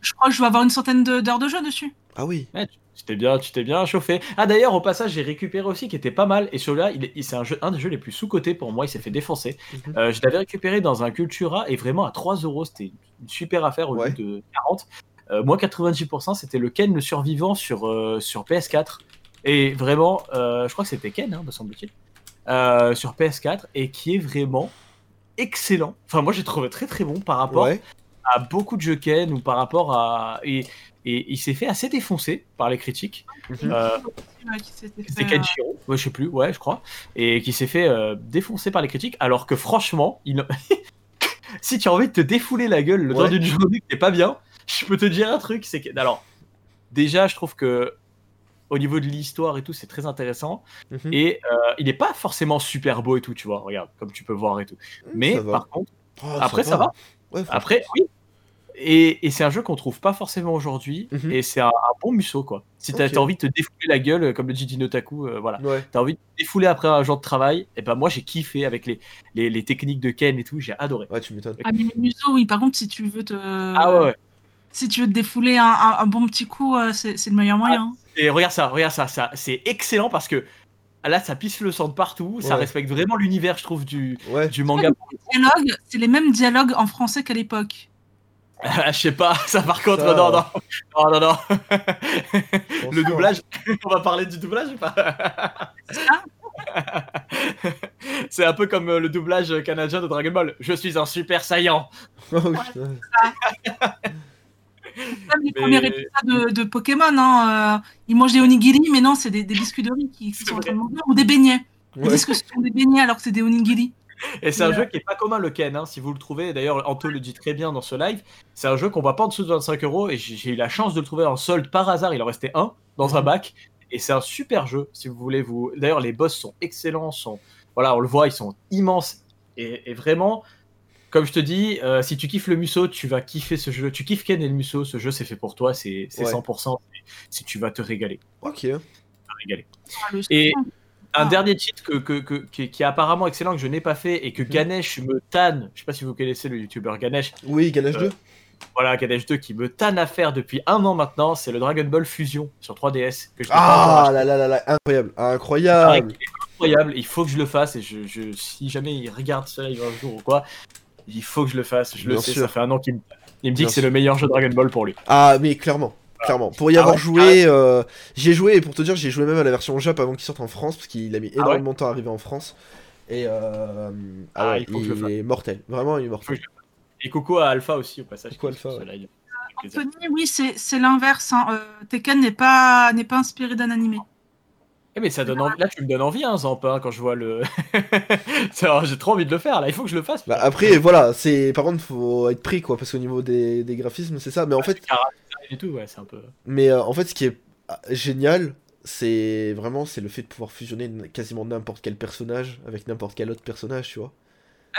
[SPEAKER 3] je crois que je dois avoir une centaine de- d'heures de jeu dessus.
[SPEAKER 1] ah oui.
[SPEAKER 2] Ouais, tu tu t'es bien, tu t'es bien chauffé. Ah d'ailleurs, au passage, j'ai récupéré aussi qui était pas mal. Et celui-là, il, est- il- c'est un, jeu, un des jeux les plus sous-cotés pour moi. Il s'est fait défoncer.
[SPEAKER 1] Mhm.
[SPEAKER 2] Euh, je l'avais récupéré dans un Cultura et vraiment à 3 euros, c'était une super affaire au
[SPEAKER 1] Ouais.
[SPEAKER 2] lieu de 40. Euh, moi, 90%, c'était le Ken le survivant sur, euh, sur PS4. Et vraiment, euh, je crois que c'était Ken, hein, me semble-t-il, euh, sur PS4 et qui est vraiment excellent. Enfin, moi, j'ai trouvé très très bon par rapport
[SPEAKER 1] Ouais,
[SPEAKER 2] à beaucoup de jeux Ken ou par rapport à. Et, et il s'est fait assez défoncer par les critiques.
[SPEAKER 1] Mhm.
[SPEAKER 2] Euh,
[SPEAKER 3] Ouais, qui s'était fait,
[SPEAKER 2] C'était
[SPEAKER 3] euh,
[SPEAKER 2] Kenshiro, ouais, je sais plus, ouais, je crois. Et qui s'est fait euh, défoncer par les critiques, alors que franchement, il... si tu as envie de te défouler la gueule le temps
[SPEAKER 1] Ouais.
[SPEAKER 2] d'une journée que t'es pas bien, je peux te dire un truc, c'est que. Alors, déjà, je trouve que. Au niveau de l'histoire et tout, c'est très intéressant.
[SPEAKER 1] Mhm.
[SPEAKER 2] Et euh, il n'est pas forcément super beau et tout, tu vois. Regarde, comme tu peux voir et tout. Mais
[SPEAKER 1] ça va.
[SPEAKER 2] par contre,
[SPEAKER 1] Oh,
[SPEAKER 2] après, ça va.
[SPEAKER 1] Ouais, franchement.
[SPEAKER 2] Après, oui. Et, et c'est un jeu qu'on trouve pas forcément aujourd'hui.
[SPEAKER 1] Mhm.
[SPEAKER 2] Et c'est un, un bon musso, quoi. Si t'as
[SPEAKER 1] Ok.
[SPEAKER 2] t'as envie de te défouler la gueule, euh, comme le dit Dino Taku, euh, voilà.
[SPEAKER 1] Ouais.
[SPEAKER 2] T'as envie de te défouler après un jour de travail. Et ben moi, j'ai kiffé avec les, les, les techniques de Ken et tout. J'ai adoré.
[SPEAKER 1] Ouais, tu m'étonnes.
[SPEAKER 3] Ah, mais les museaux, oui, par contre, si tu veux te.
[SPEAKER 2] Ah ouais, ouais.
[SPEAKER 3] Si tu veux te défouler un, un- un bon petit coup, euh, c'est c'est le meilleur moyen.
[SPEAKER 2] Et regarde ça, regarde ça. ça c'est excellent parce que là, ça pisse le sang de partout. Ça
[SPEAKER 1] Ouais.
[SPEAKER 2] respecte vraiment l'univers, je trouve, du,
[SPEAKER 1] Ouais.
[SPEAKER 2] du manga.
[SPEAKER 3] Les dialogues, c'est les mêmes dialogues en français qu'à l'époque.
[SPEAKER 2] Ah, je sais pas. Ça, par contre,
[SPEAKER 1] Ça,
[SPEAKER 2] non, non. Non, non, non.
[SPEAKER 1] on
[SPEAKER 2] Le
[SPEAKER 1] sent.
[SPEAKER 2] doublage, on va parler du doublage ou pas C'est un peu comme euh, le doublage canadien de Dragon Ball. Je suis un super saillant.
[SPEAKER 1] Oh, putain.
[SPEAKER 3] Comme les
[SPEAKER 2] Mais-
[SPEAKER 3] premiers épisodes de, de Pokémon, hein, euh, ils mangent des onigiri, mais non, c'est des, des biscuits de riz qui, qui
[SPEAKER 2] C'est
[SPEAKER 3] sont en train
[SPEAKER 2] vrai.
[SPEAKER 3] de manger, ou des beignets. Ils
[SPEAKER 1] Ouais.
[SPEAKER 3] disent que ce sont des beignets alors que c'est des onigiri.
[SPEAKER 2] Et c'est un
[SPEAKER 3] Ouais.
[SPEAKER 2] jeu qui est pas commun le Ken, hein, si vous le trouvez. D'ailleurs, Anto le dit très bien dans ce live. C'est un jeu qu'on va pas en dessous de 25 euros et j'ai j'ai eu la chance de le trouver en solde par hasard. Il en restait un dans un bac. Et c'est un super jeu si vous voulez vous. D'ailleurs, les boss sont excellents. Sont... Voilà, on le voit, ils sont immenses. Et, et vraiment, comme je te dis, euh, si tu kiffes le Musso, tu vas kiffer ce jeu. Tu kiffes Ken et le Musso, ce jeu c'est fait pour toi, c'est c'est
[SPEAKER 1] Ouais.
[SPEAKER 2] 100%. Si tu vas te régaler.
[SPEAKER 1] Ok.
[SPEAKER 2] te régaler.
[SPEAKER 3] Ah, le
[SPEAKER 2] Et-
[SPEAKER 3] son.
[SPEAKER 2] Un
[SPEAKER 3] Ah.
[SPEAKER 2] dernier titre que, que- que- qui, qui est apparemment excellent que je n'ai pas fait et que
[SPEAKER 1] Mhm.
[SPEAKER 2] Ganesh me tanne. Je sais pas si vous connaissez le youtubeur Ganesh.
[SPEAKER 1] Oui, Ganache
[SPEAKER 2] Euh,
[SPEAKER 1] 2.
[SPEAKER 2] Voilà, Ganesh 2 qui me tanne à faire depuis un an maintenant. C'est le Dragon Ball Fusion sur 3DS. Que je n'ai pas
[SPEAKER 1] Ah
[SPEAKER 2] encore Ah, acheté.
[SPEAKER 1] là là là là, incroyable,
[SPEAKER 2] Pareil,
[SPEAKER 1] incroyable.
[SPEAKER 2] il est incroyable. Il faut que je le fasse. Et je, je- si jamais il regarde cela un jour ou quoi, il faut que je le fasse. Je le
[SPEAKER 1] Bien
[SPEAKER 2] sais,
[SPEAKER 1] sûr.
[SPEAKER 2] ça fait un an qu'il me tanne. Il me dit
[SPEAKER 1] Bien
[SPEAKER 2] que c'est le meilleur jeu Dragon Ball pour lui.
[SPEAKER 1] Ah mais clairement, clairement. Pour y
[SPEAKER 2] Ah
[SPEAKER 1] avoir
[SPEAKER 2] ouais,
[SPEAKER 1] joué, euh, j'y ai joué et pour te dire, j'ai joué même à la version Jap avant qu'il sorte en France parce qu'il a mis
[SPEAKER 2] Ah ouais
[SPEAKER 1] énormément de temps à arriver en France. Et euh, ah
[SPEAKER 2] Ah,
[SPEAKER 1] ouais,
[SPEAKER 2] il faut que je le
[SPEAKER 1] il est mortel, vraiment il est mortel.
[SPEAKER 2] Et coucou à Alpha aussi, au passage.
[SPEAKER 1] Coucou Alpha, ouais.
[SPEAKER 2] Cela, il- plaisir.
[SPEAKER 3] Anthony, oui, c'est c'est l'inverse. hein. Euh, Tekken n'est pas, n'est pas inspiré d'un animé.
[SPEAKER 2] Eh, mais ça donne envie. Là, tu me donnes envie, hein, Zamp, hein, quand je vois le. Ça, J'ai trop envie de le faire, là. Il faut que je le fasse.
[SPEAKER 1] Bah, après, voilà, c'est par contre, faut être pris quoi, parce qu'au niveau des, des graphismes, c'est ça. Mais en fait,
[SPEAKER 2] Et tout, ouais, c'est un peu.
[SPEAKER 1] mais euh, en fait, ce qui est ah, génial, c'est vraiment c'est le fait de pouvoir fusionner n- quasiment n'importe quel personnage avec n'importe quel autre personnage, tu vois.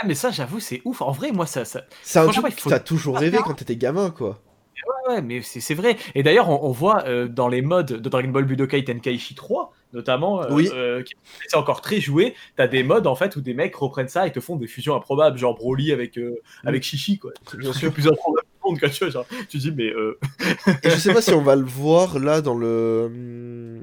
[SPEAKER 2] Ah, mais ça, j'avoue, c'est ouf. En vrai, moi, ça. ça...
[SPEAKER 1] C'est un
[SPEAKER 2] Franchement,
[SPEAKER 1] truc
[SPEAKER 2] il
[SPEAKER 1] que
[SPEAKER 2] faut-
[SPEAKER 1] t'as toujours rêvé quand t'étais gamin, quoi.
[SPEAKER 2] Ah, Ouais, ouais, mais c'est c'est vrai. Et d'ailleurs, on, on voit euh, dans les modes de Dragon Ball Budokai Tenkaichi 3, notamment, euh,
[SPEAKER 1] Oui.
[SPEAKER 2] euh, qui- c'est encore très joué. T'as des modes en fait où des mecs reprennent ça et te font des fusions improbables, genre Broly avec euh,
[SPEAKER 1] Mm.
[SPEAKER 2] avec Shishi, quoi.
[SPEAKER 1] Bien
[SPEAKER 2] C'est
[SPEAKER 1] sûr.
[SPEAKER 2] le plus improbable du monde, quoi, tu vois, genre, tu dis, mais euh,
[SPEAKER 1] Et je sais pas si on va le voir là dans le hmm,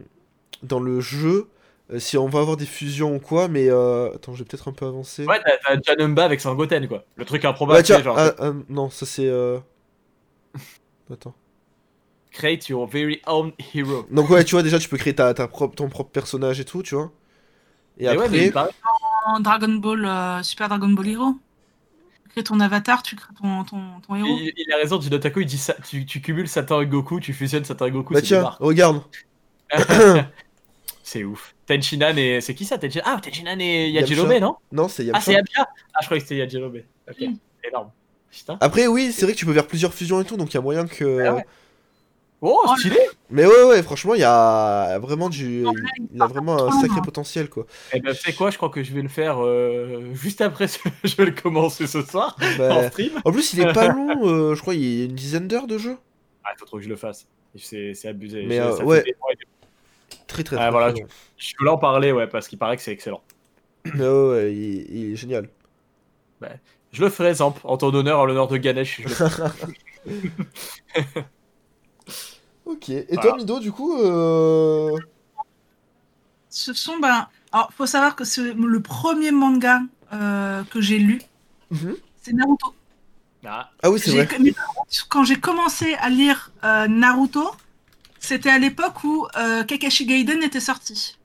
[SPEAKER 1] dans le jeu, euh, si on va avoir des fusions ou quoi, mais euh, attends, je vais peut-être un peu avancer.
[SPEAKER 2] ouais, t'as- t'as Janemba avec Sangoten, quoi. Le truc improbable,
[SPEAKER 1] Bah
[SPEAKER 2] tu sais,
[SPEAKER 1] tiens,
[SPEAKER 2] genre,
[SPEAKER 1] ah, ah, non, ça c'est. euh, Attends.
[SPEAKER 2] create your very own hero.
[SPEAKER 1] Donc ouais, tu vois déjà, tu peux créer ta, ta propre, ton propre personnage et tout, tu vois. Et,
[SPEAKER 2] Mais
[SPEAKER 1] après,
[SPEAKER 2] ouais, mais il paraît-
[SPEAKER 3] En Dragon Ball, euh, Super Dragon Ball Hero. Tu crées ton avatar, tu crées ton, ton, ton héros.
[SPEAKER 2] il, il a raison, tu Otaku, il dit ça, tu, tu cumules Satan et Goku, tu fusionnes Satan et Goku,
[SPEAKER 1] bah
[SPEAKER 2] c'est
[SPEAKER 1] tiens,
[SPEAKER 2] marre.
[SPEAKER 1] regarde.
[SPEAKER 2] C'est ouf. Tenchinan et. C'est qui ça Tenchinan Ah, Tenchinan et
[SPEAKER 1] Yamcha.
[SPEAKER 2] Yajirobe, non
[SPEAKER 1] Non, c'est Yamcha.
[SPEAKER 2] Ah, c'est Yamcha Ah, je croyais que c'était Yajirobe. Ok,
[SPEAKER 3] Mm.
[SPEAKER 2] énorme. Putain.
[SPEAKER 1] Après, oui, c'est vrai que tu peux faire plusieurs fusions et tout, donc il y a moyen que.
[SPEAKER 2] Ah ouais. Oh,
[SPEAKER 3] Oh,
[SPEAKER 2] stylé
[SPEAKER 1] Mais ouais, ouais, franchement, il y a vraiment du. Il a vraiment un sacré potentiel, quoi.
[SPEAKER 2] Eh ben, tu sais quoi, je crois que je vais le faire euh, juste après ce... Je vais le commencer ce soir, en
[SPEAKER 1] Bah,
[SPEAKER 2] stream.
[SPEAKER 1] En plus, il est pas long, euh, je crois, il y a une dizaine d'heures de jeu.
[SPEAKER 2] Ah, faut trop que je le fasse. C'est c'est abusé.
[SPEAKER 1] Mais,
[SPEAKER 2] Je-
[SPEAKER 1] euh,
[SPEAKER 2] ça fait
[SPEAKER 1] ouais.
[SPEAKER 2] des mois et des-
[SPEAKER 1] Très, très,
[SPEAKER 2] Ah,
[SPEAKER 1] très
[SPEAKER 2] voilà,
[SPEAKER 1] très long.
[SPEAKER 2] Je voulais en parler, ouais, parce qu'il paraît que c'est excellent.
[SPEAKER 1] Mais ouais, ouais, il, il est génial.
[SPEAKER 2] Je le ferai, Zamp, en ton honneur, en l'honneur de Ganesh. je le ferai.
[SPEAKER 1] Ok, et toi,
[SPEAKER 2] Voilà.
[SPEAKER 1] Mido, du coup, euh...
[SPEAKER 3] Ce sont, ben, alors, faut savoir que c'est le premier manga euh, que j'ai lu,
[SPEAKER 1] mhm.
[SPEAKER 3] c'est Naruto.
[SPEAKER 2] Ah,
[SPEAKER 1] Ah oui, c'est
[SPEAKER 3] J'ai-
[SPEAKER 1] vrai.
[SPEAKER 3] mais par contre, Quand j'ai commencé à lire euh, Naruto, c'était à l'époque où euh, Kakashi Gaiden était sorti.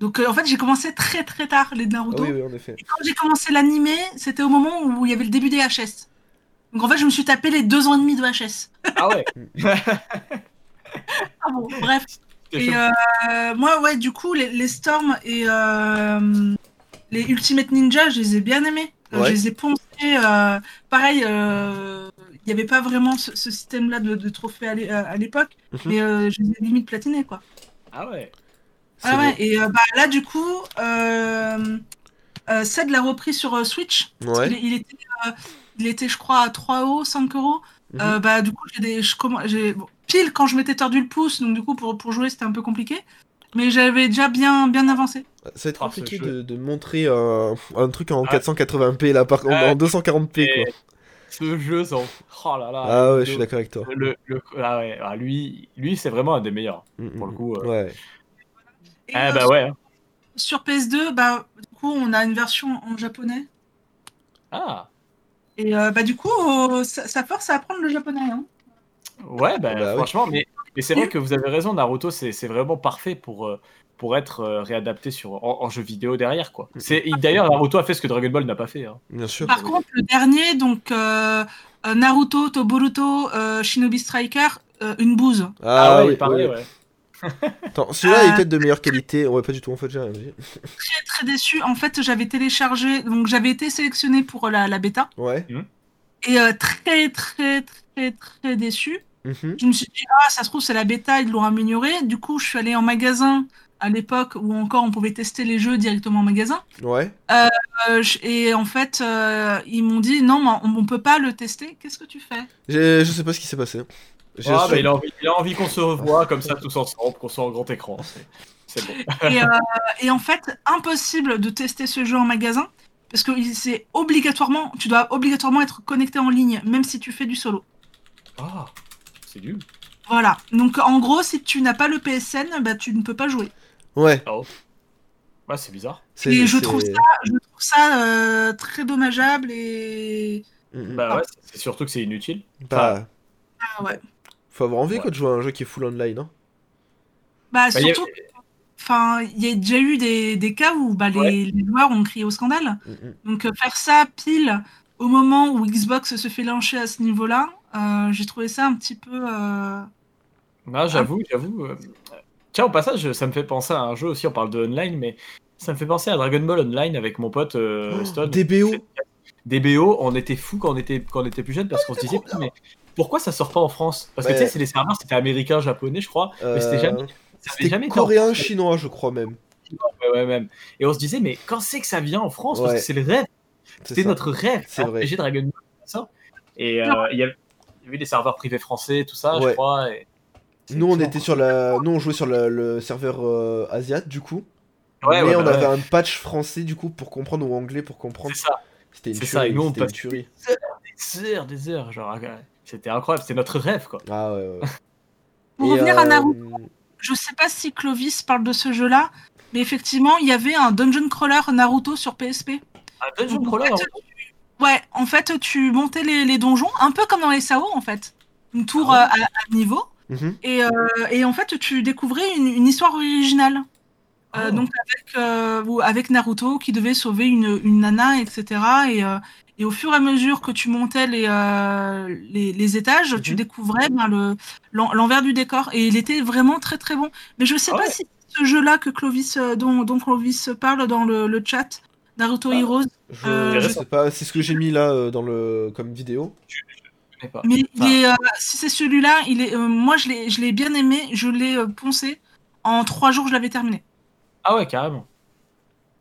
[SPEAKER 3] Donc euh, en fait, j'ai commencé très très tard les
[SPEAKER 1] Ah
[SPEAKER 3] Naruto.
[SPEAKER 1] oui, oui, en effet.
[SPEAKER 3] Et quand j'ai commencé l'animé, c'était au moment où il y avait le début des HS. Donc en fait, je me suis tapé les deux ans et demi de HS.
[SPEAKER 2] ah ouais
[SPEAKER 3] Ah bon, bref.
[SPEAKER 2] c'est
[SPEAKER 3] Et
[SPEAKER 2] chaud.
[SPEAKER 3] euh, moi, ouais, du coup, les, les Storm et euh, les Ultimate Ninja, je les ai bien aimés. Euh,
[SPEAKER 1] Ouais.
[SPEAKER 3] Je les ai poncés. euh, pareil, euh, il n'y avait pas vraiment ce, ce système-là de, de trophée à l'é- euh, à l'époque,
[SPEAKER 1] Mhm.
[SPEAKER 3] mais euh, je les ai limite platinés, quoi.
[SPEAKER 2] Ah ouais
[SPEAKER 1] C'est
[SPEAKER 3] Ah ouais,
[SPEAKER 1] beau.
[SPEAKER 3] et euh, bah, là, du coup, euh, euh, Sed l'a repris sur euh, Switch.
[SPEAKER 1] Ouais.
[SPEAKER 3] Il, il était, euh, il était, je crois, à 3 euros, 5 euros.
[SPEAKER 1] Mhm.
[SPEAKER 3] Euh, Bah, du coup, j'ai des, je commen- j'ai- bon, pile quand je m'étais tordu le pouce, donc du coup, pour, pour jouer, c'était un peu compliqué. Mais j'avais déjà bien, bien avancé.
[SPEAKER 1] Ça va être
[SPEAKER 2] Ah,
[SPEAKER 1] compliqué
[SPEAKER 2] ce jeu.
[SPEAKER 1] de, de montrer un, un truc en
[SPEAKER 2] Ah.
[SPEAKER 1] 480p là, par contre,
[SPEAKER 2] Ah.
[SPEAKER 1] en 240p
[SPEAKER 2] Et
[SPEAKER 1] quoi.
[SPEAKER 2] Ce jeu, Zamp. Oh là là
[SPEAKER 1] Ah ouais, je
[SPEAKER 2] le-
[SPEAKER 1] suis d'accord avec toi.
[SPEAKER 2] le, le- ah ouais, ah, lui, lui c'est vraiment un des meilleurs.
[SPEAKER 1] Mm,
[SPEAKER 2] pour le
[SPEAKER 1] mm,
[SPEAKER 2] coup, euh,
[SPEAKER 1] Ouais.
[SPEAKER 3] Et,
[SPEAKER 2] Ah
[SPEAKER 3] euh,
[SPEAKER 2] bah ouais. hein.
[SPEAKER 3] Sur PS2, bah, du coup, on a une version en japonais.
[SPEAKER 2] Ah
[SPEAKER 3] Et euh, bah, du coup, euh, ça, ça force à apprendre le japonais. Hein.
[SPEAKER 2] ouais, bah,
[SPEAKER 1] Bah oui.
[SPEAKER 2] franchement, mais, mais c'est vrai que vous avez raison, Naruto, c'est c'est vraiment parfait pour, euh, pour être euh, réadapté sur, en, en jeu vidéo derrière. quoi.
[SPEAKER 1] Mhm.
[SPEAKER 2] C'est- et D'ailleurs, Naruto a fait ce que Dragon Ball n'a pas fait. hein.
[SPEAKER 1] Bien sûr.
[SPEAKER 3] Par contre, le dernier, donc euh, euh, Naruto, Toboruto, euh, Shinobi Striker, euh, une bouse.
[SPEAKER 1] Ah, oui,
[SPEAKER 2] pareil,
[SPEAKER 1] oui.
[SPEAKER 2] ouais.
[SPEAKER 1] Attends, celui-là est
[SPEAKER 3] Ah.
[SPEAKER 1] peut-être de meilleure qualité. Ouais, pas du tout, en fait, j'ai rien dit.
[SPEAKER 3] Très très déçu. En fait, j'avais téléchargé, donc j'avais été sélectionné pour la, la bêta
[SPEAKER 1] Ouais.
[SPEAKER 3] et euh, très très très très déçu.
[SPEAKER 1] Mhm.
[SPEAKER 3] Je me suis dit, ah, ça se trouve, c'est la bêta, ils l'ont amélioré. Du coup, je suis allée en magasin à l'époque où encore on pouvait tester les jeux directement en magasin.
[SPEAKER 1] Ouais.
[SPEAKER 3] Euh, je- et en fait, euh, ils m'ont dit, non, mais on, on peut pas le tester. Qu'est-ce que tu fais
[SPEAKER 1] J'ai- Je sais pas ce qui s'est passé. J'ai
[SPEAKER 2] Ah,
[SPEAKER 1] su-
[SPEAKER 2] bah, il a envie, il a envie qu'on se revoie comme ça tous ensemble, qu'on soit en grand écran. c'est- C'est bon.
[SPEAKER 3] et, euh, et en fait, impossible de tester ce jeu en magasin parce que il- c'est obligatoirement, tu dois obligatoirement être connecté en ligne, même si tu fais du solo.
[SPEAKER 2] Ah, c'est nul.
[SPEAKER 3] Voilà. Donc en gros, si tu n'as pas le PSN, bah, tu ne peux pas jouer.
[SPEAKER 1] Ouais.
[SPEAKER 2] Ouais, Bah, c'est bizarre.
[SPEAKER 1] c'est-
[SPEAKER 3] Et je
[SPEAKER 1] c'est-
[SPEAKER 3] trouve Je trouve ça euh, très dommageable et
[SPEAKER 1] Mm, mm.
[SPEAKER 2] Bah ouais, c'est- c'est surtout que c'est inutile.
[SPEAKER 1] Bah,
[SPEAKER 3] ah ouais.
[SPEAKER 1] Faut avoir envie
[SPEAKER 2] Ouais.
[SPEAKER 1] quoi, de jouer à un jeu qui est full online. Hein.
[SPEAKER 3] Bah,
[SPEAKER 2] Bah, il y a-
[SPEAKER 3] surtout, enfin, il y a déjà eu des, des cas où bah, les,
[SPEAKER 2] Ouais.
[SPEAKER 3] les joueurs ont crié au scandale.
[SPEAKER 1] Mm, mm.
[SPEAKER 3] Donc euh, faire ça pile au moment où Xbox se fait lyncher à ce niveau-là, euh, j'ai trouvé ça un petit peu. euh,
[SPEAKER 1] Ah.
[SPEAKER 2] Non, j'avoue, j'avoue. euh, Tiens, au passage, ça me fait penser à un jeu aussi, on parle de online, mais ça me fait penser à Dragon Ball Online avec mon pote euh,
[SPEAKER 1] Oh,
[SPEAKER 2] Stone.
[SPEAKER 1] DBO.
[SPEAKER 2] Des BO, on était fous quand on était, quand on était plus jeune parce qu'on se disait,
[SPEAKER 1] Oh,
[SPEAKER 2] Putain, mais pourquoi ça sort pas en France Parce que
[SPEAKER 1] Ouais.
[SPEAKER 2] tu sais, c'est les serveurs, c'était américain, japonais, je crois. Mais c'était jamais- Ça avait
[SPEAKER 1] euh, C'était
[SPEAKER 2] jamais été en
[SPEAKER 1] coréen,
[SPEAKER 2] France.
[SPEAKER 1] chinois, je crois même.
[SPEAKER 2] Ouais, ouais, même. Et on se disait, mais quand c'est que ça vient en France Parce
[SPEAKER 1] Ouais.
[SPEAKER 2] que c'est le rêve,
[SPEAKER 1] C'est
[SPEAKER 2] c'était
[SPEAKER 1] ça.
[SPEAKER 2] notre rêve.
[SPEAKER 1] C'est vrai.
[SPEAKER 2] RPG Dragon Ball, ça. Et euh, il y avait- il y avait des serveurs privés français, tout ça,
[SPEAKER 1] Ouais.
[SPEAKER 2] je crois. et-
[SPEAKER 1] Nous, on était sur la, nous on jouait sur la- le serveur euh, asiat du coup.
[SPEAKER 2] Ouais,
[SPEAKER 1] mais
[SPEAKER 2] ouais,
[SPEAKER 1] on
[SPEAKER 2] bah
[SPEAKER 1] avait
[SPEAKER 2] ouais.
[SPEAKER 1] un patch français du coup pour comprendre ou anglais pour comprendre.
[SPEAKER 2] C'est ça,
[SPEAKER 1] C'était une
[SPEAKER 2] c'est ça, et
[SPEAKER 1] tuerie.
[SPEAKER 2] nous, on
[SPEAKER 1] C'était une
[SPEAKER 2] passe-
[SPEAKER 1] tuerie.
[SPEAKER 2] des heures, des heures. Genre, euh, c'était incroyable, c'était notre rêve, quoi.
[SPEAKER 1] Ah ouais. ouais.
[SPEAKER 3] Pour
[SPEAKER 1] Et,
[SPEAKER 3] revenir
[SPEAKER 1] euh,
[SPEAKER 3] à Naruto, je sais pas si Clovis parle de ce jeu-là, mais effectivement, il y avait un dungeon crawler Naruto sur PSP.
[SPEAKER 2] Un dungeon
[SPEAKER 3] Donc, en
[SPEAKER 2] crawler,
[SPEAKER 3] fait, tu- Ouais, en fait, tu montais les, les donjons, un peu comme dans les SAO, en fait. Une tour
[SPEAKER 2] Ah
[SPEAKER 3] euh, à, à niveau.
[SPEAKER 1] mhm.
[SPEAKER 3] Et, euh, et en fait, tu découvrais une, une histoire originale. Euh,
[SPEAKER 2] Oh.
[SPEAKER 3] Donc, avec, euh, ou avec Naruto qui devait sauver une, une nana, etc. Et, euh, et au fur et à mesure que tu montais les, euh, les, les étages, tu
[SPEAKER 2] Mhm.
[SPEAKER 3] découvrais ben, le- l'en- l'envers du décor. Et il était vraiment très, très bon. Mais je sais
[SPEAKER 2] Ah
[SPEAKER 3] pas
[SPEAKER 2] ouais.
[SPEAKER 3] si ce jeu-là que Clovis, euh, dont, dont Clovis parle dans le, le chat, Naruto
[SPEAKER 2] Ah.
[SPEAKER 3] Heroes,
[SPEAKER 1] Je,
[SPEAKER 3] Euh,
[SPEAKER 1] je
[SPEAKER 2] je-
[SPEAKER 1] sais pas, c'est ce que j'ai mis là euh, dans le comme vidéo.
[SPEAKER 2] je connais pas.
[SPEAKER 3] Mais il
[SPEAKER 2] Enfin-
[SPEAKER 3] est, euh, si c'est celui-là, il est, euh, moi je l'ai, je l'ai bien aimé, je l'ai euh, poncé. En trois jours, je l'avais terminé.
[SPEAKER 2] Ah ouais, carrément.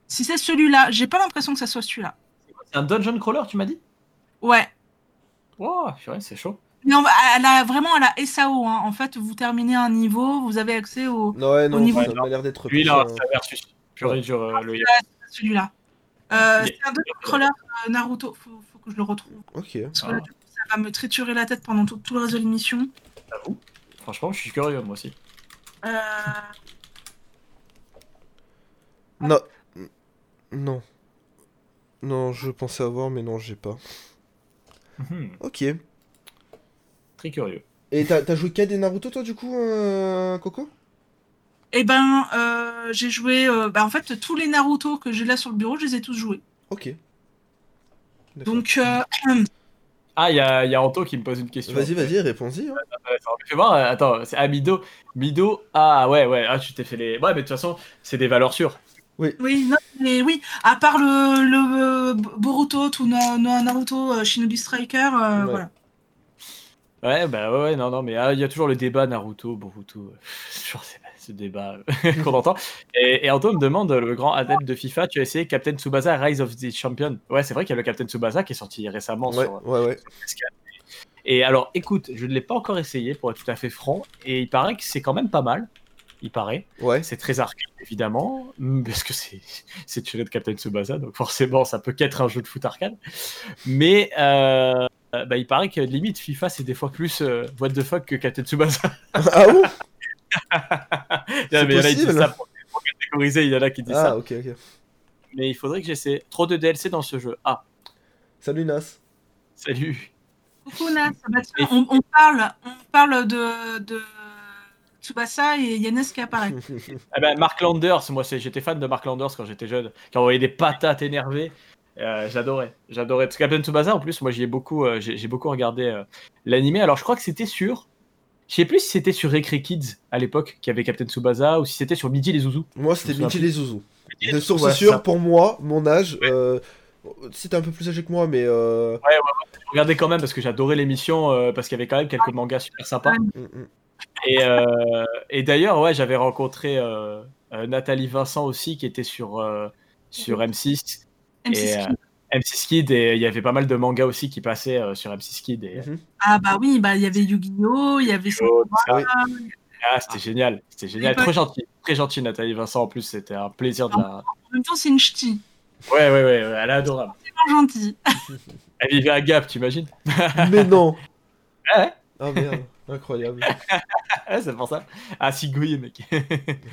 [SPEAKER 3] Si c'est celui-là, j'ai pas l'impression que ça soit celui-là.
[SPEAKER 2] C'est un dungeon crawler, tu m'as dit
[SPEAKER 3] Ouais.
[SPEAKER 2] Wow, purée, c'est chaud.
[SPEAKER 3] Mais on va- elle a vraiment à la SAO. hein. En fait, vous terminez un niveau, vous avez accès au
[SPEAKER 1] Non, ouais, non,
[SPEAKER 3] niveau-
[SPEAKER 1] ça m'a l'air d'être.
[SPEAKER 2] Lui,
[SPEAKER 1] plus
[SPEAKER 2] là,
[SPEAKER 1] un-
[SPEAKER 2] c'est un versus. Purée, dur, euh, le
[SPEAKER 3] à celui-là. Euh,
[SPEAKER 2] Il est-
[SPEAKER 3] c'est un dungeon crawler euh, Naruto. Faut, faut que je le retrouve.
[SPEAKER 1] Ok.
[SPEAKER 3] Parce que
[SPEAKER 2] Ah.
[SPEAKER 3] là, du coup, ça va me triturer la tête pendant tout, tout le reste de l'émission.
[SPEAKER 2] J'avoue. Franchement, je suis curieux, moi aussi.
[SPEAKER 3] Euh,
[SPEAKER 1] Non. Non. Non, je pensais avoir, mais non, j'ai pas.
[SPEAKER 2] Mhm,
[SPEAKER 1] Ok.
[SPEAKER 2] Très curieux.
[SPEAKER 1] Et t'as t'as joué qu'à des Naruto, toi, du coup, euh, Coco
[SPEAKER 3] Eh ben, euh, j'ai joué. euh, bah, en fait, tous les Naruto que j'ai là sur le bureau, je les ai tous joués.
[SPEAKER 1] Ok. D'accord.
[SPEAKER 3] Donc, euh,
[SPEAKER 2] Ah, il y a, il y a Anto qui me pose une question.
[SPEAKER 1] Vas-y, vas-y, réponds-y. hein.
[SPEAKER 2] Ouais, ça me fait voir. euh, Attends, c'est Amido. Mido. Ah, ouais, ouais. Ah, tu t'es fait les. Ouais, mais de toute façon, c'est des valeurs sûres.
[SPEAKER 3] Oui, non, mais oui, à part le, le, euh, Boruto, tout Na- Na- Naruto, euh, Shinobi Striker, euh,
[SPEAKER 1] Ouais.
[SPEAKER 3] voilà.
[SPEAKER 2] Ouais, bah ouais, ouais, non, non, mais ah, il y a toujours le débat Naruto, Boruto. C'est toujours ce- ce débat euh, qu'on entend. Et, et Anto me demande, le grand adepte de FIFA, tu as essayé Captain Tsubasa Rise of the Champion. Ouais, c'est vrai qu'il y a le Captain Tsubasa qui est sorti récemment
[SPEAKER 1] Ouais,
[SPEAKER 2] sur,
[SPEAKER 1] ouais, ouais.
[SPEAKER 2] Et alors, écoute, je ne l'ai pas encore essayé, pour être tout à fait franc, et il paraît que c'est quand même pas mal. Il paraît.
[SPEAKER 1] Ouais.
[SPEAKER 2] C'est très arcade, évidemment, mm, parce que c'est c'est tiré de Captain Tsubasa, donc forcément, ça peut qu'être un jeu de foot arcade. Mais euh, euh, bah, il paraît que limite, FIFA, c'est des fois plus euh, what the fuck que Captain Tsubasa.
[SPEAKER 1] ah bon
[SPEAKER 2] Non,
[SPEAKER 1] C'est
[SPEAKER 2] mais il y en a qui disent
[SPEAKER 1] possible.
[SPEAKER 2] ça pour, pour catégoriser, il y en a qui disent
[SPEAKER 1] Ah,
[SPEAKER 2] ça.
[SPEAKER 1] ok, ok.
[SPEAKER 2] Mais il faudrait que j'essaie. Trop de DLC dans ce jeu. Ah,
[SPEAKER 1] Salut, Nas.
[SPEAKER 2] salut.
[SPEAKER 3] Coucou Nas, Sébastien,
[SPEAKER 2] Et-
[SPEAKER 3] on, on parle, on parle de, de Tsubasa et Yannis qui apparaît.
[SPEAKER 2] Ah ben, Mark Landers, moi c'est- j'étais fan de Mark Landers quand j'étais jeune, qui envoyait des patates énervées. Euh, j'adorais, j'adorais. Parce que Captain Tsubasa, en plus, moi j'y ai beaucoup, euh, j'ai j'ai beaucoup regardé euh, l'animé. Alors je crois que c'était sur, je sais plus si c'était sur Recre Kids à l'époque qui avait Captain Tsubasa ou si c'était sur Midi les Zouzous.
[SPEAKER 1] Moi, c'était
[SPEAKER 2] Je me
[SPEAKER 1] Mickey
[SPEAKER 2] souviens
[SPEAKER 1] les Zouzous.
[SPEAKER 2] plus.
[SPEAKER 1] De source
[SPEAKER 2] Ouais,
[SPEAKER 1] sûre,
[SPEAKER 2] ça.
[SPEAKER 1] pour moi, mon âge, euh, si t'es un peu plus âgé que moi, mais euh,
[SPEAKER 2] Je regardais quand même parce que j'adorais l'émission euh, parce qu'il y avait quand même quelques mangas super sympas.
[SPEAKER 1] mm, mm.
[SPEAKER 2] Et, euh, et d'ailleurs, ouais, j'avais rencontré euh, euh, Nathalie Vincent aussi qui était sur euh, sur M6.
[SPEAKER 3] M6
[SPEAKER 2] Et, euh,
[SPEAKER 3] Kid.
[SPEAKER 2] M6 Kid et il y avait pas mal de mangas aussi qui passaient euh, sur M6 Kid et
[SPEAKER 1] Mhm.
[SPEAKER 3] Ah bah oui, bah il y avait Yu-Gi-Oh, il y avait
[SPEAKER 2] Oh, tout ça.
[SPEAKER 1] oui.
[SPEAKER 2] Ah, c'était génial, c'était génial,
[SPEAKER 3] pas-
[SPEAKER 2] trop gentil, très gentil Nathalie Vincent en plus, c'était un plaisir de la.
[SPEAKER 3] en même temps c'est une ch'ti,
[SPEAKER 2] Ouais, ouais, ouais, ouais, elle est adorable.
[SPEAKER 3] pas gentille.
[SPEAKER 2] Elle vivait à Gap, t'imagines
[SPEAKER 1] mm. mais non.
[SPEAKER 2] Ah ouais.
[SPEAKER 1] Ah merde, incroyable.
[SPEAKER 2] Ouais, c'est pour ça. Ah, cigouillé, mec.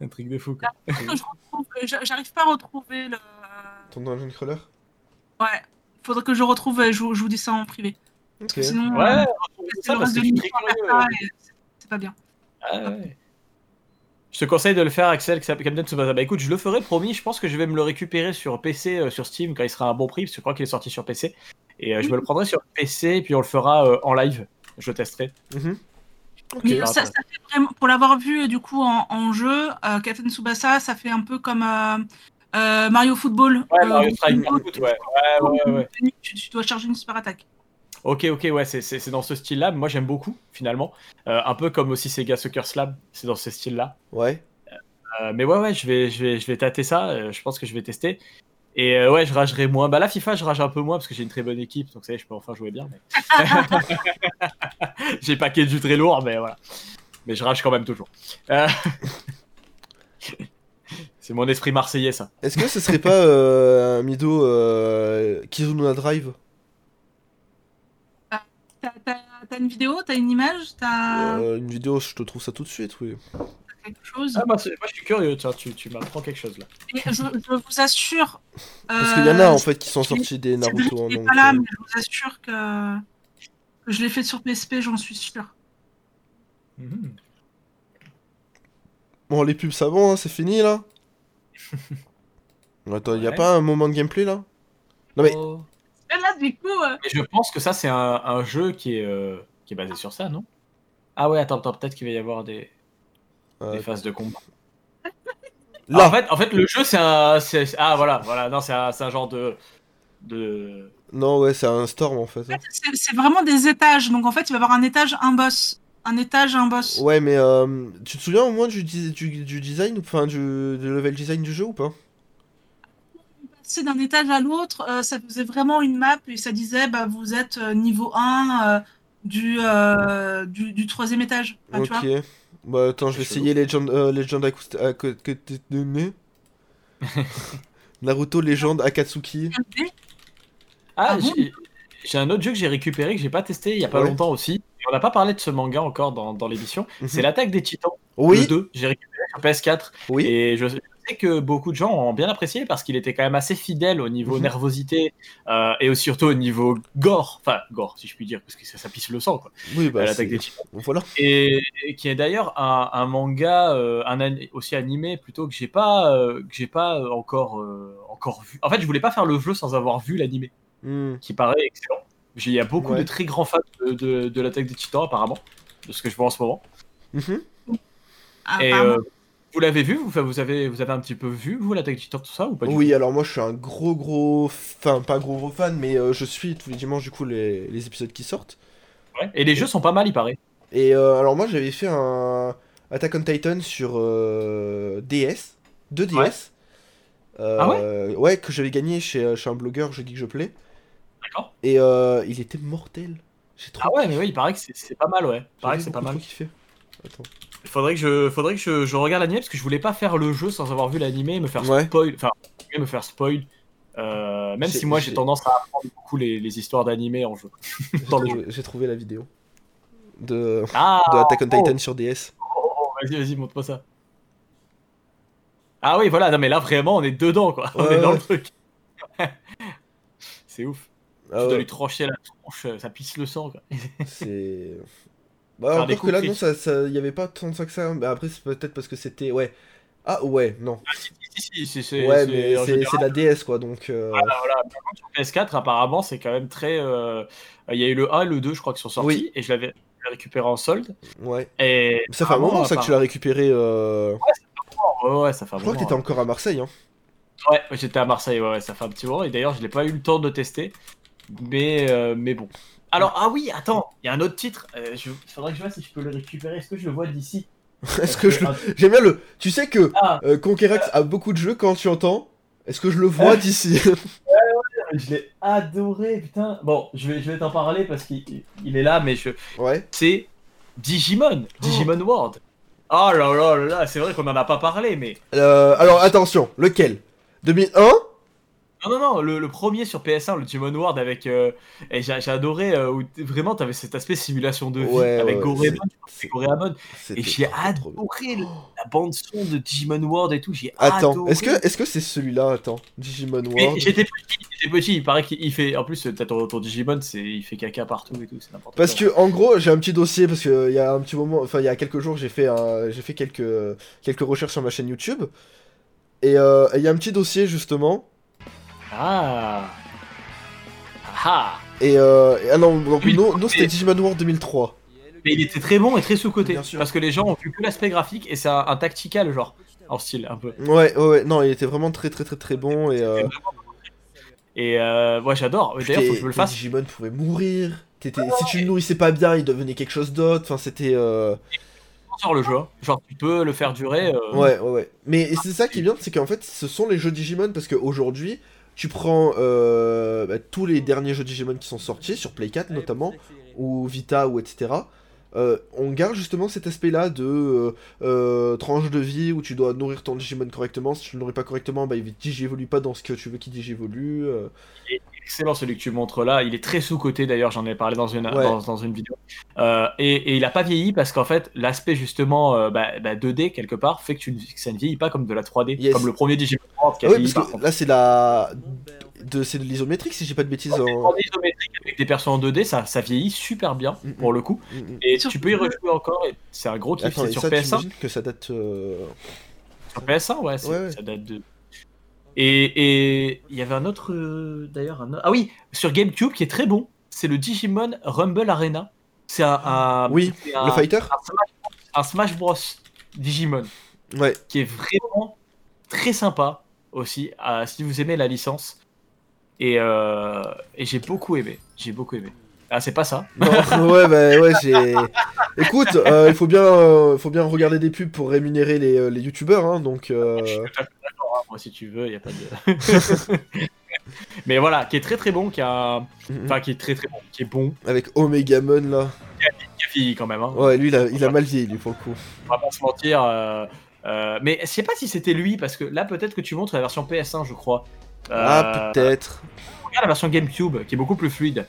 [SPEAKER 2] un truc de fou
[SPEAKER 3] Ah.
[SPEAKER 2] quoi.
[SPEAKER 3] Faut que j'a- J'arrive pas à retrouver le...
[SPEAKER 1] Ton dungeon crawler
[SPEAKER 3] Ouais, faudrait que je retrouve, euh, je, vous- je vous dis ça en privé.
[SPEAKER 1] Ok.
[SPEAKER 3] Parce que sinon, euh,
[SPEAKER 2] Ouais,
[SPEAKER 3] c'est
[SPEAKER 2] ça,
[SPEAKER 3] le
[SPEAKER 2] parce que je
[SPEAKER 3] reste de
[SPEAKER 2] suis
[SPEAKER 3] l'émission
[SPEAKER 2] très
[SPEAKER 3] à faire
[SPEAKER 2] curieux.
[SPEAKER 3] ça et c'est- c'est pas bien.
[SPEAKER 2] Ah ouais. Je te conseille de le faire, Axel, qui s'appelle Captain Tsubasa. Bah écoute, je le ferai, promis. Je pense que je vais me le récupérer sur PC, euh, sur Steam, quand il sera à un bon prix, parce que je crois qu'il est sorti sur PC. Et euh, je me le prendrai sur PC, et puis on le fera euh, en live. Je testerai.
[SPEAKER 1] Mhm.
[SPEAKER 3] Mais ça, ça fait vraiment, pour l'avoir vu euh, du coup en, en jeu, euh, Captain Tsubasa, ça fait un peu comme euh, euh, Mario Football.
[SPEAKER 2] Ouais, bah,
[SPEAKER 3] Euh,
[SPEAKER 2] Mario Strike,
[SPEAKER 3] où
[SPEAKER 2] écoute, ouais. Ouais, ouais, ouais.
[SPEAKER 3] tu, tu dois charger une super attaque.
[SPEAKER 2] Ok, ok, ouais, c'est- c'est c'est dans ce style-là. Moi, j'aime beaucoup, finalement. Euh, un peu comme aussi Sega Soccer Slab, c'est dans ce style-là.
[SPEAKER 1] Ouais.
[SPEAKER 2] Euh, mais ouais, ouais, je vais, je vais, je vais tâter ça. euh, je pense que je vais tester. Et euh, ouais, je ragerai moins. Bah, la FIFA, je rage un peu moins parce que j'ai une très bonne équipe. Donc, ça y est, je peux enfin jouer bien. mais- j'ai paquet du très lourd, mais voilà. Mais je rage quand même toujours. Euh, c'est mon esprit marseillais, ça.
[SPEAKER 1] Est-ce que ce serait pas euh, Mido euh, Kizuna Drive
[SPEAKER 3] T'as- T'as t'as une vidéo, t'as une image, t'as
[SPEAKER 1] Euh, Une vidéo, je te trouve ça tout de suite, oui.
[SPEAKER 3] quelque chose.
[SPEAKER 2] Ah, moi, c'est- moi, je suis curieux. Tiens, tu, tu m'apprends quelque chose là.
[SPEAKER 3] Et je, je vous assure.
[SPEAKER 1] Parce qu'il y en a
[SPEAKER 3] euh,
[SPEAKER 1] en fait qui sont
[SPEAKER 3] c'est-
[SPEAKER 1] sortis des
[SPEAKER 3] Cédric
[SPEAKER 1] Naruto. hein,
[SPEAKER 3] n'est
[SPEAKER 1] donc,
[SPEAKER 3] pas là,
[SPEAKER 1] euh,
[SPEAKER 3] mais je vous assure que, que je l'ai fait sur PSP, j'en suis sûr.
[SPEAKER 2] Mhm.
[SPEAKER 1] Bon, les pubs, ça va, hein, c'est fini là Attends, y a
[SPEAKER 2] Ouais.
[SPEAKER 1] pas un moment de gameplay là Non, mais-
[SPEAKER 2] Oh.
[SPEAKER 3] Et là, du coup, euh,
[SPEAKER 2] Mais je pense que ça, c'est un, un jeu qui est, euh, qui est basé sur ça, non Ah ouais, attends, attends peut-être qu'il va y avoir des,
[SPEAKER 1] Euh,
[SPEAKER 2] des phases de combat.
[SPEAKER 1] Là.
[SPEAKER 2] Ah, En, fait, en fait, le jeu, c'est un. c'est- Ah voilà, voilà, non, c'est un, c'est un genre de. de...
[SPEAKER 1] Non, ouais, c'est un storm en fait.
[SPEAKER 3] en
[SPEAKER 1] hein.
[SPEAKER 3] fait, c'est c'est vraiment des étages. Donc en fait, il va y avoir un étage, un boss. Un étage, un boss.
[SPEAKER 1] Ouais, mais euh, tu te souviens au moins du, di- du, du design, enfin du, du level design du jeu ou pas Oh.
[SPEAKER 3] Passer d'un étage à l'autre, euh, ça faisait vraiment une map et ça disait bah, vous êtes euh, niveau 1 euh, du, euh, du, du troisième étage. Enfin, Ah, tu vois.
[SPEAKER 1] Ok. Bah attends, je vais
[SPEAKER 2] C'est chelou.
[SPEAKER 1] essayer Legend, euh, Legend Acoust- Aco- que- que- de- né. Naruto Legend Akatsuki.
[SPEAKER 2] Ah,
[SPEAKER 3] Ah bon
[SPEAKER 2] j'ai- j'ai un autre jeu que j'ai récupéré, que j'ai pas testé il y a pas
[SPEAKER 1] Ouais. Mhm.
[SPEAKER 2] longtemps aussi. Et on n'a pas parlé de ce manga encore dans, dans l'émission. C'est l'attaque des titans. Le
[SPEAKER 1] Oui,
[SPEAKER 2] 2, j'ai récupéré sur PS4.
[SPEAKER 1] Oui.
[SPEAKER 2] Et je sais que beaucoup de gens ont bien apprécié parce qu'il était quand même assez fidèle au niveau
[SPEAKER 1] Mhm.
[SPEAKER 2] nervosité euh, et surtout au niveau gore. Enfin, gore, si je puis dire, parce que ça, ça pisse le sang, quoi.
[SPEAKER 1] oui,
[SPEAKER 2] à
[SPEAKER 1] bah
[SPEAKER 2] l'attaque
[SPEAKER 1] c'est-
[SPEAKER 2] des titans.
[SPEAKER 1] voilà.
[SPEAKER 2] Et, et qui est d'ailleurs un, un manga euh, un ani- aussi animé plutôt que j'ai pas, euh, que j'ai pas euh, encore, euh, encore vu. En fait, je voulais pas faire le jeu sans avoir vu l'animé,
[SPEAKER 1] Hmm.
[SPEAKER 2] qui paraît excellent. J'ai- Il y a beaucoup
[SPEAKER 1] Ouais.
[SPEAKER 2] de très grands fans de, de, de l'attaque des titans, apparemment, de ce que je vois en ce moment.
[SPEAKER 1] Mhm.
[SPEAKER 3] Ah,
[SPEAKER 2] Et
[SPEAKER 3] pardon.
[SPEAKER 2] euh, vous l'avez vu vous, vous avez vous avez un petit peu vu vous l'attaque du Titan tout ça ou pas du
[SPEAKER 1] Oui, alors moi je suis un gros gros, enfin pas gros gros fan, mais euh, je suis tous les dimanches du coup les, les épisodes qui sortent.
[SPEAKER 2] tout Ouais. Et les jeux sont pas mal il paraît.
[SPEAKER 1] Et euh, alors moi j'avais fait un Attack on Titan sur euh, DS, 2DS.
[SPEAKER 2] Ouais.
[SPEAKER 1] Euh,
[SPEAKER 2] Ah
[SPEAKER 1] ouais, que j'avais gagné chez, euh, chez un blogueur, je dis que je plais.
[SPEAKER 2] D'accord.
[SPEAKER 1] Et euh, il était mortel. J'ai trop
[SPEAKER 2] Ah ouais mais oui il paraît que c'est- c'est pas mal ouais. Il paraît que c'est pas mal.
[SPEAKER 1] kiffé. Attends.
[SPEAKER 2] Faudrait que je faudrait que je, je regarde l'animé parce que je voulais pas faire le jeu sans avoir vu l'animé et me faire
[SPEAKER 1] Ouais.
[SPEAKER 2] spoil enfin me faire spoil. Euh, même
[SPEAKER 1] J'ai-
[SPEAKER 2] si moi j'ai
[SPEAKER 1] j'ai-
[SPEAKER 2] tendance à apprendre beaucoup les, les histoires d'animé en jeu.
[SPEAKER 1] J'ai
[SPEAKER 2] Dans le
[SPEAKER 1] trouvé, j'ai trouvé la vidéo de,
[SPEAKER 2] Ah
[SPEAKER 1] de Attack on
[SPEAKER 2] oh.
[SPEAKER 1] Titan sur DS.
[SPEAKER 2] oh, vas-y vas-y montre-moi ça. Ah oui voilà non mais là vraiment on est dedans quoi. on
[SPEAKER 1] Ouais,
[SPEAKER 2] est dans le
[SPEAKER 1] ouais.
[SPEAKER 2] truc. c'est ouf.
[SPEAKER 1] Ah
[SPEAKER 2] tu dois
[SPEAKER 1] ouais,
[SPEAKER 2] lui trancher la tronche euh, ça pisse le sang quoi.
[SPEAKER 1] c'est. Bah,
[SPEAKER 2] Faire des
[SPEAKER 1] encore que
[SPEAKER 2] coups
[SPEAKER 1] là, non,
[SPEAKER 2] critiques.
[SPEAKER 1] ça, ça, y avait pas tant de ça que ça. Bah, après, c'est peut-être parce que c'était. Ouais. Ah, ouais, non.
[SPEAKER 2] Si, si, si, c'est-
[SPEAKER 1] Ouais,
[SPEAKER 2] c'est-
[SPEAKER 1] mais
[SPEAKER 2] en
[SPEAKER 1] c'est
[SPEAKER 2] général,
[SPEAKER 1] c'est la DS, quoi, donc. euh,
[SPEAKER 2] sur PS4, apparemment, c'est quand même très. euh, Il y a eu le 1 et le 2, je crois, qui sont sortis,
[SPEAKER 1] Oui.
[SPEAKER 2] et je l'avais je l'ai récupéré en solde.
[SPEAKER 1] Ouais.
[SPEAKER 2] Et
[SPEAKER 1] Ça fait un moment, ça, que tu l'as récupéré. euh,
[SPEAKER 2] l'as. Ouais, ouais, ça fait
[SPEAKER 1] Ah,
[SPEAKER 2] un
[SPEAKER 1] Je crois que
[SPEAKER 2] moment,
[SPEAKER 1] t'étais encore à Marseille, hein.
[SPEAKER 2] hein. Ouais, j'étais à Marseille, ouais, ouais, ça fait un petit moment, et d'ailleurs, je n'ai pas eu le temps de tester, mais, euh, mais bon. Alors, ah oui, attends, il y a un autre titre, euh, je... faudrait que je vois si je peux le récupérer, est-ce que je le vois d'ici
[SPEAKER 1] Est-ce que je le-
[SPEAKER 2] Ah,
[SPEAKER 1] J'aime bien le. Tu sais que
[SPEAKER 2] Ah.
[SPEAKER 1] euh, Conquerax a beaucoup de jeux quand tu entends. Est-ce que je le
[SPEAKER 2] Ah.
[SPEAKER 1] vois d'ici
[SPEAKER 2] Je l'ai adoré, putain. Bon, je vais, je vais t'en parler parce qu'il il est là, mais je,
[SPEAKER 1] Ouais.
[SPEAKER 2] c'est Digimon, Digimon World. Oh là là là là, c'est vrai qu'on en a pas parlé, mais.
[SPEAKER 1] Euh, alors attention, lequel 2001
[SPEAKER 2] Non, non, non, le, le premier sur PS1, le Digimon World, avec. euh, et j'ai j'ai adoré, euh, où t- vraiment, t'avais cet aspect simulation de vie
[SPEAKER 1] Ouais,
[SPEAKER 2] avec
[SPEAKER 1] ouais,
[SPEAKER 2] Goreamon,
[SPEAKER 1] c'est-
[SPEAKER 2] tu Goreamon.
[SPEAKER 1] C'était
[SPEAKER 2] Et j'ai
[SPEAKER 1] trop, trop
[SPEAKER 2] adoré
[SPEAKER 1] bien.
[SPEAKER 2] la, bande-son de Digimon World et tout, j'ai
[SPEAKER 1] Attends,
[SPEAKER 2] adoré.
[SPEAKER 1] est-ce que est-ce que c'est celui-là Attends, Digimon
[SPEAKER 2] Mais
[SPEAKER 1] World.
[SPEAKER 2] J'étais petit, j'étais petit, il paraît qu'il il fait. En plus, t'as ton, ton Digimon, c'est- il fait caca partout et tout, c'est n'importe quoi.
[SPEAKER 1] Parce que en gros, j'ai un petit dossier parce que euh, il y a un petit moment, enfin il y a quelques jours, j'ai fait un- j'ai fait quelques quelques recherches sur ma chaîne YouTube et euh, et il y a un petit dossier justement
[SPEAKER 2] Ah Ah Ah
[SPEAKER 1] et, euh, et- ah non donc
[SPEAKER 2] Oui,
[SPEAKER 1] non, non, c'était
[SPEAKER 2] mais-
[SPEAKER 1] Digimon World 2003.
[SPEAKER 2] Mais il était très bon et très sous-côté.
[SPEAKER 1] Bien sûr.
[SPEAKER 2] Parce que les gens ont vu que l'aspect graphique et c'est un, un tactical, genre, en style un peu.
[SPEAKER 1] Ouais, ouais, ouais, non, il était vraiment très très très très bon et. euh,
[SPEAKER 2] Et euh, moi j'adore. D'ailleurs, faut que je
[SPEAKER 1] putain,
[SPEAKER 2] me le
[SPEAKER 1] les
[SPEAKER 2] fasse.
[SPEAKER 1] Digimon pouvaient mourir. T'étais- si tu le nourrissais pas bien, il devenait quelque chose d'autre. Enfin, c'était. euh,
[SPEAKER 2] Sur le jeu, hein. genre tu peux le faire durer. euh,
[SPEAKER 1] Ouais, ouais, ouais. Mais c'est ça qui est bien, c'est qu'en fait, ce sont les jeux Digimon parce qu'aujourd'hui, tu prends euh, bah, tous les derniers jeux Digimon qui sont sortis, sur Play 4 notamment, ou Vita, ou etc. euh, on garde justement cet aspect-là de euh, euh, tranche de vie où tu dois nourrir ton Digimon correctement. Si tu le nourris pas correctement, bah, il digévolue pas dans ce que tu veux qu'il digévolue. euh.
[SPEAKER 2] Excellent celui que tu montres là. Il est très sous-côté d'ailleurs, j'en ai parlé dans une,
[SPEAKER 1] Ouais.
[SPEAKER 2] dans, dans une vidéo. Euh, et, et il a pas vieilli parce qu'en fait, l'aspect justement euh, bah, bah, 2D quelque part fait que, tu, ne- que ça ne vieillit pas comme de la 3D.
[SPEAKER 1] Yes.
[SPEAKER 2] Comme le premier Digimon 30 qui a
[SPEAKER 1] Ah ouais,
[SPEAKER 2] vieilli
[SPEAKER 1] parce
[SPEAKER 2] par
[SPEAKER 1] que là, c'est la. De, c'est de l'isométrique, si j'ai pas de bêtises. hein.
[SPEAKER 2] contre.
[SPEAKER 1] en-
[SPEAKER 2] 3D isométrique avec des persos en 2D, ça, ça vieillit super bien
[SPEAKER 1] Mm,
[SPEAKER 2] pour le coup.
[SPEAKER 1] Mm, mm.
[SPEAKER 2] Et
[SPEAKER 3] Surtout
[SPEAKER 2] tu peux y
[SPEAKER 3] que-
[SPEAKER 2] rejouer encore et c'est un gros kiff.
[SPEAKER 1] Attends,
[SPEAKER 2] C'est
[SPEAKER 1] et
[SPEAKER 2] sur
[SPEAKER 1] ça,
[SPEAKER 2] PS1.
[SPEAKER 1] t'imagines que ça date. euh,
[SPEAKER 2] Sur PS1, ouais, c'est-
[SPEAKER 1] Ouais, ouais.
[SPEAKER 2] ça date de. Et et il y avait un autre, euh, d'ailleurs, un autre- Ah oui, sur GameCube qui est très bon, c'est le Digimon Rumble Arena. C'est un, un-
[SPEAKER 1] Oui,
[SPEAKER 2] c'est un,
[SPEAKER 1] Le Fighter
[SPEAKER 2] un Smash, un Smash Bros Digimon
[SPEAKER 1] Ouais.
[SPEAKER 2] qui est vraiment très sympa aussi, euh, si vous aimez la licence. Et, euh, et j'ai beaucoup aimé, j'ai beaucoup aimé. Ah, c'est pas ça.
[SPEAKER 1] Non, ouais, bah ouais, j'ai. Écoute, euh, il faut bien, euh, faut bien regarder des pubs pour rémunérer les, euh, les youtubeurs, hein, donc. euh,
[SPEAKER 2] Je suis tout à fait d'accord, hein. moi si tu veux, il y a pas de. Mais voilà, qui est très très bon, qui
[SPEAKER 1] Mm.
[SPEAKER 2] a, enfin qui est très très bon, qui est bon,
[SPEAKER 1] Avec Omegamon là.
[SPEAKER 2] qui a vieilli quand même. Hein.
[SPEAKER 1] Ouais, lui, il a, il a mal vieilli, lui, pour le coup.
[SPEAKER 2] On va pas se mentir. euh, euh, mais je sais pas si c'était lui parce que là peut-être que tu montres la version PS1, je crois. Euh,
[SPEAKER 1] Ah, peut-être.
[SPEAKER 2] Regarde la version GameCube qui est beaucoup plus fluide,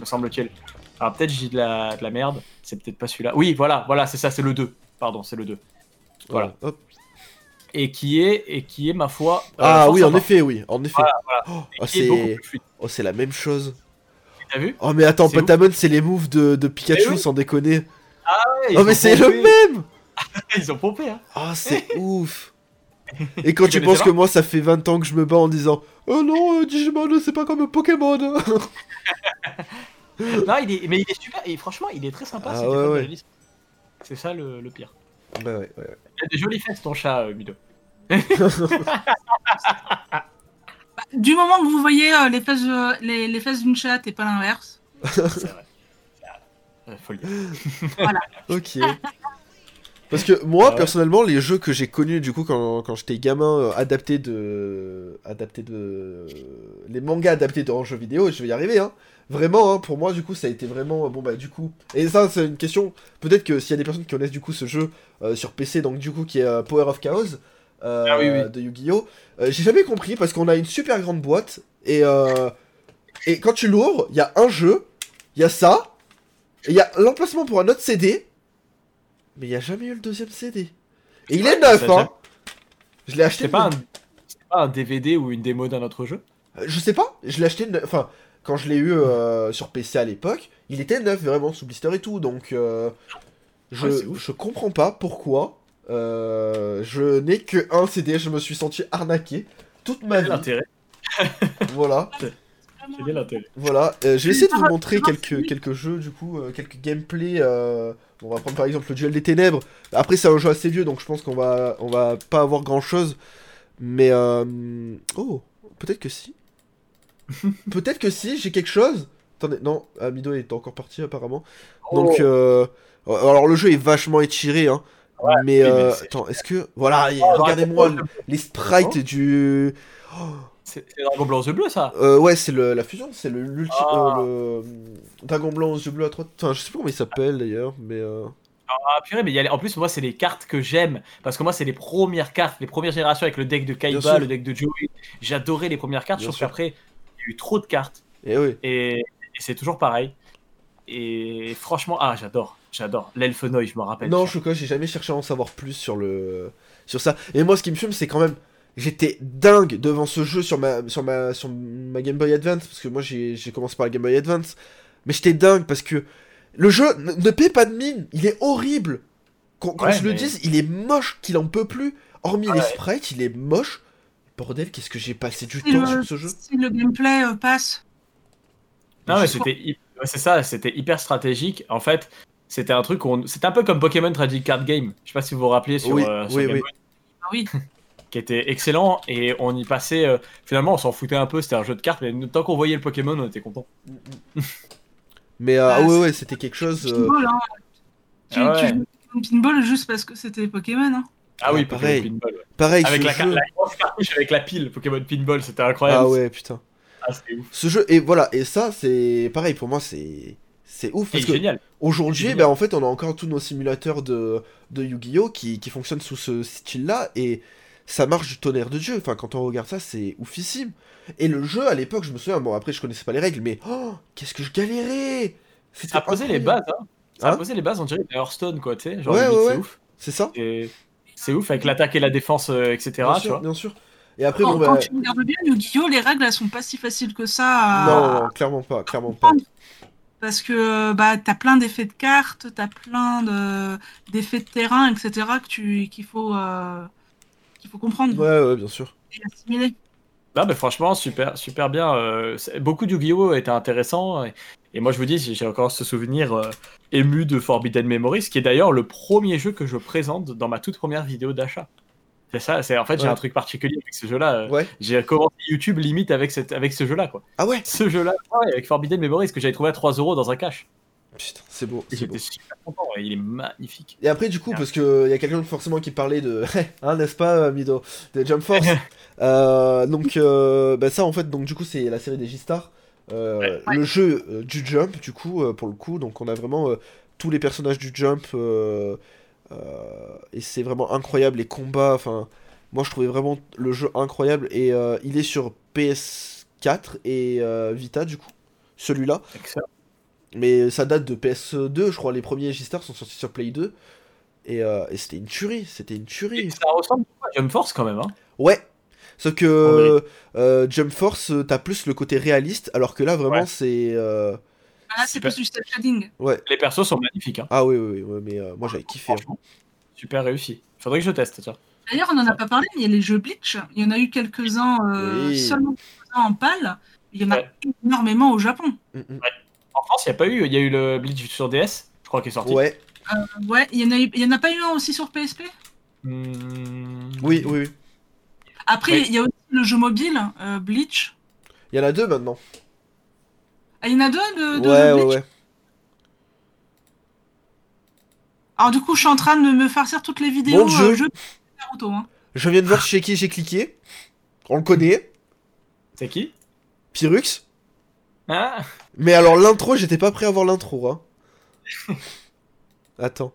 [SPEAKER 2] me semble-t-il. Alors peut-être j'ai de la, de la merde. C'est peut-être pas celui-là. Oui, voilà, voilà, c'est ça, c'est le 2. Pardon, c'est le 2. Voilà.
[SPEAKER 1] Ouais,
[SPEAKER 2] Euh,
[SPEAKER 1] hop.
[SPEAKER 2] Et qui est, et qui est ma foi. euh,
[SPEAKER 1] Ah,
[SPEAKER 2] fort
[SPEAKER 1] oui, en
[SPEAKER 2] sympa.
[SPEAKER 1] effet, oui, en effet.
[SPEAKER 2] Et
[SPEAKER 1] Oh,
[SPEAKER 2] qui est beaucoup
[SPEAKER 1] c'est
[SPEAKER 2] plus fluide.
[SPEAKER 1] oh, c'est la même chose.
[SPEAKER 2] T'as vu
[SPEAKER 1] Oh, mais attends,
[SPEAKER 2] C'est ouf.
[SPEAKER 1] Patamon, c'est les moves de, de Pikachu,
[SPEAKER 2] Eh oui.
[SPEAKER 1] sans déconner.
[SPEAKER 2] Ouais, ils
[SPEAKER 1] Oh, mais
[SPEAKER 2] ont
[SPEAKER 1] c'est le
[SPEAKER 2] pompé-
[SPEAKER 1] même
[SPEAKER 2] Ils ont pompé, hein.
[SPEAKER 1] Ah, c'est ouf Et quand
[SPEAKER 2] Tu
[SPEAKER 1] tu
[SPEAKER 2] connaissais
[SPEAKER 1] penses
[SPEAKER 2] pas
[SPEAKER 1] que moi, ça fait 20 ans que je me bats en disant Oh non, euh, Digimon, c'est pas comme Pokémon
[SPEAKER 2] Non, il est, mais il est super, et franchement, il est très sympa.
[SPEAKER 1] Ah
[SPEAKER 2] c'est des
[SPEAKER 1] ouais,
[SPEAKER 2] fois,
[SPEAKER 1] ouais.
[SPEAKER 2] je lis- C'est ça le, le pire.
[SPEAKER 1] Bah ouais, ouais.
[SPEAKER 2] Il a des jolies fesses, ton chat, euh, Mido.
[SPEAKER 3] Du moment que vous voyez euh, les fesses, euh, les, les fesses d'une chatte et pas l'inverse.
[SPEAKER 2] C'est vrai. Euh, faut le dire.
[SPEAKER 1] Ok. Parce que moi,
[SPEAKER 2] Ah ouais.
[SPEAKER 1] personnellement, les jeux que j'ai connus, du coup, quand, quand j'étais gamin, euh, adaptés de... adaptés de... Les mangas adaptés de en jeux vidéo, je vais y arriver, hein. Vraiment, hein, pour moi, du coup, ça a été vraiment... euh, Bon, bah, du coup... Et ça, c'est une question... Peut-être que s'il y a des personnes qui connaissent, du coup, ce jeu euh, sur PC, donc, du coup, qui est euh, Power of Chaos, euh,
[SPEAKER 2] Ah oui, oui.
[SPEAKER 1] de Yu-Gi-Oh! euh, j'ai jamais compris, parce qu'on a une super grande boîte, et... euh, Et quand tu l'ouvres, il y a un jeu, il y a ça, et il y a l'emplacement pour un autre CD, mais il n'y a jamais eu le deuxième CD. Et il est
[SPEAKER 2] Ouais,
[SPEAKER 1] neuf,
[SPEAKER 2] ça,
[SPEAKER 1] hein Je l'ai acheté.
[SPEAKER 2] C'est pas, un...
[SPEAKER 1] neuf.
[SPEAKER 2] c'est pas un DVD ou une démo d'un autre jeu
[SPEAKER 1] Euh, Je sais pas, je l'ai acheté. neuf. Enfin, quand je l'ai eu euh, sur PC à l'époque, il était neuf vraiment sous blister et tout. Donc, euh, je,
[SPEAKER 2] Ouais, c'est ouf.
[SPEAKER 1] je comprends pas pourquoi euh, je n'ai que un CD. Je me suis senti arnaqué toute ma
[SPEAKER 2] Quel
[SPEAKER 1] vie.
[SPEAKER 2] intérêt
[SPEAKER 1] voilà,
[SPEAKER 2] Quel est l'intérêt
[SPEAKER 1] voilà. Euh, je vais essayer de vous
[SPEAKER 3] Ah,
[SPEAKER 1] montrer
[SPEAKER 3] non,
[SPEAKER 1] quelques,
[SPEAKER 3] oui.
[SPEAKER 1] quelques jeux du coup, euh, quelques gameplay. euh, On va prendre par exemple le duel des ténèbres. Après c'est un jeu assez vieux donc je pense qu'on va on va pas avoir grand chose. Mais euh, oh peut-être que si. peut-être que si j'ai quelque chose. Attendez non Amido est encore parti apparemment.
[SPEAKER 2] Oh.
[SPEAKER 1] Donc euh, alors le jeu est vachement étiré hein. mais,
[SPEAKER 2] oui, mais
[SPEAKER 1] euh,
[SPEAKER 2] c'est-
[SPEAKER 1] attends est-ce que voilà
[SPEAKER 2] Oh,
[SPEAKER 1] regardez-moi
[SPEAKER 2] Dragon Ball,
[SPEAKER 1] les sprites du
[SPEAKER 2] C'est c'est Dragon Blanc yeux bleus, ça
[SPEAKER 1] euh, ouais, c'est le- la fusion, c'est le, l'ulti-
[SPEAKER 2] Ah.
[SPEAKER 1] euh, le dragon blanc aux yeux bleus à trois. Enfin, je sais plus comment il s'appelle d'ailleurs, mais euh,
[SPEAKER 2] Ah purée, mais il y a les- en plus, moi, c'est les cartes que j'aime. Parce que moi, c'est les premières cartes, les premières générations avec le deck de
[SPEAKER 1] Bien sûr.
[SPEAKER 2] Kaiba, le deck de Joey. J'adorais les premières cartes,
[SPEAKER 1] Bien
[SPEAKER 2] sauf
[SPEAKER 1] sûr.
[SPEAKER 2] qu'après, il y a eu trop de cartes.
[SPEAKER 1] eh oui.
[SPEAKER 2] Et, et c'est toujours pareil. Et franchement, ah, j'adore, j'adore. L'elfe Noy, je m'en rappelle.
[SPEAKER 1] Non, je j'ai jamais cherché à en savoir plus sur le sur ça. Et moi, ce qui me fume, c'est quand même, j'étais dingue devant ce jeu sur ma sur ma sur ma Game Boy Advance parce que moi j'ai j'ai commencé par la Game Boy Advance, mais j'étais dingue parce que le jeu ne, ne paie pas de mine, il est horrible. Quand, quand
[SPEAKER 2] Ouais,
[SPEAKER 1] je le
[SPEAKER 2] mais-
[SPEAKER 1] dis, il est moche, qu'il en peut plus. Hormis les sprites, il est moche. Bordel, qu'est-ce que j'ai passé du
[SPEAKER 3] Et
[SPEAKER 1] temps
[SPEAKER 3] le-
[SPEAKER 1] sur ce jeu.
[SPEAKER 3] Si le gameplay euh, passe,
[SPEAKER 2] Non, mais
[SPEAKER 1] Je-
[SPEAKER 2] c'était, hy- ouais, c'est ça, c'était hyper stratégique. En fait, C'était un truc, où on... c'était un peu comme Pokémon Tragic Card Game. Je sais pas si vous vous rappelez sur,
[SPEAKER 1] Oui,
[SPEAKER 2] euh, sur
[SPEAKER 1] oui,
[SPEAKER 2] Game
[SPEAKER 1] oui.
[SPEAKER 2] Boy. qui était excellent et on y passait. euh, finalement, on s'en foutait un peu. C'était un jeu de cartes, mais nous, tant qu'on voyait le Pokémon, on était content.
[SPEAKER 1] Mais euh, ah
[SPEAKER 3] Ouais,
[SPEAKER 1] ouais,
[SPEAKER 3] c'est-
[SPEAKER 1] ouais, c'était quelque chose. euh,
[SPEAKER 3] Pinball, hein. Tu,
[SPEAKER 2] Ah ouais.
[SPEAKER 3] tu jouais au pinball juste parce que c'était Pokémon. Hein.
[SPEAKER 2] Ah oui,
[SPEAKER 1] Ouais,
[SPEAKER 2] Pokémon
[SPEAKER 1] pareil.
[SPEAKER 2] Pinball. ouais.
[SPEAKER 1] Pareil,
[SPEAKER 2] Avec
[SPEAKER 1] ce
[SPEAKER 2] la,
[SPEAKER 1] jeu.
[SPEAKER 2] la grosse cartouche avec la pile Pokémon Pinball, c'était incroyable.
[SPEAKER 1] Ah ouais, putain.
[SPEAKER 2] Ah, c'était ouf.
[SPEAKER 1] Ce jeu, et voilà, et ça, c'est pareil pour moi, c'est. C'est ouf
[SPEAKER 2] Et
[SPEAKER 1] parce que
[SPEAKER 2] génial.
[SPEAKER 1] aujourd'hui,
[SPEAKER 2] génial.
[SPEAKER 1] ben, en fait, on a encore tous nos simulateurs de, de Yu-Gi-Oh! Qui, qui fonctionnent sous ce style-là et ça marche du tonnerre de Dieu. Enfin, quand on regarde ça, c'est oufissime. Et le jeu, à l'époque, je me souviens, bon, après, je connaissais pas les règles, mais oh, qu'est-ce que je galérais! C'était
[SPEAKER 2] Ça posait les
[SPEAKER 1] incroyable.
[SPEAKER 2] bases. Hein. Ça
[SPEAKER 1] Hein
[SPEAKER 2] posait les bases, on dirait Hearthstone, quoi, tu sais. Genre,
[SPEAKER 1] Ouais,
[SPEAKER 2] limite,
[SPEAKER 1] ouais,
[SPEAKER 2] c'est
[SPEAKER 1] ouais.
[SPEAKER 2] ouf.
[SPEAKER 1] C'est ça?
[SPEAKER 2] Et C'est ouf avec l'attaque et la défense, euh, etc.
[SPEAKER 1] Bien
[SPEAKER 2] tu
[SPEAKER 1] sûr,
[SPEAKER 2] vois.
[SPEAKER 1] bien sûr. Et après,
[SPEAKER 3] Quand,
[SPEAKER 1] bon, ben.
[SPEAKER 3] quand tu regardes bien Yu-Gi-Oh, les règles elles sont pas si faciles que ça. à-
[SPEAKER 1] ben, Non, non, clairement pas, clairement pas.
[SPEAKER 3] Parce que bah, t'as plein d'effets de cartes, t'as plein de- d'effets de, terrain, etc. que tu- qu'il faut, euh, qu'il faut comprendre
[SPEAKER 1] Ouais, ouais, bien sûr.
[SPEAKER 3] et assimiler.
[SPEAKER 2] Non, mais franchement, super, super bien. euh, c'est- beaucoup de Yu-Gi-Oh! était intéressant. Et, et moi, je vous dis, j'ai j'ai encore ce souvenir euh, ému de Forbidden Memories, qui est d'ailleurs le premier jeu que je présente dans ma toute première vidéo d'achat. C'est ça, c'est en fait, j'ai
[SPEAKER 1] Ouais.
[SPEAKER 2] un truc particulier avec ce jeu-là. euh,
[SPEAKER 1] Ouais.
[SPEAKER 2] J'ai commencé YouTube limite avec, cette, avec ce jeu-là, quoi.
[SPEAKER 1] Ah ouais?
[SPEAKER 2] Ce jeu-là, ouais, avec Forbidden Memories, que j'avais trouvé à 3 euros dans un cash.
[SPEAKER 1] Putain, c'est beau,
[SPEAKER 2] Et
[SPEAKER 1] c'est beau.
[SPEAKER 2] J'étais super content, et il est magnifique.
[SPEAKER 1] Et après, du coup, parce qu'il y a quelqu'un forcément qui parlait de. hein, n'est-ce pas, euh, Mido De Jump Force. Euh, donc, euh, bah, ça, en fait, donc du coup, c'est la série des G-Stars. Euh, Le jeu euh, du Jump, du coup, euh, pour le coup. Donc, on a vraiment euh, tous les personnages du Jump. euh, euh, et c'est vraiment incroyable, les combats. Enfin, moi, je trouvais vraiment le jeu incroyable. Et euh, il est sur PS4 et euh, Vita, du coup. Celui-là.
[SPEAKER 2] Excellent.
[SPEAKER 1] Mais ça date de PS2, je crois. Les premiers G-Stars sont sortis sur Play 2. Et, euh, et c'était une tuerie, c'était une tuerie.
[SPEAKER 2] Ça ressemble beaucoup à Jump Force quand même. Hein.
[SPEAKER 1] Ouais. Sauf
[SPEAKER 2] En
[SPEAKER 1] que euh, Jump Force, euh, t'as plus le côté réaliste, alors que là, vraiment,
[SPEAKER 2] Ouais.
[SPEAKER 1] c'est. euh,
[SPEAKER 3] Bah, Là, c'est
[SPEAKER 2] Super.
[SPEAKER 3] plus du cel shading.
[SPEAKER 2] Les persos sont magnifiques, hein.
[SPEAKER 1] Ah oui, oui, oui, ouais, mais euh, moi j'avais kiffé. hein.
[SPEAKER 2] franchement. Super réussi. Faudrait que je teste, tiens.
[SPEAKER 3] D'ailleurs, on n'en a pas parlé, mais il y a les jeux Bleach. Il y en a eu quelques-uns, euh,
[SPEAKER 1] Oui.
[SPEAKER 3] seulement quelques-uns en pâle. Il y en a
[SPEAKER 2] Ouais.
[SPEAKER 3] énormément au Japon.
[SPEAKER 1] Mm, mm.
[SPEAKER 2] En France, il n'y a pas eu. Il y a eu le Bleach sur DS, je crois, qui est sorti.
[SPEAKER 1] Ouais,
[SPEAKER 3] Ouais, il y en a, eu- il y en a pas eu un aussi sur PSP.
[SPEAKER 2] Hmm.
[SPEAKER 1] oui, oui, oui.
[SPEAKER 3] Après,
[SPEAKER 2] Ouais.
[SPEAKER 3] il y a aussi le jeu mobile, euh, Bleach.
[SPEAKER 1] Il y en a deux maintenant.
[SPEAKER 3] Ah, il y en a deux de, de
[SPEAKER 1] ouais,
[SPEAKER 3] jeux
[SPEAKER 1] ouais,
[SPEAKER 3] Bleach
[SPEAKER 1] ouais.
[SPEAKER 3] Alors, du coup, je suis en train de me farcir toutes les vidéos.
[SPEAKER 1] Bon jeu.
[SPEAKER 3] euh, jeux Naruto, hein.
[SPEAKER 1] Je viens de voir chez qui j'ai cliqué. On le connaît,
[SPEAKER 2] C'est qui
[SPEAKER 1] Pyrux.
[SPEAKER 2] Hein
[SPEAKER 1] Mais alors, l'intro, j'étais pas prêt à voir l'intro. Hein. Attends.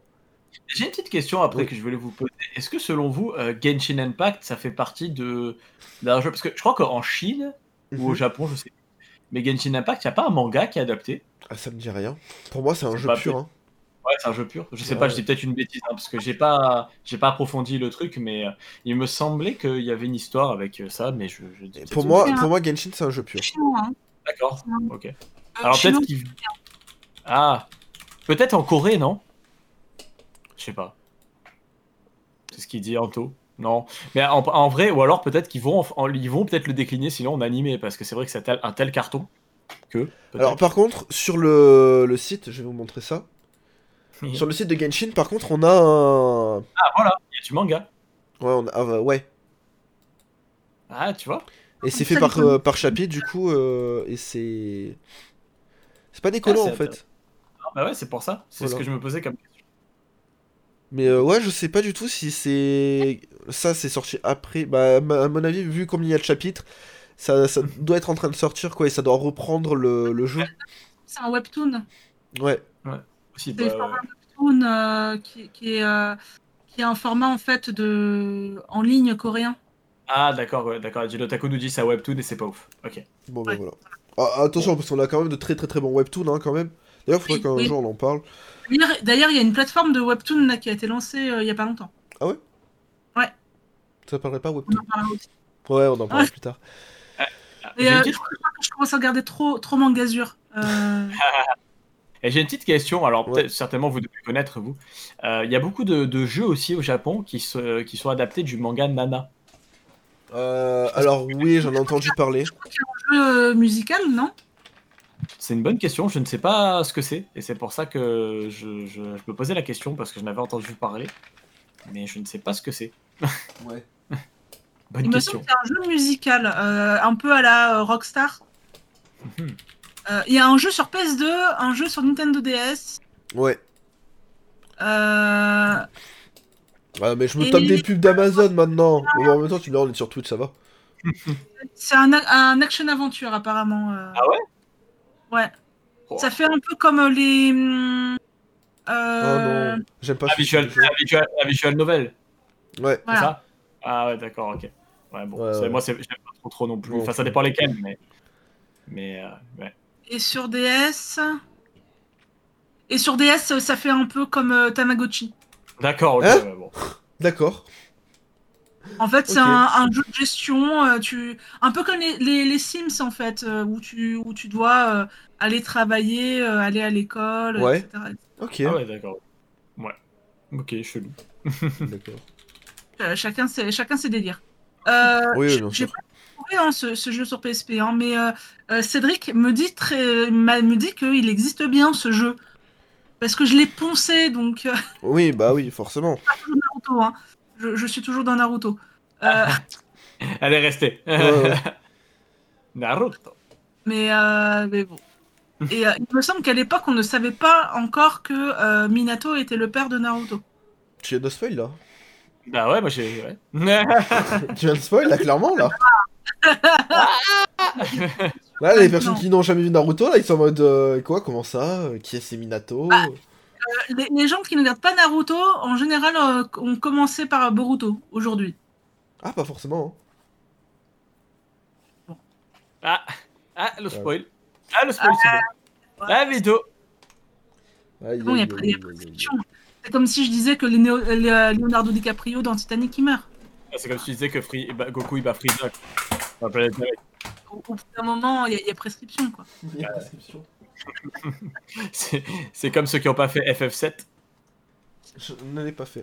[SPEAKER 2] J'ai une petite question après
[SPEAKER 1] Oui.
[SPEAKER 2] que je voulais vous poser. Est-ce que selon vous, euh, Genshin Impact, ça fait partie de d'un jeu Parce que je crois qu'en Chine ou
[SPEAKER 1] Mhm.
[SPEAKER 2] au Japon, je sais plus, mais Genshin Impact, il n'y a pas un manga qui est adapté.
[SPEAKER 1] Ah, ça me dit rien. Pour moi, c'est un
[SPEAKER 2] C'est
[SPEAKER 1] jeu
[SPEAKER 2] pas
[SPEAKER 1] pur. Hein.
[SPEAKER 2] Ouais, c'est un jeu pur. Je sais
[SPEAKER 1] Ouais,
[SPEAKER 2] pas,
[SPEAKER 1] ouais.
[SPEAKER 2] je dis peut-être une bêtise hein, parce que j'ai pas j'ai pas approfondi le truc, mais euh, il me semblait qu'il y avait une histoire avec euh, ça, mais je. je dis peut-être
[SPEAKER 1] Pour
[SPEAKER 2] une
[SPEAKER 1] moi,
[SPEAKER 2] bêtise.
[SPEAKER 1] pour moi, Genshin, c'est un jeu pur.
[SPEAKER 3] Chinois, hein.
[SPEAKER 2] D'accord. Ok.
[SPEAKER 3] Euh,
[SPEAKER 2] Alors
[SPEAKER 3] chinois,
[SPEAKER 2] peut-être qu'il. Ah Peut-être en Corée, non Je sais pas. C'est ce qu'il dit Anto. Non. Mais en, en vrai, ou alors peut-être qu'ils vont, en- en- ils vont peut-être le décliner sinon en animé, parce que c'est vrai que c'est un tel- un tel carton que.
[SPEAKER 1] Alors par contre, sur le, le site, je vais vous montrer ça. sur le site de Genshin, par contre, on a un... Ouais,
[SPEAKER 2] il y a du manga.
[SPEAKER 1] on a- ah, bah, ouais.
[SPEAKER 2] Ah, tu vois
[SPEAKER 1] Et c'est fait
[SPEAKER 3] Ça
[SPEAKER 1] par,
[SPEAKER 3] m'étonne.
[SPEAKER 1] euh, par chapitre, du coup, euh, et c'est... C'est pas déconnant,
[SPEAKER 2] Ah, c'est
[SPEAKER 1] en fait.
[SPEAKER 2] intéressant. Ah, Bah ouais, c'est pour ça. C'est
[SPEAKER 1] Voilà.
[SPEAKER 2] ce que je me posais comme question.
[SPEAKER 1] Mais euh, ouais, je sais pas du tout si c'est... Ça, c'est sorti après... Bah, à ma- à mon avis, vu combien il y a de chapitres, ça, ça doit être en train de sortir, quoi, et ça doit reprendre le, le jeu.
[SPEAKER 3] C'est un webtoon.
[SPEAKER 1] Ouais.
[SPEAKER 2] Aussi,
[SPEAKER 3] C'est
[SPEAKER 2] bah,
[SPEAKER 3] le
[SPEAKER 2] ouais.
[SPEAKER 3] format webtoon euh, qui, qui est, euh, qui est un format en fait de en ligne coréen.
[SPEAKER 2] Ah, d'accord, ouais, d'accord. Jinotaku nous dit ça webtoon et c'est pas ouf. Ok.
[SPEAKER 1] Bon, bah
[SPEAKER 3] Ouais.
[SPEAKER 1] voilà. Ah, attention, parce qu'on a quand même de très très très bons webtoons, hein, quand même. D'ailleurs, faudrait
[SPEAKER 3] Oui,
[SPEAKER 1] qu'un
[SPEAKER 3] oui.
[SPEAKER 1] jour on en parle.
[SPEAKER 3] D'ailleurs- D'ailleurs, il y a une plateforme de webtoon là, qui a été lancée euh, il y a pas longtemps.
[SPEAKER 1] Ça parlerait pas
[SPEAKER 3] On
[SPEAKER 1] webtoon
[SPEAKER 3] en parlera aussi.
[SPEAKER 1] Ouais, on en parlera plus tard.
[SPEAKER 2] Ah,
[SPEAKER 3] Et,
[SPEAKER 2] j'ai une
[SPEAKER 3] euh,
[SPEAKER 2] petite
[SPEAKER 3] je crois que je commence à regarder trop trop Mangazure. Euh,
[SPEAKER 2] Ah. Et j'ai une petite question, alors
[SPEAKER 1] Ouais.
[SPEAKER 2] peut-être certainement vous devez connaître vous. Euh, Il y a beaucoup de, de jeux aussi au Japon qui, se, qui sont adaptés du manga Nana.
[SPEAKER 1] Euh, alors oui, j'en ai entendu parler.
[SPEAKER 3] jeu musical, non
[SPEAKER 2] C'est une bonne question, je ne sais pas ce que c'est, et c'est pour ça que je, je- je me posais la question, parce que je n'avais entendu parler, mais je ne sais pas ce que c'est.
[SPEAKER 1] Ouais.
[SPEAKER 2] Bonne
[SPEAKER 3] Il me semble
[SPEAKER 2] question.
[SPEAKER 3] que c'est un jeu musical, euh, un peu à la euh, Rockstar. Euh,
[SPEAKER 2] Mhm.
[SPEAKER 3] Il y a un jeu sur PS2, un jeu sur Nintendo DS.
[SPEAKER 1] Ouais.
[SPEAKER 3] euh,
[SPEAKER 1] Ah, mais je me
[SPEAKER 3] Et-
[SPEAKER 1] tape des pubs d'Amazon maintenant. Mais en même temps, tu me dis, on est sur Twitch, ça va.
[SPEAKER 3] c'est un, a- un action-aventure apparemment. euh.
[SPEAKER 2] Ah ouais
[SPEAKER 3] Ouais.
[SPEAKER 2] Oh.
[SPEAKER 3] Ça fait un peu comme euh, les... hum, euh,
[SPEAKER 1] Oh non, j'aime pas
[SPEAKER 2] La
[SPEAKER 1] ce genre
[SPEAKER 2] visual,
[SPEAKER 1] de jeu.
[SPEAKER 2] la visual- la visual novel,
[SPEAKER 1] Ouais.
[SPEAKER 2] c'est
[SPEAKER 3] voilà.
[SPEAKER 2] ça Ah ouais, d'accord, ok. Ouais, bon,
[SPEAKER 1] Ouais,
[SPEAKER 2] c'est-
[SPEAKER 1] ouais.
[SPEAKER 2] moi, c'est- j'aime pas trop, trop non plus.
[SPEAKER 1] Bon.
[SPEAKER 2] Enfin, ça dépend lesquels, mais. Mais, euh, ouais.
[SPEAKER 3] Et sur DS... Et sur DS, euh, ça fait un peu comme euh, Tamagotchi.
[SPEAKER 2] D'accord, ok,
[SPEAKER 1] Hein
[SPEAKER 2] ouais, bon.
[SPEAKER 1] D'accord.
[SPEAKER 3] En fait, c'est
[SPEAKER 1] Ok.
[SPEAKER 3] un, un jeu de gestion, euh, tu... un peu comme les, les- les Sims, en fait, euh, où, tu, où tu dois euh, aller travailler, euh, aller à l'école,
[SPEAKER 1] Ouais.
[SPEAKER 3] etc.
[SPEAKER 1] Ok.
[SPEAKER 2] Ah ouais, d'accord. Ouais. Ok, chelou.
[SPEAKER 1] D'accord.
[SPEAKER 3] Euh, chacun, ses, chacun ses délires. Euh,
[SPEAKER 1] Oui, oui,
[SPEAKER 3] j-
[SPEAKER 1] bien
[SPEAKER 3] J'ai
[SPEAKER 1] sûr.
[SPEAKER 3] pas trouvé hein, ce, ce jeu sur PSP, hein, mais euh, euh, Cédric me dit, très, m'a- me dit qu'il existe bien ce jeu. Parce que je l'ai poncé, donc euh,
[SPEAKER 1] Oui, bah oui, forcément.
[SPEAKER 3] Naruto, hein. je, je suis toujours dans Naruto. Euh,
[SPEAKER 2] Elle est restée.
[SPEAKER 1] Ouais, ouais.
[SPEAKER 2] Naruto.
[SPEAKER 3] mais, euh, mais bon. Et euh, il me semble qu'à l'époque, on ne savait pas encore que euh, Minato était le père de Naruto.
[SPEAKER 1] Tu viens de spoil là
[SPEAKER 2] Bah ouais, moi j'ai. Ouais.
[SPEAKER 1] Tu viens de spoil là, clairement là Là,
[SPEAKER 3] Ah,
[SPEAKER 1] les personnes qui n'ont jamais vu Naruto, là, ils sont en mode euh, quoi Comment ça Euh, Qui est ces Minato
[SPEAKER 3] Euh, Les, les gens qui ne regardent pas Naruto, en général, euh, ont commencé par Boruto aujourd'hui.
[SPEAKER 1] Ah, pas forcément. hein.
[SPEAKER 2] ah, le spoil. Ah, le spoil, c'est bon. La vidéo.
[SPEAKER 1] hein. Aïe,
[SPEAKER 3] C'est bon, il y a
[SPEAKER 1] aïe,
[SPEAKER 3] pas-
[SPEAKER 1] aïe,
[SPEAKER 3] il y a
[SPEAKER 1] aïe,
[SPEAKER 3] pas de
[SPEAKER 1] aïe, aïe.
[SPEAKER 3] discussion. C'est comme si je disais que les Néo- euh, les, euh, Leonardo DiCaprio dans Titanic il meurt.
[SPEAKER 2] Ah, C'est comme si tu disais que Free... bah, Goku il bat Frieza. quoi. On va pas l'être avec.
[SPEAKER 3] Au, au bout d'un moment, il y, a- il y a prescription quoi.
[SPEAKER 1] Il y a pas de discussion.
[SPEAKER 2] C'est c'est comme ceux qui n'ont pas fait FF7.
[SPEAKER 1] Je ne l'ai pas fait.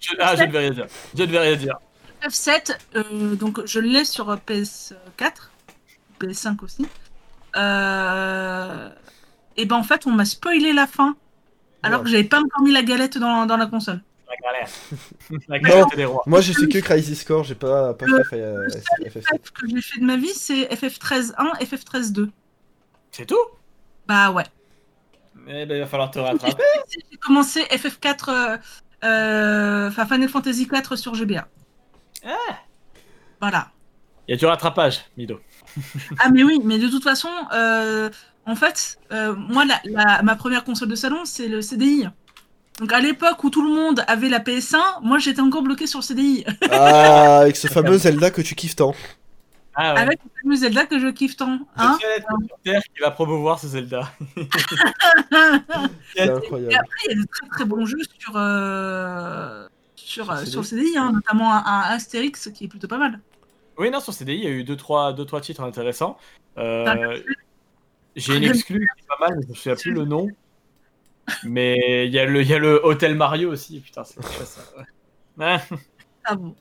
[SPEAKER 2] Je- Ah, je ne vais rien dire. Je ne vais rien dire.
[SPEAKER 3] F7, euh, donc je l'ai sur PS4, PS5 aussi. Euh, Et ben en fait, on m'a spoilé la fin. Alors que j'avais pas encore mis la galette dans, dans la console.
[SPEAKER 2] La galère. La galère des rois.
[SPEAKER 1] Moi, je sais que Crisis Core, j'ai pas, pas
[SPEAKER 3] Le-
[SPEAKER 1] fait euh,
[SPEAKER 3] le
[SPEAKER 1] FF7.
[SPEAKER 3] Ce que j'ai fait de ma vie, c'est FF13.1, FF13.2.
[SPEAKER 2] C'est tout
[SPEAKER 3] Bah ouais.
[SPEAKER 2] Eh ben, il va falloir te
[SPEAKER 3] J'ai
[SPEAKER 2] rattraper.
[SPEAKER 3] j'ai commencé FF4, euh, euh, enfin Final Fantasy 4 sur GBA.
[SPEAKER 2] Ah.
[SPEAKER 3] Voilà.
[SPEAKER 2] Il y a du rattrapage, Mido.
[SPEAKER 3] Ah mais oui, mais de toute façon, euh, en fait, euh, moi, la, la- ma première console de salon, c'est le CDI. Donc à l'époque où tout le monde avait la PS1, moi j'étais encore bloqué sur le CDI,
[SPEAKER 1] Ah, avec ce fameux Zelda que tu kiffes tant.
[SPEAKER 2] Ah ouais. Ah.
[SPEAKER 3] avec le fameux Zelda que je kiffe tant.
[SPEAKER 2] Je
[SPEAKER 3] Hein
[SPEAKER 2] suis allé être sur Terre qui va promouvoir ce Zelda.
[SPEAKER 1] C'est incroyable.
[SPEAKER 3] Après, il y a de très très bons jeux sur, euh, sur, euh,
[SPEAKER 1] Sur
[SPEAKER 3] sur le CDI, hein, notamment un, un Astérix qui est plutôt pas mal.
[SPEAKER 2] Oui, non, sur CDI, il y a eu 2-3 deux, trois, deux, trois titres intéressants.
[SPEAKER 3] Ah,
[SPEAKER 2] Euh, J'ai une
[SPEAKER 3] Rien.
[SPEAKER 2] exclue qui est pas mal, mais je ne souviens plus le nom. Mais il y, a le- il y a le Hotel Mario aussi, putain, c'est quoi ça Ah,
[SPEAKER 3] Ah bon.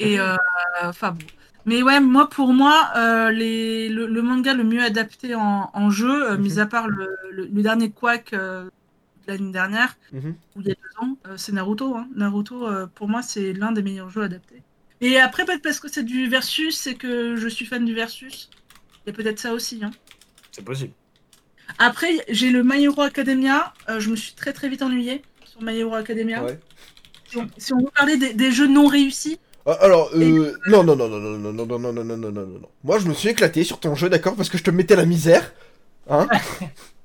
[SPEAKER 3] Et
[SPEAKER 1] Mhm.
[SPEAKER 3] euh, enfin bon. Mais ouais, moi pour moi, euh, les, le, le manga le mieux adapté en, en jeu,
[SPEAKER 1] Mhm.
[SPEAKER 3] euh, mis à part le, le- le dernier Quack euh, de l'année dernière,
[SPEAKER 1] Mhm.
[SPEAKER 3] ou il y a deux ans, euh, c'est Naruto. hein. Naruto, euh, pour moi, c'est l'un des meilleurs jeux adaptés. Et après, peut-être parce que c'est du versus, c'est que je suis fan du versus. Et peut-être ça aussi. hein.
[SPEAKER 2] C'est possible.
[SPEAKER 3] Après, j'ai le My Hero Academia. euh, je me suis très très vite ennuyée sur My Hero Academia.
[SPEAKER 1] Ouais.
[SPEAKER 3] Si, on, si on veut parler des, des jeux non réussis,
[SPEAKER 1] Ah, Alors, euh, non, non, non, non, non, non, non, non, non, non, non, non, non, non. Moi, je me suis éclaté sur ton jeu, d'accord, parce que je te mettais la misère. Hein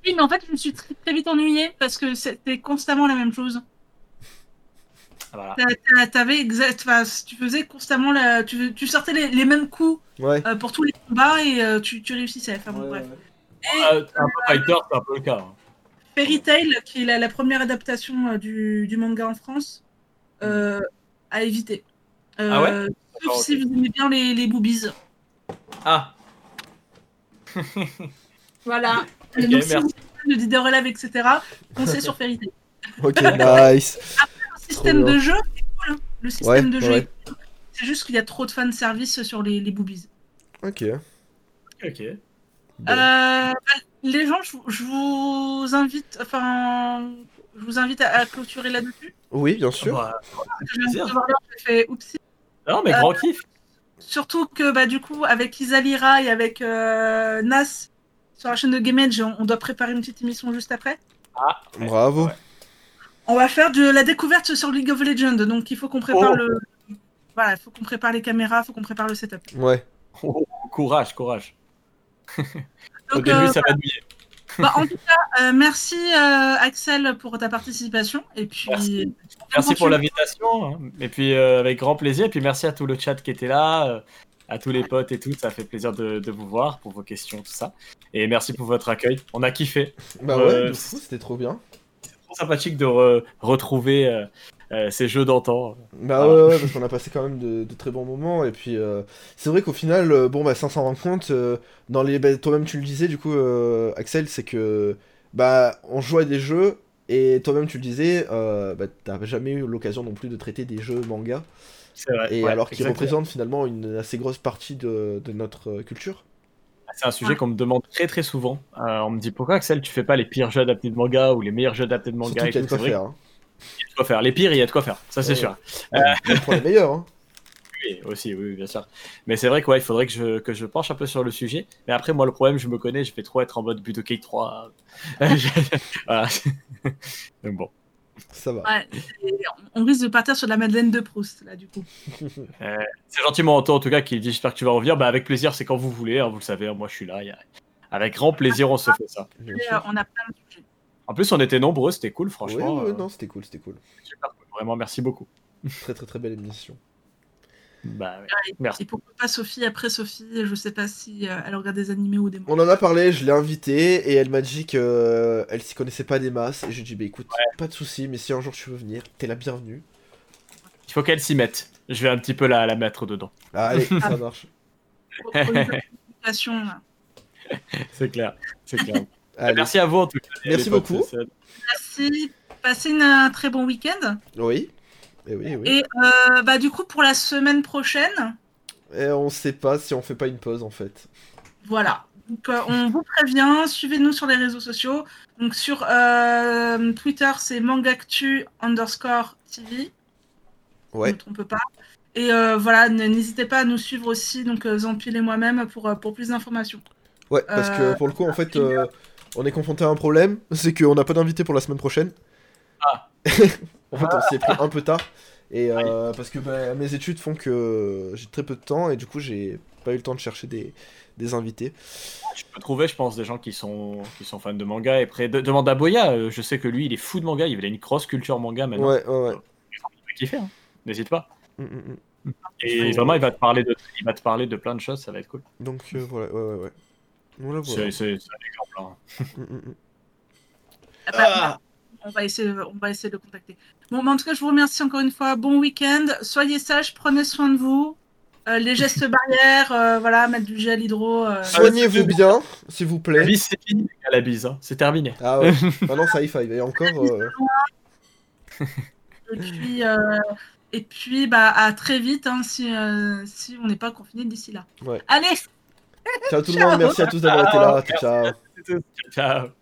[SPEAKER 3] Oui, mais en fait, je me suis très, très vite ennuyée parce que c'était constamment la même chose.
[SPEAKER 2] Ah, voilà.
[SPEAKER 3] T'as- t'as- T'avais exact, enfin, tu faisais constamment la, tu, tu sortais les, les mêmes coups
[SPEAKER 1] Ouais.
[SPEAKER 3] euh, pour tous les combats et euh, tu, tu réussissais. Enfin, bon, bref. Et
[SPEAKER 2] Euh, un peu fighter, c'est un peu le cas. hein.
[SPEAKER 3] Fairy Tail, qui est la, la première adaptation euh, du, du manga en France, euh, à éviter. Euh,
[SPEAKER 2] Mm. Ah ouais
[SPEAKER 3] Sauf
[SPEAKER 2] D'accord,
[SPEAKER 3] si vous aimez bien les, les boobies.
[SPEAKER 2] Ah,
[SPEAKER 3] Voilà.
[SPEAKER 2] Ok,
[SPEAKER 3] Donc, si
[SPEAKER 2] merci.
[SPEAKER 3] vous aimez le Dider Relève, etc., pensez sur Fairy Tail.
[SPEAKER 1] Ok, nice.
[SPEAKER 3] Le système
[SPEAKER 1] bien.
[SPEAKER 3] de jeu est cool. hein. Le système
[SPEAKER 1] Ouais,
[SPEAKER 3] de jeu
[SPEAKER 1] ouais.
[SPEAKER 3] est cool. C'est juste qu'il y a trop de fanservice sur les, les boobies.
[SPEAKER 1] Ok.
[SPEAKER 2] ok.
[SPEAKER 1] Bon.
[SPEAKER 3] Euh, bah, les gens, je, je vous invite, enfin, je vous invite à, à clôturer là-dessus.
[SPEAKER 1] Oui, bien sûr.
[SPEAKER 2] Bah,
[SPEAKER 3] Je viens
[SPEAKER 2] plaisir.
[SPEAKER 3] de voir là, j'ai fait oupsie.
[SPEAKER 2] bah, non, mais
[SPEAKER 3] Euh,
[SPEAKER 2] grand kiff.
[SPEAKER 3] Surtout que bah, du coup, avec Isalira et avec euh, Nas sur la chaîne de Game Edge, on, on doit préparer une petite émission juste après.
[SPEAKER 1] Bravo.
[SPEAKER 2] Ouais.
[SPEAKER 3] On va faire de la découverte sur League of Legends, donc il faut qu'on prépare
[SPEAKER 2] Oh.
[SPEAKER 3] le. Voilà, faut qu'on prépare les caméras, faut qu'on prépare le setup.
[SPEAKER 1] Ouais.
[SPEAKER 2] Courage, courage. Au
[SPEAKER 3] Donc,
[SPEAKER 2] début,
[SPEAKER 3] euh,
[SPEAKER 2] ça va douiller.
[SPEAKER 3] bah, en tout cas, euh, merci euh, Axel pour ta participation. Et puis,
[SPEAKER 2] Merci.
[SPEAKER 3] Quand
[SPEAKER 2] Merci
[SPEAKER 3] tu-
[SPEAKER 2] pour l'invitation. hein. Et puis, euh, avec grand plaisir. Et puis, merci à tout le chat qui était là, euh, à tous les potes et tout. Ça fait plaisir de, de vous voir, pour vos questions, tout ça. Et merci pour votre accueil. On a kiffé.
[SPEAKER 1] Bah
[SPEAKER 2] Euh,
[SPEAKER 1] ouais, de fou, c'était trop bien.
[SPEAKER 2] Trop sympathique de re- retrouver euh, euh, ces jeux d'antan.
[SPEAKER 1] Bah ouais,
[SPEAKER 2] Voilà.
[SPEAKER 1] ouais, parce qu'on a passé quand même de, de très bons moments. Et puis, euh, c'est vrai qu'au final, euh, bon, bah, sans s'en rendre compte, euh, dans les. bah, toi-même, tu le disais, du coup, euh, Axel, c'est que. Bah, on joue à des jeux. Et toi-même, tu le disais, euh, bah, t'as jamais eu l'occasion non plus de traiter des jeux manga.
[SPEAKER 2] C'est vrai.
[SPEAKER 1] Et
[SPEAKER 2] Euh, Ouais,
[SPEAKER 1] alors qu'ils
[SPEAKER 2] exactement.
[SPEAKER 1] représentent finalement une assez grosse partie de, de notre euh, culture.
[SPEAKER 2] C'est un sujet
[SPEAKER 3] Ouais.
[SPEAKER 2] qu'on me demande très très souvent. Euh, on me dit pourquoi Axel, tu fais pas les pires jeux adaptés de manga ou les meilleurs jeux adaptés de manga
[SPEAKER 1] Surtout
[SPEAKER 2] et
[SPEAKER 1] qu'il y a de
[SPEAKER 2] tout. C'est
[SPEAKER 1] quoi
[SPEAKER 2] vrai qu'il
[SPEAKER 1] faire. hein.
[SPEAKER 2] y a de quoi faire. Les pires, il y a de quoi faire. Ça, c'est
[SPEAKER 1] Ouais.
[SPEAKER 2] sûr.
[SPEAKER 1] Même pour les meilleurs. hein.
[SPEAKER 2] Oui, aussi, oui, oui, bien sûr. Mais c'est vrai que, ouais, il faudrait que je, que je penche un peu sur le sujet. Mais après, moi, le problème, je me connais, je vais trop être en mode Budokai 3. voilà. Donc bon.
[SPEAKER 1] Ça va.
[SPEAKER 3] ouais, et on risque de partir sur de la Madeleine de Proust, là, du coup.
[SPEAKER 2] C'est gentiment Anto, en tout cas, qui dit J'espère que tu vas revenir. Bah, avec plaisir, c'est quand vous voulez. hein, vous le savez, hein, moi, je suis là. il y a- Avec grand plaisir, on se fait ça.
[SPEAKER 1] Bien
[SPEAKER 3] Et,
[SPEAKER 1] sûr.
[SPEAKER 3] euh, on a plein de sujets.
[SPEAKER 2] En plus, on était nombreux, c'était cool,
[SPEAKER 1] Ouais,
[SPEAKER 2] franchement.
[SPEAKER 1] ouais,
[SPEAKER 2] euh,
[SPEAKER 1] non, c'était cool, c'était cool.
[SPEAKER 2] super cool. Vraiment, merci beaucoup.
[SPEAKER 1] Très très très belle émission.
[SPEAKER 2] Bah, ouais. merci.
[SPEAKER 3] Et pourquoi pas Sophie après Sophie Je sais pas si euh, elle regarde des animés ou des mangas.
[SPEAKER 1] On en a parlé, je l'ai invitée et elle m'a dit que euh, elle s'y connaissait pas des masses. Et je lui ai dit, bah écoute, pas de soucis, mais si un jour tu veux venir, t'es la bienvenue.
[SPEAKER 2] Il faut qu'elle s'y mette. Je vais un petit peu la, la mettre dedans.
[SPEAKER 1] Ah, allez,
[SPEAKER 3] Ah.
[SPEAKER 1] ça marche.
[SPEAKER 3] Pour- pour les applications, là.
[SPEAKER 2] C'est clair. C'est clair.
[SPEAKER 1] Allez.
[SPEAKER 2] Ah, Bah, merci à vous, en tout cas.
[SPEAKER 1] Merci
[SPEAKER 2] les potes,
[SPEAKER 1] beaucoup.
[SPEAKER 2] c'est- c'est-
[SPEAKER 3] Merci. Passez une- un très bon week-end.
[SPEAKER 1] Oui. Et oui, eh oui.
[SPEAKER 3] Et euh, bah, du coup, pour la semaine prochaine,
[SPEAKER 1] Et Eh, on sait pas si on fait pas une pause en fait.
[SPEAKER 3] voilà. Donc, euh, on vous prévient, suivez-nous sur les réseaux sociaux. Donc, sur euh, Twitter, c'est mangactu underscore TV.
[SPEAKER 1] Ouais.
[SPEAKER 3] Je me trompe pas. Et euh, voilà, n- n'hésitez pas à nous suivre aussi, donc euh, Zampil et moi-même, pour, euh, pour plus d'informations.
[SPEAKER 1] Ouais, parce
[SPEAKER 3] Euh,
[SPEAKER 1] que pour le coup, en fait,
[SPEAKER 3] une
[SPEAKER 1] euh, on est confronté à un problème, c'est qu'on n'a pas d'invité pour la semaine prochaine.
[SPEAKER 2] Ah.
[SPEAKER 1] en fait, on s'y est pris un peu tard. Et euh, parce que bah, mes études font que j'ai très peu de temps et du coup, j'ai pas eu le temps de chercher des, des invités.
[SPEAKER 2] Je peux trouver, je pense, des gens qui sont, qui sont fans de manga. Et près de, demande à Boya, euh, je sais que lui, il est fou de manga. Il a une grosse culture manga maintenant.
[SPEAKER 1] Ouais, ouais, ouais.
[SPEAKER 2] Il peut kiffer, hein. N'hésite pas.
[SPEAKER 1] Mm, mm, mm.
[SPEAKER 2] Et
[SPEAKER 1] Faut-
[SPEAKER 2] vraiment, il va, te parler de, il va te parler de plein de choses. Ça va être cool.
[SPEAKER 1] Donc euh, voilà, ouais, ouais, ouais. Voilà, voilà.
[SPEAKER 2] C'est- C'est c'est un exemple. hein.
[SPEAKER 1] Mm, mm, mm.
[SPEAKER 3] Ah bah, on va essayer, on va essayer de le contacter. Bon, bah, en tout cas, je vous remercie encore une fois. Bon week-end. Soyez sages, prenez soin de vous. Euh, les gestes barrières, euh, voilà, mettre du gel hydro. euh,
[SPEAKER 1] Soignez-vous bien, s'il vous
[SPEAKER 2] La
[SPEAKER 1] plaît.
[SPEAKER 2] bise, c'est fini, les gars, la bise. hein. C'est terminé.
[SPEAKER 1] Ah ouais, maintenant ça high five. Et encore, euh,
[SPEAKER 3] et puis, euh, et puis bah, à très vite hein, si, euh, si on n'est pas confiné d'ici là.
[SPEAKER 1] Ouais.
[SPEAKER 3] Allez,
[SPEAKER 1] ciao tout le monde, merci à tous d'avoir été là. Ciao, ciao.
[SPEAKER 2] Ciao.